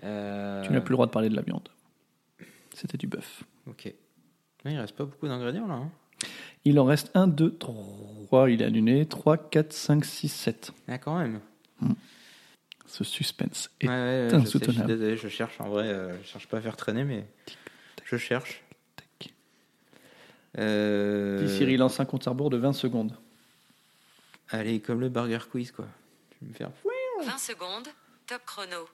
Speaker 1: Euh,
Speaker 2: Tu n'as plus le droit de parler de la viande. C'était du bœuf.
Speaker 1: Ok. Il reste pas beaucoup d'ingrédients là. hein.
Speaker 2: Il en reste 1, 2, 3. Il est annulé. 3, 4, 5, 6, 7.
Speaker 1: Ah, quand même.
Speaker 2: Ce suspense est
Speaker 1: Ouais, ouais, ouais,
Speaker 2: Putain,
Speaker 1: je, sais, je suis
Speaker 2: soutenable.
Speaker 1: désolé, je cherche en vrai, euh, je cherche pas à faire traîner, mais je cherche.
Speaker 2: tac.
Speaker 1: Euh,
Speaker 2: Dis, Cyril lance un compte à rebours de 20 secondes.
Speaker 1: Allez, comme le burger quiz quoi. Tu me faire. hein.
Speaker 6: 20 secondes, top chrono.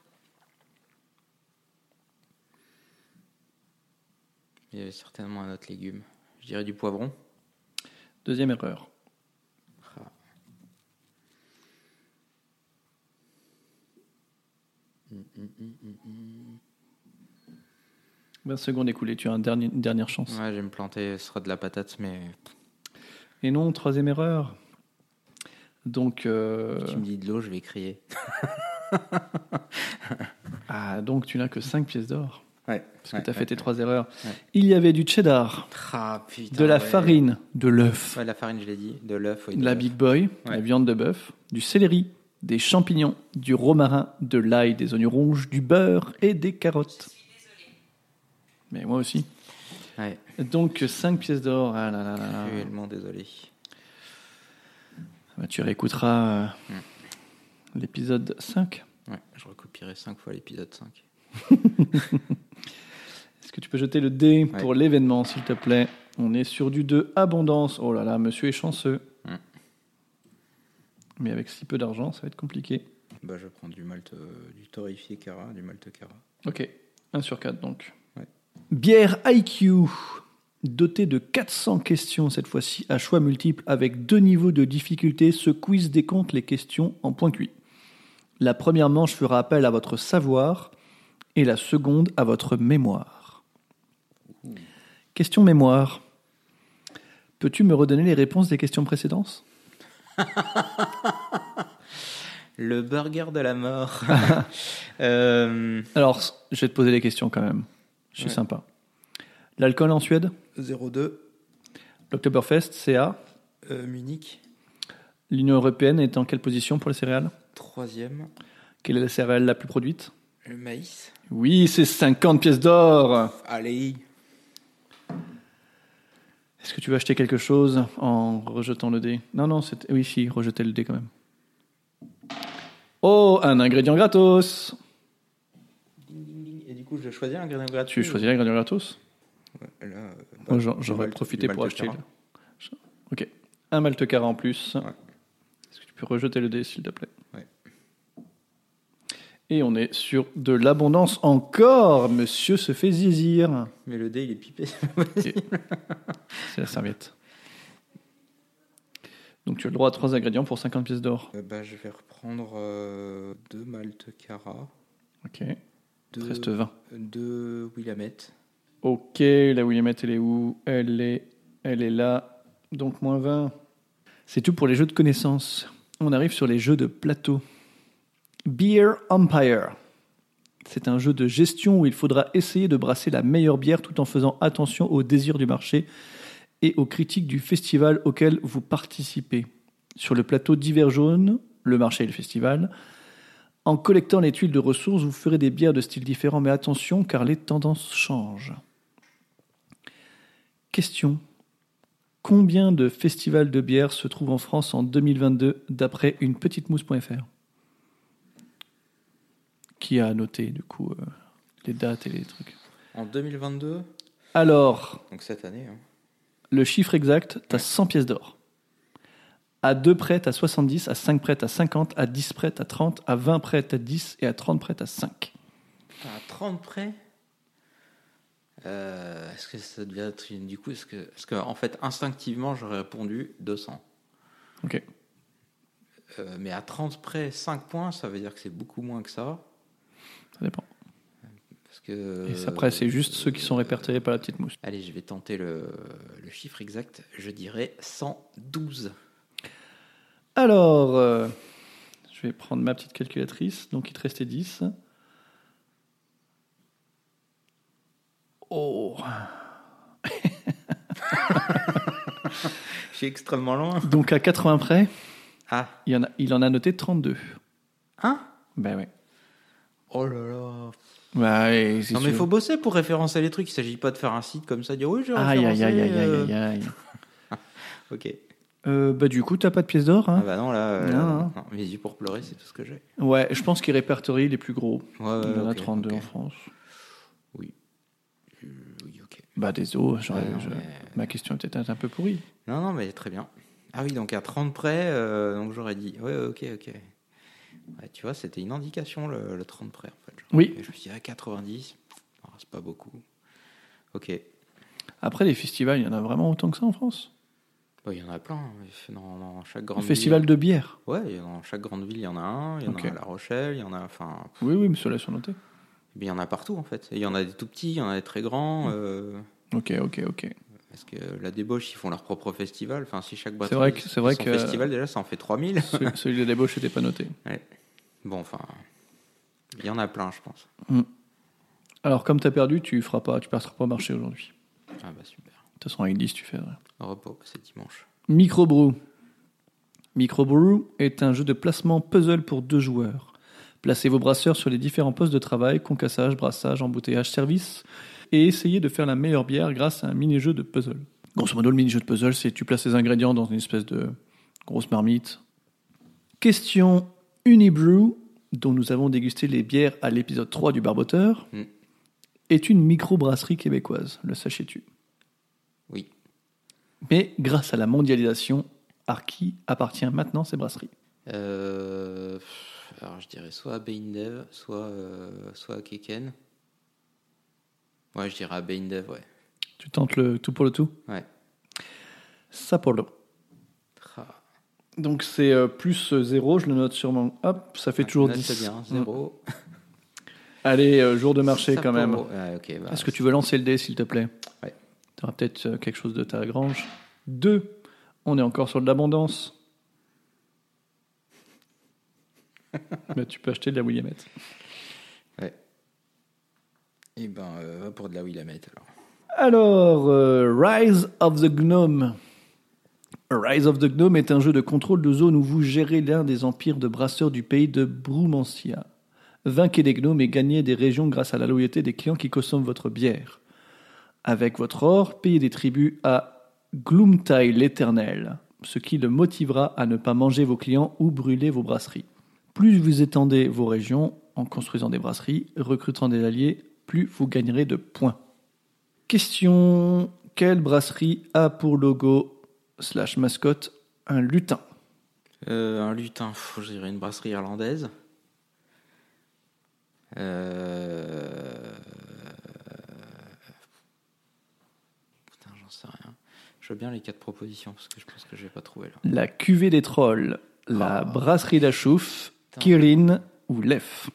Speaker 1: Il y avait certainement un autre légume. Je dirais du poivron.
Speaker 2: Deuxième erreur.
Speaker 1: Ah. Mm, mm, mm, mm, mm.
Speaker 2: 20 secondes écoulées. Tu as un dernier- une dernière chance.
Speaker 1: Ouais, je vais me planter, ce sera de la patate, mais
Speaker 2: Et non, troisième erreur. Donc, euh,
Speaker 1: tu me dis de l'eau, je vais crier.
Speaker 2: ah, donc tu n'as que 5 pièces d'or.
Speaker 1: Ouais.
Speaker 2: Parce que tu as fait tes trois erreurs.
Speaker 1: Ouais.
Speaker 2: Il y avait du cheddar,
Speaker 1: Ah, putain,
Speaker 2: de la
Speaker 1: ouais.
Speaker 2: farine, de l'œuf,
Speaker 1: Ouais, de la farine, je l'ai dit. De l'œuf, oui.
Speaker 2: de
Speaker 1: de
Speaker 2: la
Speaker 1: l'œuf.
Speaker 2: big boy, de la
Speaker 1: Ouais.
Speaker 2: viande de bœuf, du céleri, des champignons, du romarin, de l'ail, des oignons rouges, du beurre et des carottes. Mais moi aussi.
Speaker 1: Ouais.
Speaker 2: Donc 5 pièces d'or. Ah là là là là.
Speaker 1: Cruellement désolé.
Speaker 2: Bah, tu réécouteras euh,
Speaker 1: Mm.
Speaker 2: l'épisode 5.
Speaker 1: Ouais, je recopierai 5 fois l'épisode 5.
Speaker 2: Est-ce que tu peux jeter le dé
Speaker 1: Ouais.
Speaker 2: pour l'événement, s'il te plaît On est sur du 2 abondance. Oh là là, monsieur est chanceux.
Speaker 1: Hum.
Speaker 2: Mais avec si peu d'argent, ça va être compliqué.
Speaker 1: Bah, je prends du malt, euh, du torréfié Cara, du malt Cara.
Speaker 2: Ok, 1 sur 4 donc.
Speaker 1: Ouais.
Speaker 2: Bière IQ, dotée de 400 questions cette fois-ci, à choix multiples, avec deux niveaux de difficulté. Ce quiz décompte les questions en points cuits. La première manche fera appel à votre savoir et la seconde à votre mémoire. Question mémoire. Peux-tu me redonner les réponses des questions précédentes
Speaker 1: Le burger de la
Speaker 2: [LAUGHS]
Speaker 1: mort. euh,
Speaker 2: Alors, je vais te poser les questions quand même. Je suis
Speaker 1: Ouais.
Speaker 2: sympa. L'alcool en Suède
Speaker 1: 02,
Speaker 2: L'Octoberfest, CA
Speaker 1: euh, Munich,
Speaker 2: L'Union européenne est en quelle position pour les céréales
Speaker 1: troisième,
Speaker 2: Quelle est la céréale la plus produite
Speaker 1: le maïs.
Speaker 2: Oui, c'est 50 pièces d'or
Speaker 1: Allez,
Speaker 2: Est-ce que tu veux acheter quelque chose en rejetant le dé Non, non, c'était... Oui, si, rejeter le dé quand même. Oh, un ingrédient gratos
Speaker 1: Ding, ding, ding. Et du coup, je choisis l'ingrédient gratuit.
Speaker 2: Tu choisis l'ingrédient gratos
Speaker 1: Ouais, là, euh,
Speaker 2: Moi,
Speaker 1: bah,
Speaker 2: j'en-
Speaker 1: du
Speaker 2: j'aurais
Speaker 1: malt-
Speaker 2: profité
Speaker 1: du
Speaker 2: pour
Speaker 1: malt
Speaker 2: acheter...
Speaker 1: Cara.
Speaker 2: le- je- Ok, un maltecara en plus.
Speaker 1: Ouais.
Speaker 2: Est-ce que tu peux rejeter le dé, s'il te plaît
Speaker 1: Ouais.
Speaker 2: Et on est sur de l'abondance encore Monsieur se fait zizir
Speaker 1: Mais le dé, il est pipé. [LAUGHS]
Speaker 2: C'est la serviette. Donc tu as le droit à trois ingrédients pour 50 pièces d'or.
Speaker 1: Euh, bah, je vais reprendre euh, deux malt Cara,
Speaker 2: Ok. Il te
Speaker 1: deux,
Speaker 2: reste 20.
Speaker 1: deux Willamette.
Speaker 2: Ok, la Williamette, elle est où Elle est, elle est là. Donc moins 20. C'est tout pour les jeux de connaissances. On arrive sur les jeux de plateau. Beer Empire. C'est un jeu de gestion où il faudra essayer de brasser la meilleure bière tout en faisant attention aux désirs du marché et aux critiques du festival auquel vous participez. Sur le plateau d'hiver jaune, le marché et le festival, en collectant les tuiles de ressources, vous ferez des bières de styles différents, mais attention car les tendances changent. Question. Combien de festivals de bière se trouvent en France en 2022 d'après une petite mousse.fr Qui a noté du coup euh, les dates et les trucs
Speaker 1: En 2022,
Speaker 2: Alors,
Speaker 1: donc cette année, hein.
Speaker 2: le chiffre exact, t'as 100 pièces d'or. À 2 prêts, t'as 70, à 5 prêts, t'as 50, à 10 prêts, t'as 30, à 20 prêts, t'as 10 et à 30 prêts, t'as 5.
Speaker 1: Putain, à 30 près. euh, est-ce que ça devait être une- du coup est-ce que est-ce que en fait instinctivement j'aurais répondu 200
Speaker 2: Ok.
Speaker 1: Euh, mais à 30 près 5 points ça veut dire que c'est beaucoup moins que ça
Speaker 2: Ça dépend.
Speaker 1: parce que euh,
Speaker 2: Et ça, après, c'est juste ceux qui sont répertoriés par la petite mousse.
Speaker 1: allez je vais tenter le, le chiffre exact je dirais 112
Speaker 2: Alors, euh, je vais prendre ma petite calculatrice. Donc, il te restait 10. Oh
Speaker 1: je suis extrêmement loin
Speaker 2: Donc, à 80 près,
Speaker 1: ah
Speaker 2: il, y en a, il en a noté 32.
Speaker 1: hein
Speaker 2: Ben ouais.
Speaker 1: oh là là
Speaker 2: Bah, ouais, si
Speaker 1: non
Speaker 2: tu
Speaker 1: mais
Speaker 2: veux.
Speaker 1: faut bosser pour référencer les trucs il s'agit pas de faire un site comme ça dire oui j'ai
Speaker 2: Aïe,
Speaker 1: référencé
Speaker 2: aïe, aïe, aïe, aïe,
Speaker 1: euh,
Speaker 2: aïe, aïe.
Speaker 1: ok
Speaker 2: Euh, bah, du coup, t'as pas de pièces d'or,
Speaker 1: ah
Speaker 2: hein
Speaker 1: bah non là euh,
Speaker 2: Non, hein.
Speaker 1: non, mes yeux pour pleurer c'est tout ce que j'ai
Speaker 2: Ouais, je pense qu'il répertorie les plus gros.
Speaker 1: Ouais, ouais,
Speaker 2: il y en a
Speaker 1: ok,
Speaker 2: 32
Speaker 1: ok.
Speaker 2: en France.
Speaker 1: Oui, ok.
Speaker 2: Bah, désolé, j'aurais-
Speaker 1: Ouais, non,
Speaker 2: je-
Speaker 1: mais-
Speaker 2: ma question était peut-être un peu pourrie.
Speaker 1: Non, non, mais très bien. Ah oui, donc à 30 près, euh, donc j'aurais dit. Ouais, ok, ok. Ouais, tu vois, c'était une indication le, le 30 près, en fait.
Speaker 2: Oui.
Speaker 1: Et je me suis dit, ah, à 90, non, c'est pas beaucoup. Ok.
Speaker 2: Après, les festivals, il y en a vraiment autant que ça en France.
Speaker 1: Bon, Il y en a plein. hein. Dans, dans chaque
Speaker 2: Le
Speaker 1: grande
Speaker 2: festival
Speaker 1: ville.
Speaker 2: de bière.
Speaker 1: Ouais, il y en a- dans chaque grande ville, il y en a un. Il y en
Speaker 2: Ok.
Speaker 1: a à La Rochelle, il y en a. Enfin, pff,
Speaker 2: Oui, oui, mais ceux-là sont notés.
Speaker 1: Eh il y en a partout, en fait. Et il y en a des tout petits, il y en a des très
Speaker 2: Mm.
Speaker 1: grands. euh,
Speaker 2: Ok, ok, ok.
Speaker 1: parce que la débauche, ils font leur propre festival. Enfin, si chaque boîte.
Speaker 2: vrai
Speaker 1: fait
Speaker 2: que- c'est vrai
Speaker 1: son
Speaker 2: que-
Speaker 1: festival, déjà, ça en fait 3000.
Speaker 2: Ce- Celui de débauche n'était pas noté.
Speaker 1: Bon, enfin. Il y en a plein, je pense.
Speaker 2: Alors, comme t'as perdu, tu feras pas, tu passeras pas au marché aujourd'hui.
Speaker 1: Ah bah super.
Speaker 2: De toute façon, avec 10, tu fais rien.
Speaker 1: Repos, c'est dimanche.
Speaker 2: Microbrew. Microbrew est un jeu de placement puzzle pour deux joueurs. Placez vos brasseurs sur les différents postes de travail, concassage, brassage, embouteillage, service, et essayez de faire la meilleure bière grâce à un mini-jeu de puzzle. Grosso modo, le mini-jeu de puzzle, c'est tu places les ingrédients dans une espèce de grosse marmite. Question Unibrew, dont nous avons dégusté les bières à l'épisode 3 du Barboteur,
Speaker 1: Mm.
Speaker 2: est une microbrasserie québécoise, le sachez-tu
Speaker 1: Oui.
Speaker 2: mais grâce à la mondialisation, Arki appartient maintenant à ces brasseries.
Speaker 1: Euh, pff, alors je dirais soit à Beindev, soit, euh, soit à Keken. Ouais, je dirais à Beindev, ouais.
Speaker 2: Tu tentes le tout pour le tout
Speaker 1: Ouais.
Speaker 2: Sapporo.
Speaker 1: Tra-
Speaker 2: Donc c'est euh, plus 0, je le note sûrement. Hop, ça fait
Speaker 1: Ah,
Speaker 2: toujours
Speaker 1: note,
Speaker 2: 10.
Speaker 1: C'est bien, zéro.
Speaker 2: Allez, euh, jour de marché quand
Speaker 1: Sapporo.
Speaker 2: même.
Speaker 1: Ouais, ok, bah,
Speaker 2: Est-ce que tu veux lancer le dé, s'il te plaît
Speaker 1: Ouais.
Speaker 2: Tu auras peut-être euh, quelque chose de ta grange. 2. On est encore sur de l'abondance.
Speaker 1: [LAUGHS]
Speaker 2: Bah, tu peux acheter de la Williamette.
Speaker 1: Eh ben, euh, va pour de la Willamette alors.
Speaker 2: Alors, euh, Rise of the Gnome. Rise of the Gnome est un jeu de contrôle de zone où vous gérez l'un des empires de brasseurs du pays de Brumancia. Vainquez des gnomes et gagnez des régions grâce à la loyauté des clients qui consomment votre bière. Avec votre or, payez des tribus à Gloomtai l'Éternel, ce qui le motivera à ne pas manger vos clients ou brûler vos brasseries. Plus vous étendez vos régions en construisant des brasseries, recrutant des alliés, plus vous gagnerez de points. Question Quelle brasserie a pour logo slash mascotte un lutin
Speaker 1: Euh, un lutin, faut je dirais une brasserie irlandaise. Euh... Putain, j'en sais rien. Je veux bien les quatre propositions parce que je pense que je vais pas trouver là.
Speaker 2: La cuvée des trolls, la brasserie d'Achouf,
Speaker 1: Ah. Putain.
Speaker 2: Kirin ou Lef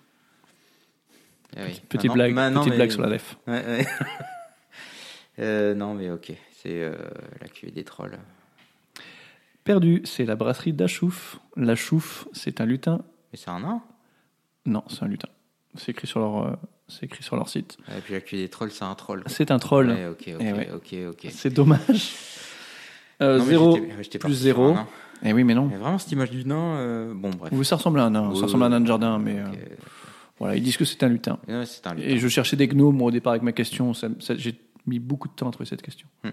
Speaker 1: Eh oui.
Speaker 2: Petite
Speaker 1: Maintenant-
Speaker 2: blague,
Speaker 1: maintenant,
Speaker 2: petite
Speaker 1: mais-
Speaker 2: blague sur la Lef.
Speaker 1: Ouais, ouais. [LAUGHS] Euh, non, mais ok, c'est euh, la cuvée des trolls.
Speaker 2: Perdu, c'est la brasserie d'Achouf. La chouf, c'est un lutin.
Speaker 1: Mais c'est un nain.
Speaker 2: Non, c'est un lutin. C'est écrit sur leur, euh, c'est écrit sur leur site.
Speaker 1: Et puis la cuvée des trolls, c'est un troll. quoi.
Speaker 2: C'est un troll.
Speaker 1: Ouais, ok, ok,
Speaker 2: Eh ouais.
Speaker 1: ok, ok.
Speaker 2: C'est dommage. Euh,
Speaker 1: Non, mais
Speaker 2: zéro
Speaker 1: j'étais- j'étais
Speaker 2: plus
Speaker 1: parti sur
Speaker 2: zéro.
Speaker 1: un nain.
Speaker 2: Eh oui, mais non.
Speaker 1: Mais vraiment, cette image du nain, euh, bon, bref.
Speaker 2: Vous, ça ressemble à un nain.
Speaker 1: Oui,
Speaker 2: ça ressemble à un
Speaker 1: oui.
Speaker 2: nain de jardin, mais euh,
Speaker 1: Ok.
Speaker 2: voilà, ils disent que c'est un lutin.
Speaker 1: Non, c'est un lutin.
Speaker 2: Et je cherchais des gnomes moi, au départ avec ma question. Ça- ça- J'ai mis beaucoup de temps à trouver cette question.
Speaker 1: Hmm.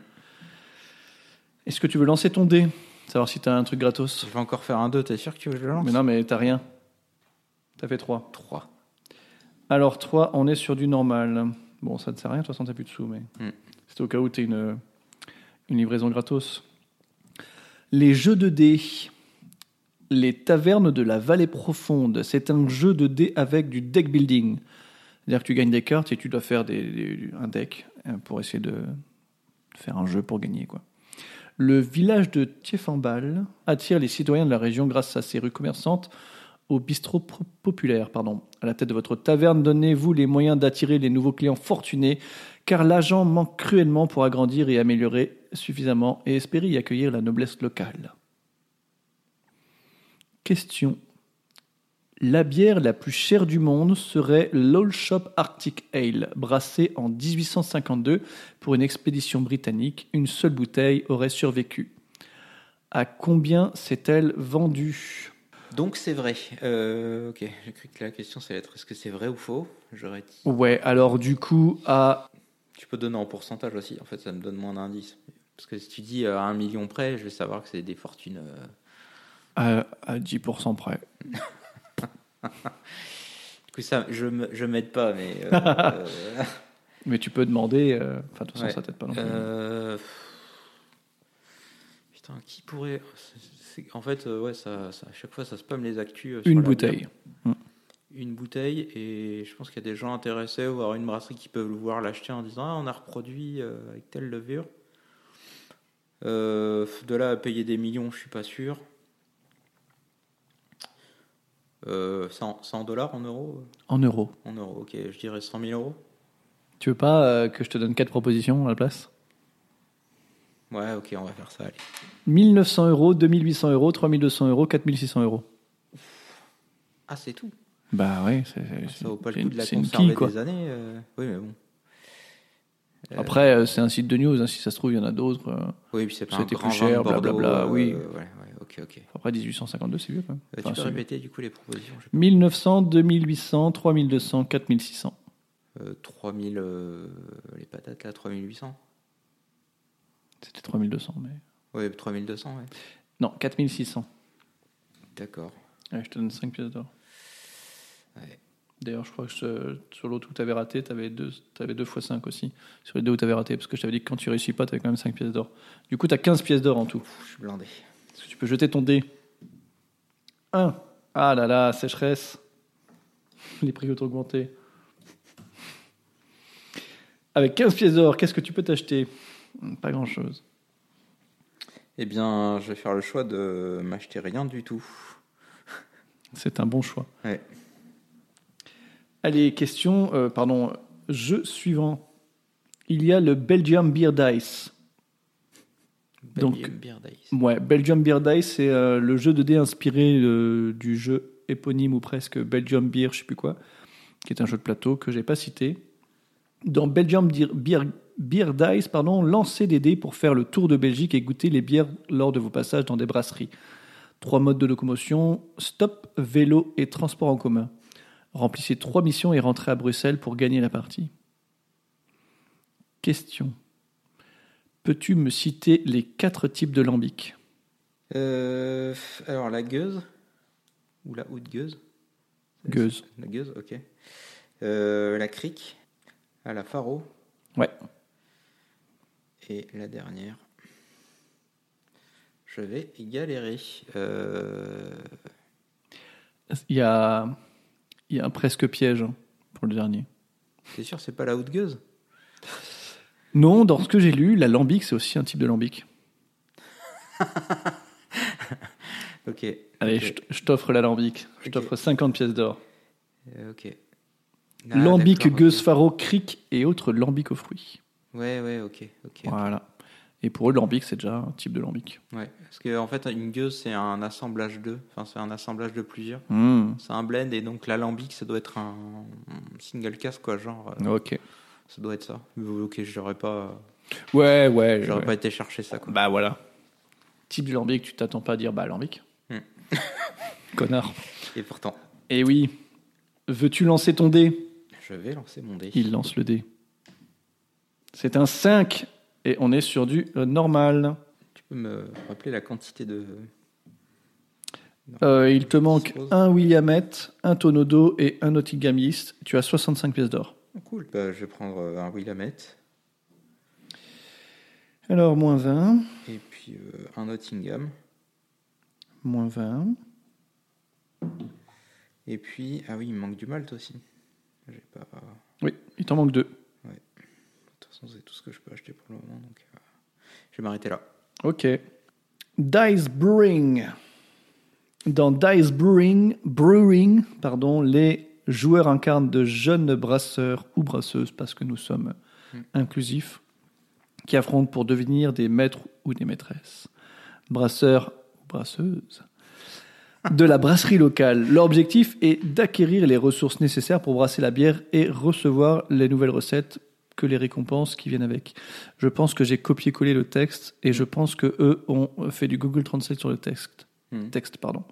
Speaker 2: Est-ce que tu veux lancer ton dé Savoir si t'as un truc gratos.
Speaker 1: Je vais encore faire un 2, t'es sûr que tu veux que je le lance
Speaker 2: Mais non, mais t'as rien. T'as fait 3.
Speaker 1: 3.
Speaker 2: Alors, 3, on est sur du normal. Bon, ça ne sert à rien, de toute façon, t'as plus de sous, mais
Speaker 1: Mm.
Speaker 2: c'était au cas où t'es une, une livraison gratos. Les jeux de dés. Les tavernes de la vallée profonde. C'est un jeu de dés avec du deck building. C'est-à-dire que tu gagnes des cartes et tu dois faire des- des- un deck euh, pour essayer de faire un jeu pour gagner, quoi. Le village de Tiefenbach attire les citoyens de la région grâce à ses rues commerçantes au bistrot pro- populaire. Pardon. À la tête de votre taverne, donnez-vous les moyens d'attirer les nouveaux clients fortunés, car l'agent manque cruellement pour agrandir et améliorer suffisamment et espérer y accueillir la noblesse locale. Question. La bière la plus chère du monde serait l'Old Shop Arctic Ale, brassée en 1852 pour une expédition britannique. Une seule bouteille aurait survécu. À combien s'est-elle vendue
Speaker 1: Donc c'est vrai. Euh, ok, j'ai cru que la question ça allait être est-ce que c'est vrai ou faux J'aurais dit.
Speaker 2: Ouais, alors du coup, à.
Speaker 1: Tu peux donner en pourcentage aussi, en fait ça me donne moins d'indices. Parce que si tu dis euh, à un million près, je vais savoir que c'est des fortunes. euh,
Speaker 2: à, à 10% près.
Speaker 1: Du coup, ça, je me- je m'aide pas, mais.
Speaker 2: [LAUGHS]
Speaker 1: euh, euh,
Speaker 2: Mais tu peux demander. euh, Enfin, de toute façon,
Speaker 1: Ouais.
Speaker 2: ça t'aide pas non plus.
Speaker 1: euh, Putain, qui pourrait. c'est- c'est- En fait, euh, ouais, ça, ça- à chaque fois ça spamme les actus. euh, sur la
Speaker 2: Une
Speaker 1: bière.
Speaker 2: bouteille.
Speaker 1: une bouteille et je pense qu'il y a des gens intéressés ou avoir une brasserie qui peuvent vouloir l'acheter en disant ah, on a reproduit euh, avec telle levure. Euh, de là à payer des millions, je suis pas sûr. Euh, 100, 100 dollars en euros
Speaker 2: En euros.
Speaker 1: En euros, ok, je dirais 100 000 euros.
Speaker 2: Tu veux pas euh, que je te donne quatre propositions à la place
Speaker 1: Ouais, ok, on va faire ça, allez.
Speaker 2: 1900 euros, 2800 euros, 3200 euros, 4600 euros.
Speaker 1: Ah, c'est tout
Speaker 2: Bah ouais, c'est
Speaker 1: Ah, Ça vaut pas
Speaker 2: c'est
Speaker 1: le coup de la
Speaker 2: c'est une
Speaker 1: conserver
Speaker 2: quille, quoi.
Speaker 1: des années euh, Oui, mais bon. Euh,
Speaker 2: Après, euh, c'est un site de news, hein, si ça se trouve, il y en a d'autres. euh.
Speaker 1: Oui, puis c'est pas un
Speaker 2: C'était
Speaker 1: grand
Speaker 2: plus
Speaker 1: vin de
Speaker 2: cher,
Speaker 1: Bordeaux.
Speaker 2: blablabla, oui.
Speaker 1: euh, ouais, ouais, ok, ok.
Speaker 2: Après, 1852, c'est vieux quand même.
Speaker 1: Euh,
Speaker 2: Enfin,
Speaker 1: tu peux
Speaker 2: c'est vieux.
Speaker 1: répéter du coup les propositions je-
Speaker 2: 1900, 2800, 3200, 4600.
Speaker 1: Euh, 3000 euh, les patates là 3800
Speaker 2: C'était 3200, mais.
Speaker 1: ouais 3200 ouais
Speaker 2: Non, 4600.
Speaker 1: d'accord
Speaker 2: Ouais, je te donne 5 pièces d'or.
Speaker 1: Ouais.
Speaker 2: D'ailleurs, je crois que ce- sur l'autre où t'avais raté, t'avais 2 deux fois 5 aussi. Sur les deux où t'avais raté, parce que je t'avais dit que quand tu réussis pas, t'avais quand même 5 pièces d'or. Du coup, t'as 15 pièces d'or en tout.
Speaker 1: Pff, je suis blindé
Speaker 2: Est-ce que tu peux jeter ton dé 1. Ah là là, sécheresse. [LAUGHS] Les prix ont augmenté. Avec 15 pièces d'or, qu'est-ce que tu peux t'acheter Pas grand-chose.
Speaker 1: eh bien je vais faire le choix de m'acheter rien du tout
Speaker 2: C'est un bon choix.
Speaker 1: Ouais.
Speaker 2: Allez, question, euh, pardon, jeu suivant. Il y a le Belgium Beer Dice. Donc-
Speaker 1: Belgium Beer Days.
Speaker 2: Ouais, Belgium Beer Dice, c'est euh, le jeu de dés inspiré euh, du jeu éponyme ou presque Belgium Beer, je sais plus quoi, qui est un jeu de plateau que j'ai pas cité. Dans Belgium Dir- Beer, Beer Dice, pardon, lancez des dés pour faire le tour de Belgique et goûter les bières lors de vos passages dans des brasseries. Trois modes de locomotion stop, vélo et transport en commun. Remplissez trois missions et rentrez à Bruxelles pour gagner la partie. Question. Peux-tu me citer les quatre types de lambic
Speaker 1: Euh, f- alors la gueuse ou la haute gueuse
Speaker 2: Gueuse.
Speaker 1: la gueuse ok Euh, la crique à la faro
Speaker 2: Ouais.
Speaker 1: et la dernière je vais galérer Euh,
Speaker 2: Il y a, il y a un presque piège hein, pour le dernier.
Speaker 1: t'es sûr c'est pas la haute gueuse
Speaker 2: Non, dans ce que j'ai lu, la lambic, c'est aussi un type de lambic.
Speaker 1: ok
Speaker 2: Allez,
Speaker 1: ok.
Speaker 2: je t- je t'offre la lambic. Je
Speaker 1: Ok.
Speaker 2: t'offre 50 pièces d'or.
Speaker 1: Euh, ok. Ah,
Speaker 2: lambic,
Speaker 1: d'accord, ok.
Speaker 2: gueuse, pharo, cric et autres lambic aux fruits.
Speaker 1: Ouais, ouais, ok. ok.
Speaker 2: Voilà. Et pour eux, lambic, c'est déjà un type de lambic.
Speaker 1: Ouais. Parce que, en fait, une gueuse, c'est un assemblage de. Enfin, c'est un assemblage de plusieurs.
Speaker 2: Hmm,
Speaker 1: C'est un blend, et donc l'alambic, ça doit être un un single cast, quoi. Genre, euh,
Speaker 2: Ok.
Speaker 1: ça doit être ça. Euh, Ok, j'aurais pas,
Speaker 2: Ouais, ouais.
Speaker 1: j'aurais
Speaker 2: ouais.
Speaker 1: pas été chercher ça, quoi.
Speaker 2: Bah voilà. Type du lambic, tu t'attends pas à dire bah lambic.
Speaker 1: Hmm.
Speaker 2: [LAUGHS] Connard.
Speaker 1: Et pourtant,
Speaker 2: Eh oui. Veux-tu lancer ton dé
Speaker 1: je vais lancer mon dé.
Speaker 2: Il lance le dé. C'est un 5 et on est sur du euh, normal.
Speaker 1: Tu peux me rappeler la quantité de.
Speaker 2: Euh, il te manque
Speaker 1: Suppose.
Speaker 2: un Williamette, un Tonodo et un Nautilgamis. Tu as 65 pièces d'or.
Speaker 1: Oh, Cool. Bah, je vais prendre euh, un Willamette
Speaker 2: Alors, moins 20,
Speaker 1: et puis euh, un Nottingham.
Speaker 2: moins 20.
Speaker 1: Et puis, ah oui, il me manque du malt aussi. J'ai pas. De
Speaker 2: Oui, il t'en manque deux.
Speaker 1: toute façon, c'est tout ce que je peux acheter pour le moment. Donc, euh, je vais m'arrêter là.
Speaker 2: Ok. Dice Brewing. Dans Dice Brewing, Brewing pardon, les joueurs incarnent de jeunes brasseurs ou brasseuses, parce que nous sommes inclusifs, qui affrontent pour devenir des maîtres ou des maîtresses. Brasseurs ou brasseuses. De la brasserie locale. L'objectif est d'acquérir les ressources nécessaires pour brasser la bière et recevoir les nouvelles recettes que les récompenses qui viennent avec. Je pense que j'ai copié-collé le texte et je pense que eux ont fait du Google Translate sur le texte.
Speaker 1: Hmm.
Speaker 2: Texte, pardon.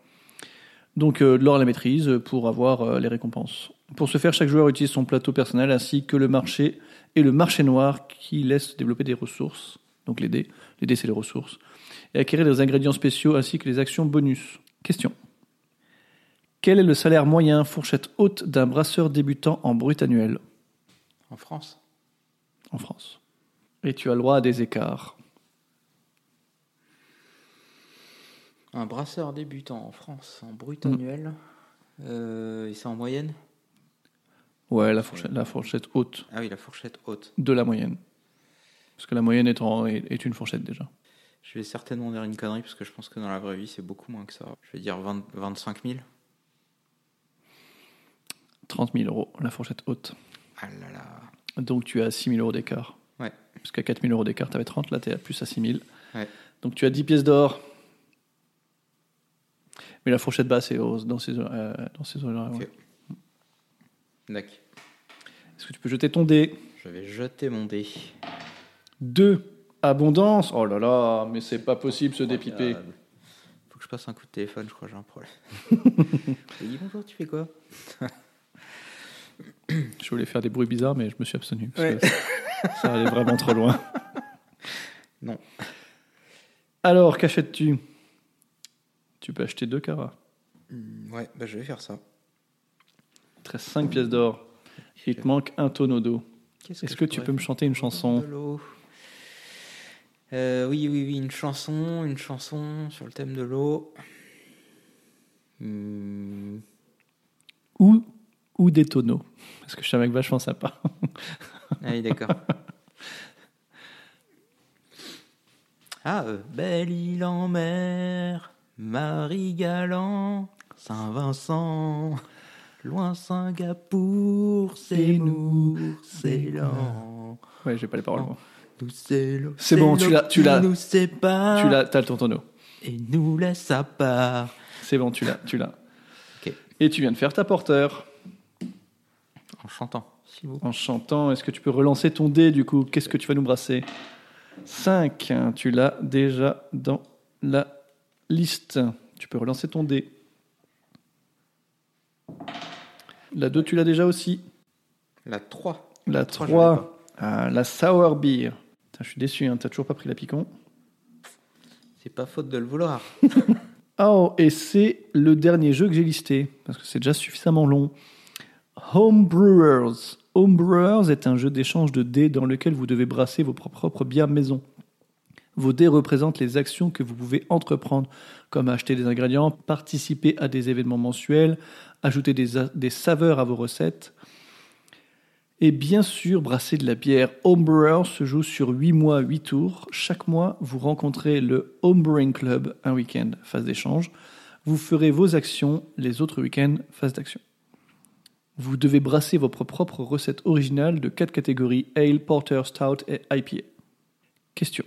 Speaker 2: Donc euh, Laure la maîtrise pour avoir euh, les récompenses. Pour ce faire, chaque joueur utilise son plateau personnel ainsi que le marché et le marché noir qui laisse développer des ressources, donc les dés. Les dés, c'est les ressources. Et acquérir des ingrédients spéciaux ainsi que les actions bonus. Question. Quel est le salaire moyen, fourchette haute, d'un brasseur débutant en brut annuel
Speaker 1: En France
Speaker 2: en France. Et tu as le droit à des écarts.
Speaker 1: Un brasseur débutant en France, en brut annuel. Euh, et c'est en moyenne
Speaker 2: Ouais, la fourchette, la fourchette haute
Speaker 1: Ah oui, la fourchette haute.
Speaker 2: de la moyenne. Parce que la moyenne est, en- est- est une fourchette déjà.
Speaker 1: Je vais certainement dire une connerie parce que je pense que dans la vraie vie, c'est beaucoup moins que ça. Je vais dire 20 25 000.
Speaker 2: 30 000 euros, la fourchette haute.
Speaker 1: Ah là là.
Speaker 2: Donc tu as 6 000 euros d'écart.
Speaker 1: Ouais.
Speaker 2: Parce qu'à 4 000 euros d'écart, tu avais 30, là tu es à plus à 6 000.
Speaker 1: Ouais.
Speaker 2: Donc tu as 10 pièces d'or. Mais la fourchette basse est hausse dans ces, euh, dans ces là
Speaker 1: Ok. D'accord.
Speaker 2: Est-ce que tu peux jeter ton dé
Speaker 1: Je vais jeter mon dé.
Speaker 2: 2. Abondance. Oh là là, mais c'est pas possible ce dépipé.
Speaker 1: Incroyable. Ah, Faut que je passe un coup de téléphone, je crois, j'ai un problème. [LAUGHS] oui, bonjour, tu fais quoi
Speaker 2: Je voulais faire des bruits bizarres, mais je me suis abstenu. Parce
Speaker 1: Ouais.
Speaker 2: que ça, ça allait vraiment trop loin.
Speaker 1: Non.
Speaker 2: Alors, qu'achètes-tu Tu peux acheter deux carats.
Speaker 1: Ouais, bah je vais faire ça.
Speaker 2: Il te reste cinq pièces d'or. Il te manque un tonneau d'eau. Est-ce que, tu peux me chanter une chanson
Speaker 1: De l'eau. Euh, oui, oui, oui, une chanson, une chanson sur le thème de l'eau. Hmm,
Speaker 2: ou, ou des tonneaux Parce que je suis un mec vachement sympa.
Speaker 1: Ah oui, d'accord.
Speaker 2: [LAUGHS]
Speaker 1: ah, euh, Belle île en mer, Marie Galant, Saint-Vincent, loin Singapour, c'est nous, c'est lent.
Speaker 2: ouais, j'ai pas les paroles. moi.
Speaker 1: Nous, c'est l'eau.
Speaker 2: C'est bon,
Speaker 1: l'eau
Speaker 2: tu l'as- tu
Speaker 1: qui
Speaker 2: l'as.
Speaker 1: nous sépare.
Speaker 2: Tu l'as, t'as ton tonneau.
Speaker 1: Et nous laisse à part.
Speaker 2: C'est bon, tu l'as, tu l'as.
Speaker 1: Ok.
Speaker 2: Et tu viens de faire ta porteur
Speaker 1: En chantant, s'il vous
Speaker 2: en chantant. Est-ce que tu peux relancer ton dé du coup Qu'est-ce que tu vas nous brasser 5, tu l'as déjà dans la liste. Tu peux relancer ton dé. La 2, tu l'as déjà aussi.
Speaker 1: La 3.
Speaker 2: La
Speaker 1: Trois, je l'avais
Speaker 2: 3, la sour beer. Putain, je suis déçu, hein, t'as toujours pas pris la picon.
Speaker 1: C'est pas faute de le vouloir.
Speaker 2: Oh, et c'est le dernier jeu que j'ai listé, parce que c'est déjà suffisamment long. Homebrewers. Homebrewers est un jeu d'échange de dés dans lequel vous devez brasser vos pro- propres bières maison. Vos dés représentent les actions que vous pouvez entreprendre, comme acheter des ingrédients, participer à des événements mensuels, ajouter des, a- des saveurs à vos recettes. Et bien sûr, brasser de la bière. Homebrewer se joue sur 8 mois, 8 tours. Chaque mois, vous rencontrez le Homebrewing Club un week-end, phase d'échange. Vous ferez vos actions les autres week-ends, phase d'action. Vous devez brasser vos propres recettes originales de quatre catégories Ale, Porter, Stout et IPA. Question.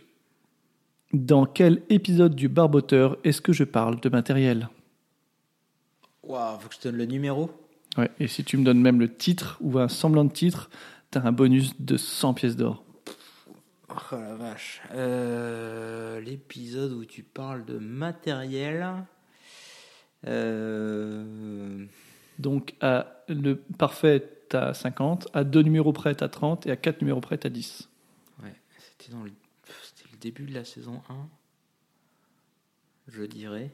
Speaker 2: Dans quel épisode du Barboteur est-ce que je parle de matériel
Speaker 1: Waouh, faut que je te donne le numéro.
Speaker 2: Ouais, et si tu me donnes même le titre ou un semblant de titre, t'as un bonus de 100 pièces d'or.
Speaker 1: Oh la vache. Euh, L'épisode où tu parles de matériel. Euh,
Speaker 2: Donc, à le parfait, t'as 50, à deux numéros près, t'as 30, et à quatre numéros près, t'as 10.
Speaker 1: Ouais, c'était dans le. pff, C'était le début de la saison 1. Je dirais.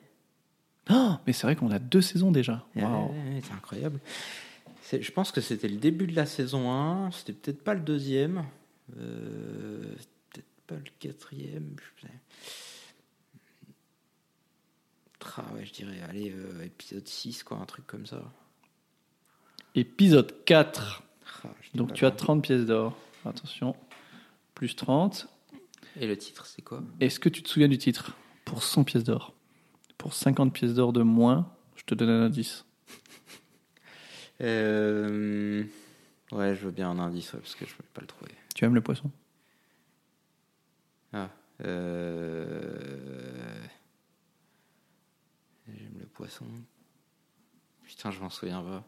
Speaker 2: Ah, mais Oh, c'est vrai qu'on a deux saisons déjà.
Speaker 1: Ouais,
Speaker 2: Waouh.
Speaker 1: ouais, ouais, C'est eh, incroyable. C'est- Je pense que c'était le début de la saison 1, c'était peut-être pas le deuxième, euh, peut-être pas le quatrième. je sais. Tra, ouais, je dirais, allez, euh, épisode 6, quoi, un truc comme ça.
Speaker 2: Épisode 4.
Speaker 1: Tra, je l'ai
Speaker 2: Donc
Speaker 1: pas
Speaker 2: tu as
Speaker 1: compris.
Speaker 2: 30 pièces d'or. Attention. Plus 30.
Speaker 1: Et le titre, c'est quoi
Speaker 2: Est-ce que tu te souviens du titre Pour 100 pièces d'or. Pour 50 pièces d'or de moins, je te donne un indice.
Speaker 1: Euh, Ouais, je veux bien un indice, ouais, parce que je ne peux pas le trouver.
Speaker 2: Tu aimes le poisson
Speaker 1: Ah. Euh... J'aime le poisson. Putain, je m'en souviens pas.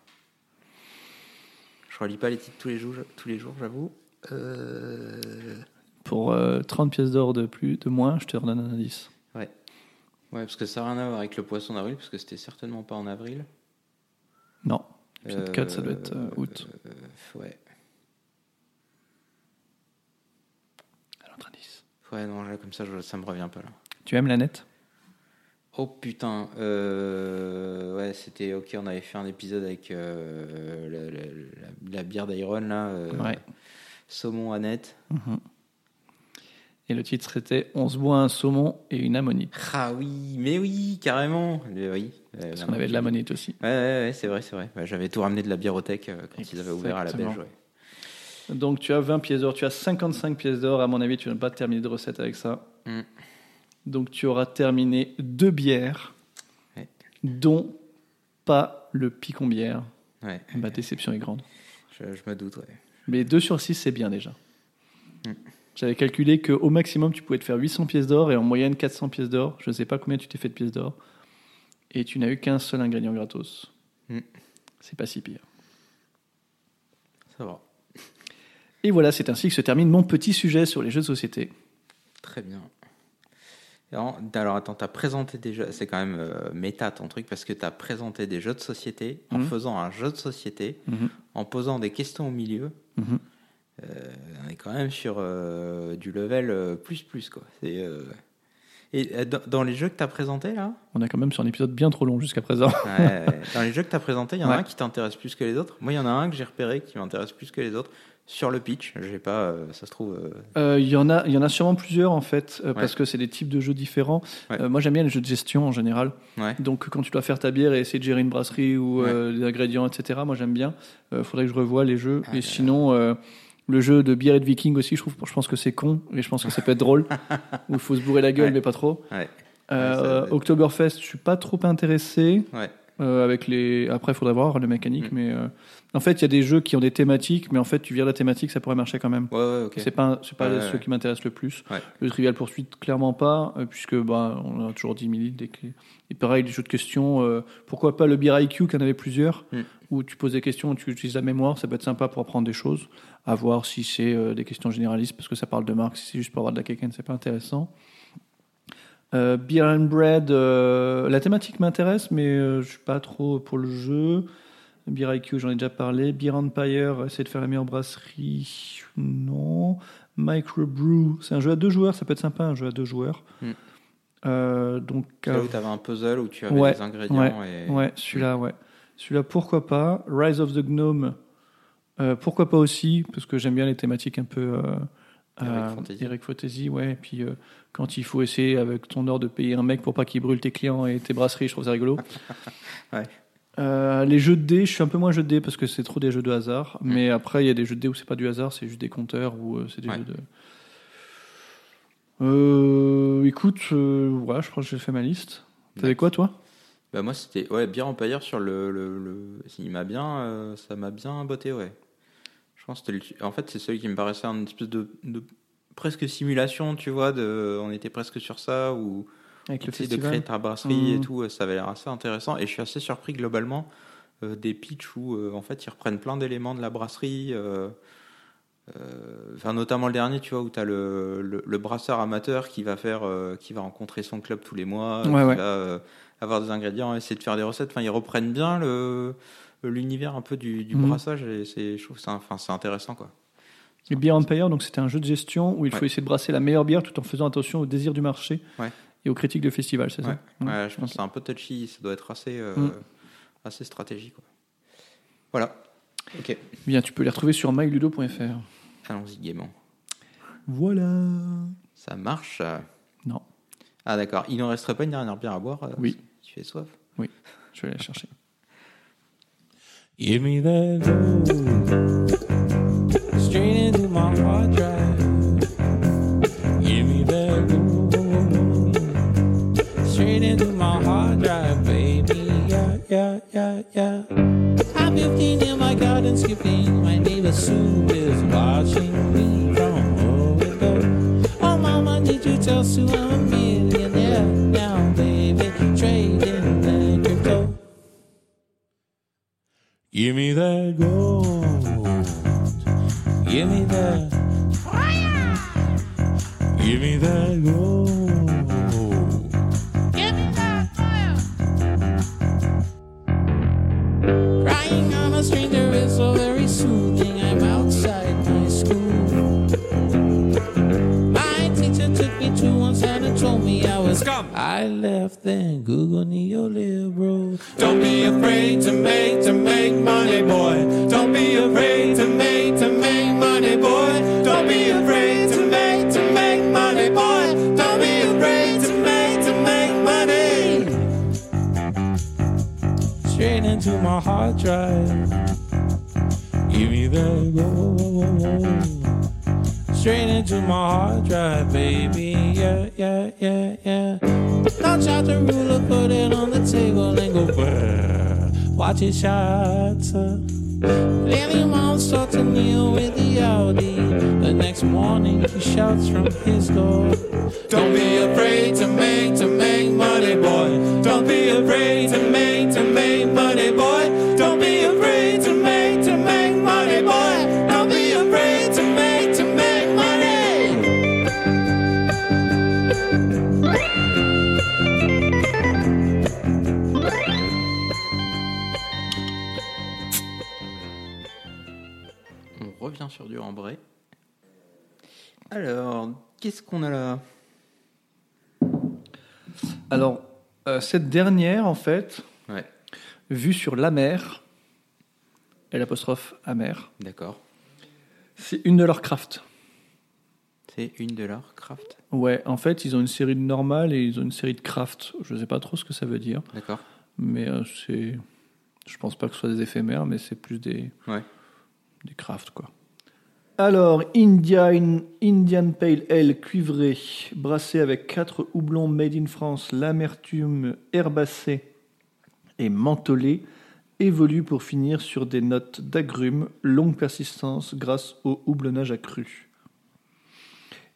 Speaker 1: Je relis pas les titres tous les jours, tous les jours j'avoue. Euh...
Speaker 2: Pour euh, 30 pièces d'or de plus, de moins, je te redonne un indice.
Speaker 1: Ouais. Ouais, parce que ça n'a rien à voir avec le poisson d'avril, parce que c'était certainement pas en avril.
Speaker 2: Non. Épisode 4, ça doit être euh,
Speaker 1: Euh,
Speaker 2: août.
Speaker 1: euh, ouais.
Speaker 2: Un autre indice.
Speaker 1: Ouais, non, là, comme ça, je- ça me revient pas là.
Speaker 2: Tu aimes la nette
Speaker 1: Oh putain, euh, ouais, c'était ok. On avait fait un épisode avec euh, la, la- la- la bière d'Iron là, euh,
Speaker 2: Ouais.
Speaker 1: saumon à net.
Speaker 2: Et le titre c'était On se boit un saumon et une ammonite.
Speaker 1: Ah oui, mais oui, carrément. Mais oui, euh,
Speaker 2: Parce
Speaker 1: merde.
Speaker 2: qu'on avait de l'ammonite aussi.
Speaker 1: Ouais, ouais, ouais, c'est vrai, c'est vrai. Ouais, J'avais tout ramené de la biérothèque euh, quand ils avaient ouvert à la
Speaker 2: Exactement.
Speaker 1: Belge. ouais.
Speaker 2: Donc tu as 20 pièces d'or, tu as 55 pièces d'or. À mon avis, tu vas pas terminer de recette avec ça.
Speaker 1: Mm.
Speaker 2: Donc tu auras terminé deux bières,
Speaker 1: Ouais.
Speaker 2: dont pas le picon bière.
Speaker 1: Ouais,
Speaker 2: Ma déception est grande.
Speaker 1: je, je me doute. Ouais.
Speaker 2: Mais 2 sur 6, c'est bien déjà.
Speaker 1: Mm.
Speaker 2: J'avais calculé qu'au maximum, tu pouvais te faire 800 pièces d'or et en moyenne 400 pièces d'or. Je ne sais pas combien tu t'es fait de pièces d'or. Et tu n'as eu qu'un seul ingrédient gratos.
Speaker 1: Mm.
Speaker 2: C'est pas si pire.
Speaker 1: Ça va,
Speaker 2: Et voilà, c'est ainsi que se termine mon petit sujet sur les jeux de société.
Speaker 1: très bien. Alors, alors, attends, t'as présenté des jeux. C'est quand même euh, méta ton truc parce que t'as présenté des jeux de société en
Speaker 2: Mhm.
Speaker 1: faisant un jeu de société,
Speaker 2: Mhm.
Speaker 1: en posant des questions au milieu.
Speaker 2: Mhm.
Speaker 1: Euh, on est quand même sur euh, du level euh, plus plus quoi. C'est, euh, Et euh, dans, dans les jeux que t'as présenté
Speaker 2: [LAUGHS]
Speaker 1: là,
Speaker 2: On est quand même sur un épisode bien trop long jusqu'à présent. [LAUGHS]
Speaker 1: Ouais, dans les jeux que t'as présenté, il y en a
Speaker 2: Ouais.
Speaker 1: un qui t'intéresse plus que les autres. Moi, il y en a un que j'ai repéré qui m'intéresse plus que les autres sur le pitch. J'ai pas, euh, ça se trouve. euh,
Speaker 2: Euh, Il y en a, il y en a sûrement plusieurs en fait, euh, parce que c'est des types de jeux différents.
Speaker 1: Ouais.
Speaker 2: Euh, moi, j'aime bien les jeux de gestion en général.
Speaker 1: Ouais.
Speaker 2: Donc, quand tu dois faire ta bière et essayer de gérer une brasserie ou euh, des ingrédients, etc. Moi, j'aime bien. Euh, faudrait que je revoie les jeux.
Speaker 1: Ah,
Speaker 2: et sinon, euh, le jeu de bière et de viking aussi, je trouve, je pense que c'est con et je pense que ça peut être drôle.
Speaker 1: [LAUGHS]
Speaker 2: Où il faut se bourrer la gueule,
Speaker 1: Ouais.
Speaker 2: mais pas trop.
Speaker 1: Ouais.
Speaker 2: Euh,
Speaker 1: Ouais, ça-
Speaker 2: Oktoberfest, je suis pas trop intéressé.
Speaker 1: Ouais. Mm.
Speaker 2: Euh, avec les. Après, il faudrait voir les mécaniques, mais euh, en fait, il y a des jeux qui ont des thématiques, mais en fait, tu vires la thématique, ça pourrait marcher quand même.
Speaker 1: Ouais, ouais, ok.
Speaker 2: C'est pas, c'est pas
Speaker 1: Ouais,
Speaker 2: ceux
Speaker 1: ouais.
Speaker 2: qui m'intéressent le plus.
Speaker 1: Ouais.
Speaker 2: Le Trivial poursuite clairement pas, euh, puisque bah, on a toujours 10 000 dès que- Et pareil, les jeux de questions, euh, pourquoi pas le Beer IQ, qui en avait plusieurs,
Speaker 1: Mm.
Speaker 2: où tu poses des questions, tu utilises la mémoire, ça peut être sympa pour apprendre des choses. À voir si c'est euh, des questions généralistes, parce que ça parle de marque, si c'est juste pour avoir de la kékenne, c'est pas intéressant. Euh, Beer and Bread, euh, la thématique m'intéresse, mais euh, je suis pas trop pour le jeu. Beer IQ, j'en ai déjà parlé. Beer Empire, essayer de faire la meilleure brasserie, non. Microbrew, c'est un jeu à deux joueurs, ça peut être sympa, un jeu à deux joueurs.
Speaker 1: Mm.
Speaker 2: Euh, donc,
Speaker 1: C'est là
Speaker 2: euh,
Speaker 1: où t'avais un puzzle où tu avais
Speaker 2: Ouais,
Speaker 1: des ingrédients et.
Speaker 2: ouais, celui-là, ouais. Celui-là, pourquoi pas. Rise of the Gnome, euh, pourquoi pas aussi, parce que j'aime bien les thématiques un peu. Euh,
Speaker 1: Eric
Speaker 2: euh,
Speaker 1: Fantasy.
Speaker 2: Eric Fantasy, ouais. Et puis, euh, quand il faut essayer avec ton ordre de payer un mec pour pas qu'il brûle tes clients et tes brasseries, je trouve ça rigolo.
Speaker 1: [LAUGHS] Ouais.
Speaker 2: Euh, les jeux de dés, je suis un peu moins jeu de dés parce que c'est trop des jeux de hasard.
Speaker 1: Mm.
Speaker 2: Mais après, il y a des jeux de dés où c'est pas du hasard, c'est juste des compteurs ou euh, c'est des
Speaker 1: Ouais.
Speaker 2: jeux de. Euh, écoute, euh, ouais, je crois que j'ai fait ma liste. T'avais quoi, toi
Speaker 1: Bah moi c'était ouais bien Empire sur le, le, le- il m'a bien euh, ça m'a bien botté ouais. Je pense que c'était le- en fait c'est celui qui me paraissait un espèce de, de presque simulation tu vois de on était presque sur ça ou
Speaker 2: Avec le
Speaker 1: Tu sais,
Speaker 2: festival.
Speaker 1: de créer ta brasserie et
Speaker 2: Mm.
Speaker 1: tout, euh, ça avait l'air assez intéressant. Et je suis assez surpris globalement euh, des pitchs où euh, en fait ils reprennent plein d'éléments de la brasserie. euh, euh, Enfin, notamment le dernier, tu vois, où tu as le, le, le brasseur amateur qui va faire, euh, qui va rencontrer son club tous les mois, euh,
Speaker 2: Ouais,
Speaker 1: qui
Speaker 2: ouais.
Speaker 1: va euh, avoir des ingrédients, essayer de faire des recettes. Enfin, ils reprennent bien le l'univers un peu du, du
Speaker 2: Mhm.
Speaker 1: brassage et c'est, je trouve ça, enfin, c'est intéressant quoi.
Speaker 2: Le Beer Empire, donc c'était un jeu de gestion où il faut
Speaker 1: Ouais.
Speaker 2: essayer de brasser la meilleure bière tout en faisant attention aux désirs du marché
Speaker 1: Ouais.
Speaker 2: et aux critiques de festival, c'est ça
Speaker 1: Ouais, je
Speaker 2: Mmh.
Speaker 1: pense que c'est un peu touchy, ça doit être assez, euh,
Speaker 2: Mm.
Speaker 1: assez stratégique. Quoi. Voilà. Ok,
Speaker 2: Eh Bien, tu peux les retrouver sur myludo.fr.
Speaker 1: allons-y gaiement.
Speaker 2: Voilà.
Speaker 1: Ça marche. euh.
Speaker 2: Non,
Speaker 1: Ah d'accord, il n'en resterait pas une dernière bière à boire euh,
Speaker 2: Oui.
Speaker 1: Tu fais soif
Speaker 2: je vais aller la chercher.
Speaker 7: Give me that road straight into my hard drive. Give me that road straight into my hard drive, baby. Yeah, yeah, yeah, yeah. I'm 15 in my garden skipping. My neighbor Sue is watching me from over there. Oh, mama, did you tell Sue I'm a millionaire now, baby? Trading that crypto. Give me that gold. Give me that. Give me that gold. Crying on a stranger is so very soothing. I'm outside my school. My teacher took me to one side and told me I was scum. I left then Google neoliberal. Don't be afraid to make to make money, boy. Don't be afraid to make to make money, boy. Don't be afraid to make to make money, boy. Don't be afraid to make to make money straight into my hard drive. Give me that gold. Straight into my hard drive, baby. Yeah, yeah, yeah, yeah. Launch out the ruler, put it on the table, and go. brrr. Watch it shatter. Lily mom starts to kneel with the Audi. The next morning he shouts from his door. Don't be afraid to make to make money, boy. Don't be afraid to make to make money, boy. Don't be afraid to make to make money, boy. Don't be afraid to make to make money.
Speaker 1: On revient sur du Rembray. Alors, qu'est-ce qu'on a là
Speaker 2: Alors, euh, cette dernière, en fait,
Speaker 1: Ouais,
Speaker 2: vue sur la mer, et l'apostrophe amère,
Speaker 1: d'accord.
Speaker 2: c'est une de leurs crafts.
Speaker 1: C'est une de leurs craft.
Speaker 2: Ouais, en fait, ils ont une série de normales et ils ont une série de crafts. Je sais pas trop ce que ça veut dire,
Speaker 1: D'accord.
Speaker 2: mais euh, c'est. Je pense pas que ce soit des éphémères, mais c'est plus des,
Speaker 1: Ouais.
Speaker 2: des crafts, quoi. Alors, Indian, Indian Pale Ale cuivré, brassé avec 4 houblons made in France, l'amertume herbacée et mentholée, évolue pour finir sur des notes d'agrumes, longue persistance grâce au houblonnage accru.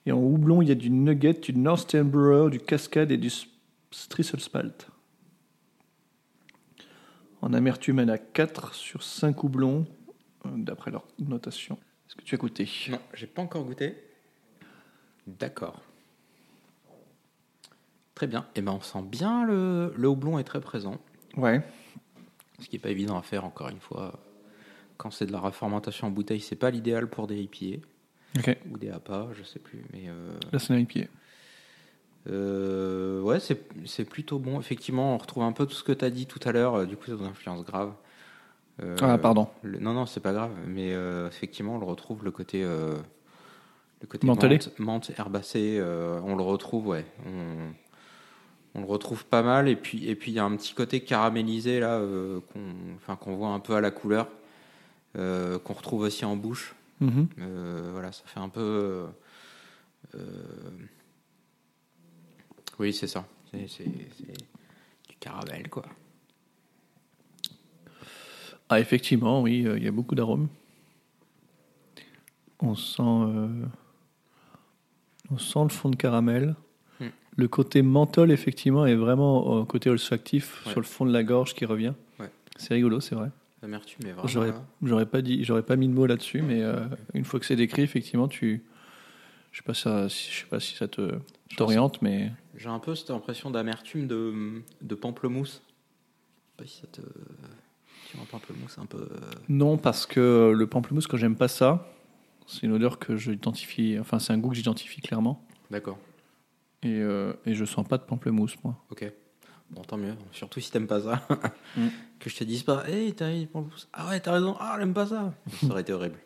Speaker 2: Et en houblon, il y a du Nugget, du Northern Brewer, du Cascade et du Sp- Strisselspalt. En amertume, elle a 4 sur 5 houblons, euh, d'après leur notation. Est-ce que tu as goûté
Speaker 1: Non, j'ai pas encore goûté. D'accord. Très bien. Et ben, on sent bien le, le houblon est très présent.
Speaker 2: Ouais.
Speaker 1: Ce qui n'est pas évident à faire, encore une fois. Quand c'est de la refermentation en bouteille, c'est pas l'idéal pour des IPA
Speaker 2: Ok.
Speaker 1: ou des APA, je sais plus. Mais euh,
Speaker 2: Là, c'est un IPA.
Speaker 1: euh, ouais, c'est c'est plutôt bon. Effectivement, on retrouve un peu tout ce que tu as dit tout à l'heure. euh, Du coup, ça nous influence grave. Euh,
Speaker 2: Ah, pardon.
Speaker 1: le- non, non, c'est pas grave. Mais euh, effectivement, on le retrouve le côté. euh, le côté
Speaker 2: Mentelé.
Speaker 1: menthe, menthe herbacée, euh, on le retrouve, ouais. On, on le retrouve pas mal. Et puis, et puis, il y a un petit côté caramélisé, là, euh, qu'on enfin, qu'on voit un peu à la couleur, euh, qu'on retrouve aussi en bouche.
Speaker 2: Mhm.
Speaker 1: Euh, voilà, ça fait un peu. euh, euh, Oui, c'est ça. C'est c'est- c'est du caramel, quoi.
Speaker 2: Ah, effectivement, oui, euh, il y a beaucoup d'arômes. On sent, euh, on sent le fond de caramel.
Speaker 1: Hmm.
Speaker 2: Le côté menthol, effectivement, est vraiment euh, côté olfactif
Speaker 1: Ouais.
Speaker 2: sur le fond de la gorge qui revient.
Speaker 1: Ouais.
Speaker 2: C'est rigolo, c'est vrai.
Speaker 1: L'amertume est vraiment. hein.
Speaker 2: J'aurais,
Speaker 1: là.
Speaker 2: j'aurais pas dit, j'aurais pas mis de mots là-dessus, mais euh, une fois que c'est décrit, effectivement, tu, je sais pas, ça, si- je sais pas si ça te t'oriente, mais
Speaker 1: J'ai un peu cette impression d'amertume de, de pamplemousse. Je sais pas si ça te. Tu vois, pamplemousse un peu. euh,
Speaker 2: Non, parce que le pamplemousse, quand j'aime pas ça, c'est une odeur que j'identifie, enfin c'est un goût que j'identifie clairement.
Speaker 1: D'accord,
Speaker 2: Et, euh, et je sens pas de pamplemousse, moi.
Speaker 1: ok. Bon, tant mieux. Surtout si t'aimes pas ça.
Speaker 2: [LAUGHS] Mm.
Speaker 1: que je te dise pas, hey, t'as il prend le pouce. Ah ouais, t'as raison. Ah, elle aime pas ça. ça aurait été horrible.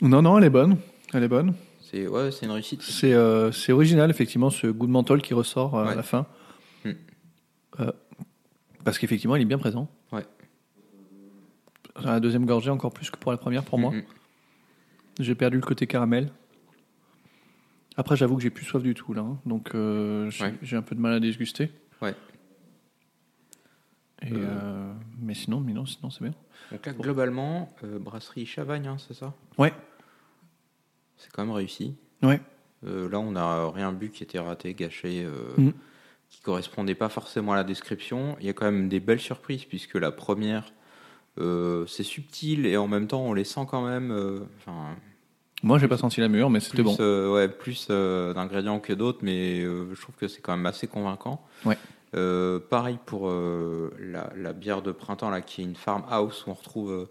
Speaker 2: Non, non, elle est bonne. Elle est bonne.
Speaker 1: C'est ouais, c'est une réussite.
Speaker 2: C'est euh, c'est original, effectivement, ce goût de menthol qui ressort euh, à
Speaker 1: Ouais.
Speaker 2: la fin.
Speaker 1: Mm.
Speaker 2: Euh, parce qu'effectivement, il est bien présent.
Speaker 1: Ouais.
Speaker 2: À la deuxième gorgée, encore plus que pour la première, pour moi.
Speaker 1: Mm, mm.
Speaker 2: J'ai perdu le côté caramel. Après, j'avoue que j'ai plus soif du tout, là. hein. Donc, euh, j'ai
Speaker 1: Ouais.
Speaker 2: j'ai un peu de mal à déguster.
Speaker 1: Ouais.
Speaker 2: Et, euh, mais sinon, mais non, sinon c'est bien.
Speaker 1: Donc là, globalement, euh, brasserie Chavagne, hein, c'est ça
Speaker 2: Ouais,
Speaker 1: C'est quand même réussi.
Speaker 2: ouais.
Speaker 1: Euh, là, on n'a rien bu qui était raté, gâché, euh,
Speaker 2: Mm.
Speaker 1: qui correspondait pas forcément à la description. Il y a quand même des belles surprises, puisque la première, euh, c'est subtil et en même temps, on les sent quand même. euh, Enfin,
Speaker 2: Moi, j'ai pas senti la mûre, mais c'était
Speaker 1: plus,
Speaker 2: bon.
Speaker 1: euh, ouais, plus euh, d'ingrédients que d'autres, mais euh, je trouve que c'est quand même assez convaincant.
Speaker 2: Ouais.
Speaker 1: Euh, pareil pour euh, la, la bière de printemps, là, qui est une farmhouse où on retrouve euh,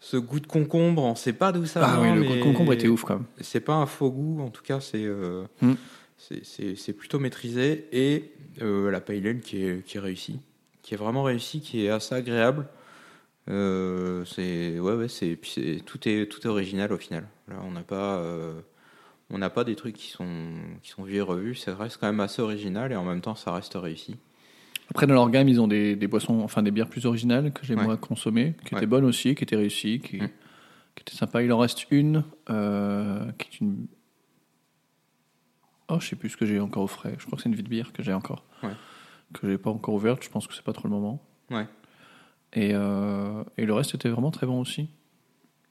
Speaker 1: ce goût de concombre. On sait pas d'où ça
Speaker 2: Ah
Speaker 1: vient.
Speaker 2: oui, le goût de
Speaker 1: mais-
Speaker 2: concombre était ouf quand même.
Speaker 1: c'est pas un faux goût, en tout cas, c'est euh,
Speaker 2: Mm.
Speaker 1: c'est- c'est c'est plutôt maîtrisé. Et euh, la pale ale qui est, qui est réussie, qui est vraiment réussie, qui est assez agréable. Euh, c'est ouais, ouais, c'est puis c'est- tout est tout est original au final. Là, on n'a pas euh, on n'a pas des trucs qui sont qui sont vus et revus. Ça reste quand même assez original et en même temps, ça reste réussi.
Speaker 2: Après, dans leur gamme, ils ont des, des boissons, enfin des bières plus originales que j'ai
Speaker 1: Ouais.
Speaker 2: moi consommées, qui
Speaker 1: Ouais.
Speaker 2: étaient bonnes aussi, qui étaient réussies, qui,
Speaker 1: Mm.
Speaker 2: qui étaient sympas. Il en reste une euh, qui est une. Oh, je sais plus ce que j'ai encore au frais. Je crois que c'est une vie de bière que j'ai encore.
Speaker 1: Ouais.
Speaker 2: Que j'ai pas encore ouverte. Je pense que c'est pas trop le moment.
Speaker 1: Ouais.
Speaker 2: Et, euh, et le reste était vraiment très bon aussi.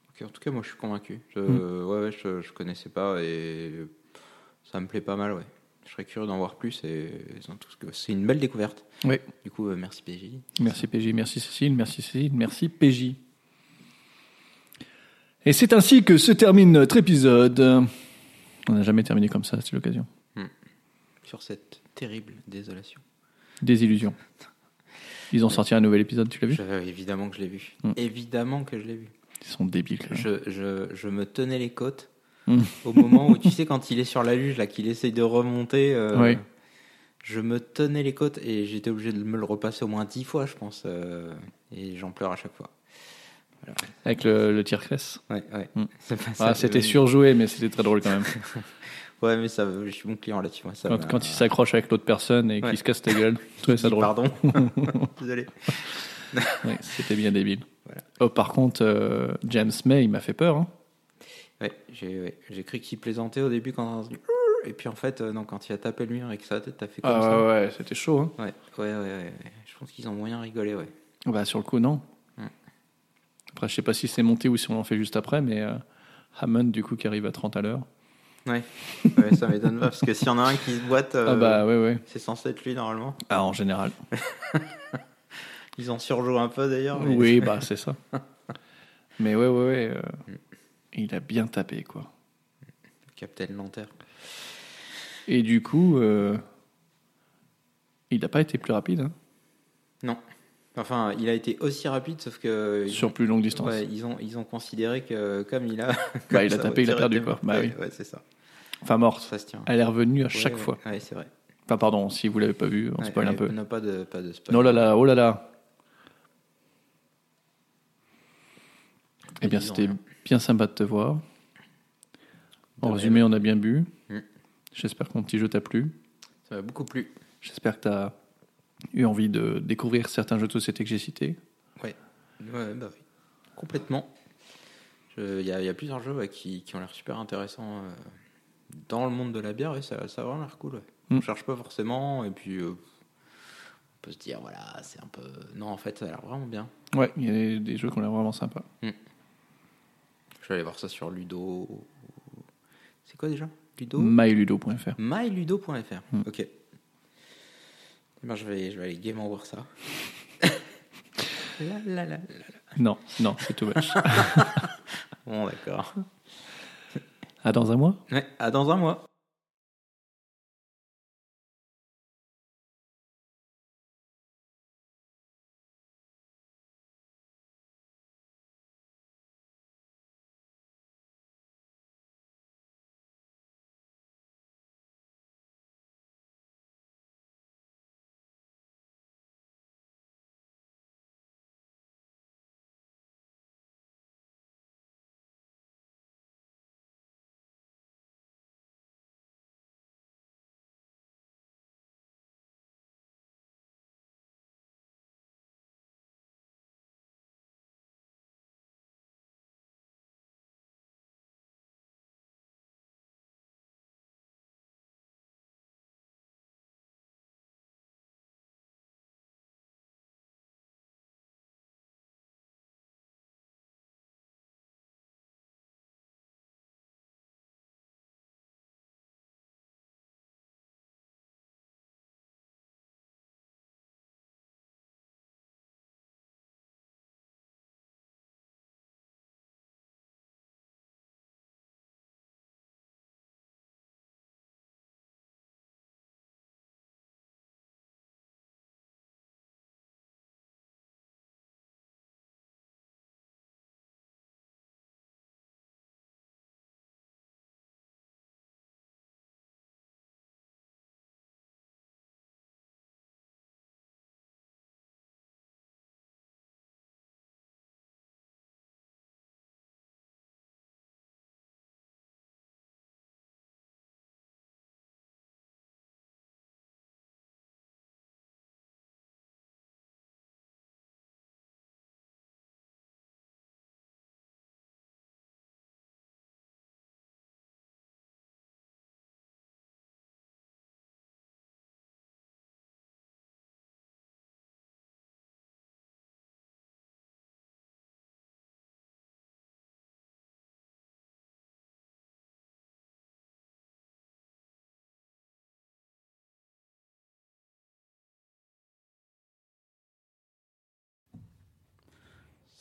Speaker 1: Ok, en tout cas, moi, je suis convaincu. Je,
Speaker 2: Hmm.
Speaker 1: ouais, ouais, je, je connaissais pas et ça me plaît pas mal, ouais. Je serais curieux d'en voir plus et c'est un tout ce que- c'est une belle découverte.
Speaker 2: Oui.
Speaker 1: Du coup, euh, merci PJ.
Speaker 2: Merci PJ, merci Cécile, merci Cécile, merci PJ. Et c'est ainsi que se termine notre épisode. On n'a jamais terminé comme ça, c'est l'occasion.
Speaker 1: Sur cette terrible désolation.
Speaker 2: Désillusion. Ils ont sorti un nouvel épisode, tu l'as vu
Speaker 1: Je- euh, évidemment que je l'ai vu.
Speaker 2: Mm.
Speaker 1: Évidemment que je l'ai vu.
Speaker 2: Ils sont débiles. là.
Speaker 1: Je, je, je me tenais les côtes
Speaker 2: Mm.
Speaker 1: au moment où, tu sais, quand il est sur la luge, là, qu'il essaye de remonter. euh,
Speaker 2: Oui.
Speaker 1: Je me tenais les côtes et j'étais obligé de me le repasser au moins dix fois, je pense. euh, et j'en pleure à chaque fois.
Speaker 2: Avec le, le tir cresse.
Speaker 1: Ouais, ouais.
Speaker 2: Mm.
Speaker 1: C'est pas
Speaker 2: Ah,
Speaker 1: ça que
Speaker 2: c'était
Speaker 1: je-
Speaker 2: surjoué, mais c'était très drôle quand [LAUGHS] même.
Speaker 1: Ouais, mais ça, je suis bon client là-dessus. moi, ça
Speaker 2: Quand,
Speaker 1: m'a-
Speaker 2: quand il s'accroche avec l'autre personne et
Speaker 1: Ouais.
Speaker 2: qu'il se casse la [LAUGHS] gueule, je trouvais ça drôle.
Speaker 1: Pardon. [LAUGHS] Désolé.
Speaker 2: Ouais, c'était bien débile.
Speaker 1: Voilà.
Speaker 2: Oh, par contre, euh, James May, il m'a fait peur. hein.
Speaker 1: Ouais, j'ai ouais, j'ai cru qu'il plaisantait au début quand on a entendu et puis en fait euh, non quand il a tapé le mur et que sa tête t'as fait comme
Speaker 2: Ah ouais, ouais, c'était chaud. hein.
Speaker 1: ça. Ouais, ouais, ouais, ouais, ouais. Je pense qu'ils ont moyen rigolé, ouais.
Speaker 2: Bah, sur le coup, non.
Speaker 1: Hmm.
Speaker 2: Après, je sais pas si c'est monté ou si on en fait juste après, mais euh, Hammond, du coup, qui arrive à 30 à l'heure.
Speaker 1: Ouais.
Speaker 2: [LAUGHS]
Speaker 1: Ouais, ça m'étonne pas parce que s'il y en a un qui se boite, euh,
Speaker 2: Ah bah, ouais, ouais.
Speaker 1: c'est censé être lui normalement.
Speaker 2: Ah, en général.
Speaker 1: Ils en surjouent un peu d'ailleurs. mais-
Speaker 2: Oui, bah,
Speaker 1: [LAUGHS]
Speaker 2: c'est ça. Mais ouais, ouais, ouais. euh,
Speaker 1: Mm.
Speaker 2: il a bien tapé, quoi.
Speaker 1: Captain Lanterre.
Speaker 2: Et du coup, euh, il n'a pas été plus rapide, hein,
Speaker 1: Non. Enfin, il a été aussi rapide sauf que
Speaker 2: sur plus longue distance.
Speaker 1: Ouais, ils ont ils ont considéré que comme il a
Speaker 2: Bah,
Speaker 1: [LAUGHS]
Speaker 2: il
Speaker 1: comme
Speaker 2: a
Speaker 1: sa
Speaker 2: tapé, il a
Speaker 1: voiture
Speaker 2: perdu,
Speaker 1: était
Speaker 2: quoi. Bah
Speaker 1: morte.
Speaker 2: oui.
Speaker 1: Ouais, ouais, c'est ça.
Speaker 2: Enfin, morte.
Speaker 1: Ça se tient.
Speaker 2: Elle est revenue à
Speaker 1: Ouais,
Speaker 2: chaque
Speaker 1: ouais.
Speaker 2: fois.
Speaker 1: Ouais, c'est vrai.
Speaker 2: Enfin, pardon, si vous l'avez pas vu, on
Speaker 1: Ouais,
Speaker 2: spoil un
Speaker 1: allez,
Speaker 2: peu.
Speaker 1: Non, pas de, pas de spoil.
Speaker 2: Non, là là, oh là là. Eh bien,
Speaker 1: Ils ont
Speaker 2: c'était
Speaker 1: rien.
Speaker 2: bien sympa de te voir. En
Speaker 1: hein. De
Speaker 2: résumé, on a bien bu.
Speaker 1: Mm.
Speaker 2: J'espère que mon petit jeu t'a plu.
Speaker 1: Ça m'a beaucoup plu.
Speaker 2: J'espère que t'as eu envie de découvrir certains jeux de société que j'ai cités.
Speaker 1: Ouais, bah oui. Complètement. Il y, a- y a plusieurs jeux ouais, qui, qui ont l'air super intéressants euh, dans le monde de la bière et ça, ça a vraiment l'air cool. ouais.
Speaker 2: Mm.
Speaker 1: On cherche pas forcément et puis euh, on peut se dire voilà, c'est un peu. Non, en fait, ça a l'air vraiment bien.
Speaker 2: Ouais, il y a des, des jeux qui ont l'air vraiment sympas.
Speaker 1: Je vais aller voir ça sur Ludo. C'est quoi déjà Ludo
Speaker 2: myludo.fr.
Speaker 1: myludo.fr.
Speaker 2: Mm.
Speaker 1: Ok. Eh Ben, je, vais, je vais aller gaiement voir ça. [LAUGHS] La, la, la, la.
Speaker 2: Non, non, c'est tout [LAUGHS] match.
Speaker 1: Bon, d'accord.
Speaker 2: à dans un mois
Speaker 1: Ouais, à dans un mois.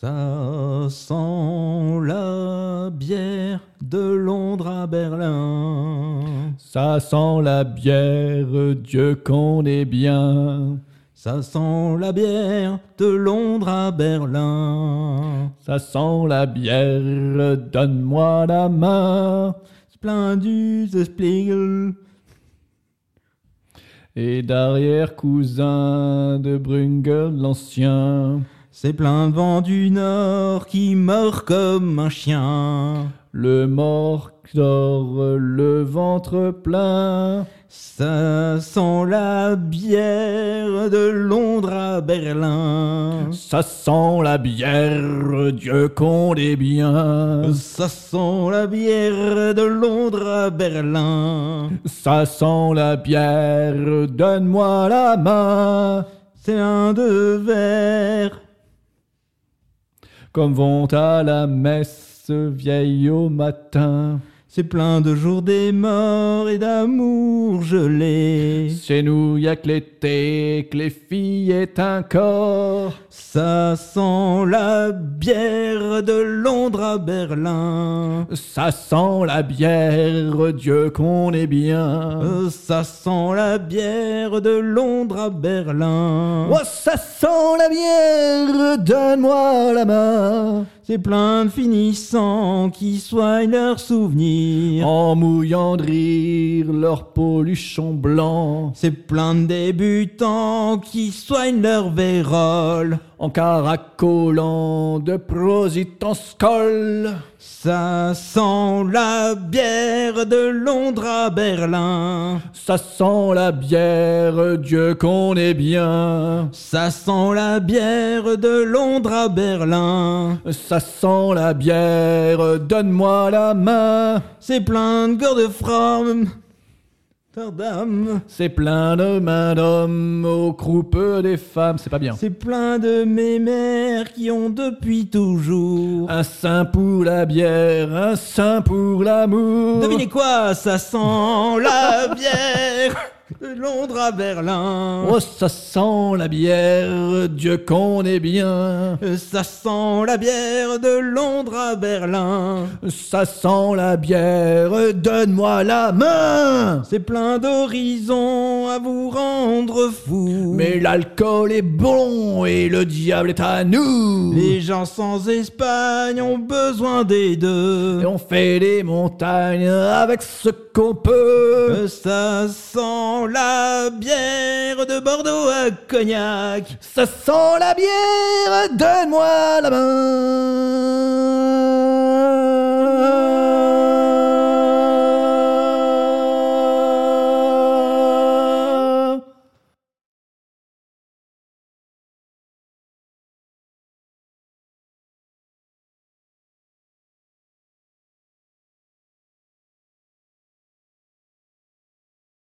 Speaker 7: Ça sent la bière de Londres à Berlin.
Speaker 2: Ça sent la bière, Dieu qu'on est bien.
Speaker 7: Ça sent la bière de Londres à Berlin.
Speaker 2: Ça sent la bière, donne-moi la main.
Speaker 7: Splendus Spiegel.
Speaker 2: Et derrière, cousin de Brunger l'ancien,
Speaker 7: C'est plein de vent du nord qui meurt comme un chien.
Speaker 2: le mort dort le ventre plein.
Speaker 7: Ça sent la bière de Londres à Berlin.
Speaker 2: Ça sent la bière, Dieu qu'on est bien.
Speaker 7: Ça sent la bière de Londres à Berlin.
Speaker 2: Ça sent la bière, donne-moi la main.
Speaker 7: C'est un de verre.
Speaker 2: Comme vont à la messe vieille au matin.
Speaker 7: C'est plein de jours des morts et d'amour gelé.
Speaker 2: Chez nous, y a que l'été, que les filles est un corps.
Speaker 7: Ça sent la bière de Londres à Berlin.
Speaker 2: Ça sent la bière, Dieu qu'on est bien.
Speaker 7: Euh, Ça sent la bière de Londres à Berlin.
Speaker 2: Oh, ça sent la bière, donne-moi la main.
Speaker 7: C'est plein de finissants qui soignent leurs souvenirs.
Speaker 2: En mouillant de rire leur polluchon blanc.
Speaker 7: C'est plein de débutants qui soignent leur vérole.
Speaker 2: En caracolant de prosit en scol.
Speaker 7: Ça sent la bière de Londres à Berlin.
Speaker 2: Ça sent la bière, Dieu qu'on est bien.
Speaker 7: Ça sent la bière de Londres à Berlin.
Speaker 2: Ça sent la bière, donne-moi la main.
Speaker 7: C'est plein de gore de from. Tardam.
Speaker 2: C'est plein de mains d'hommes aux croupes des femmes, c'est pas bien.
Speaker 7: C'est plein de mes mères qui ont depuis toujours.
Speaker 2: Un saint pour la bière, un saint pour l'amour.
Speaker 7: Devinez quoi, ça sent la bière de Londres à Berlin.
Speaker 2: Oh, ça sent la bière, Dieu qu'on est bien.
Speaker 7: Ça sent la bière de Londres à Berlin.
Speaker 2: Ça sent la bière, donne-moi la main.
Speaker 7: C'est plein d'horizons à vous rendre fou.
Speaker 2: Mais l'alcool est bon et le diable est à nous.
Speaker 7: les gens sans Espagne ont besoin des deux.
Speaker 2: Et on fait des montagnes avec ce qu'on peut.
Speaker 7: Euh, Ça sent la bière de Bordeaux à Cognac.
Speaker 2: Ça sent la bière, donne-moi la main.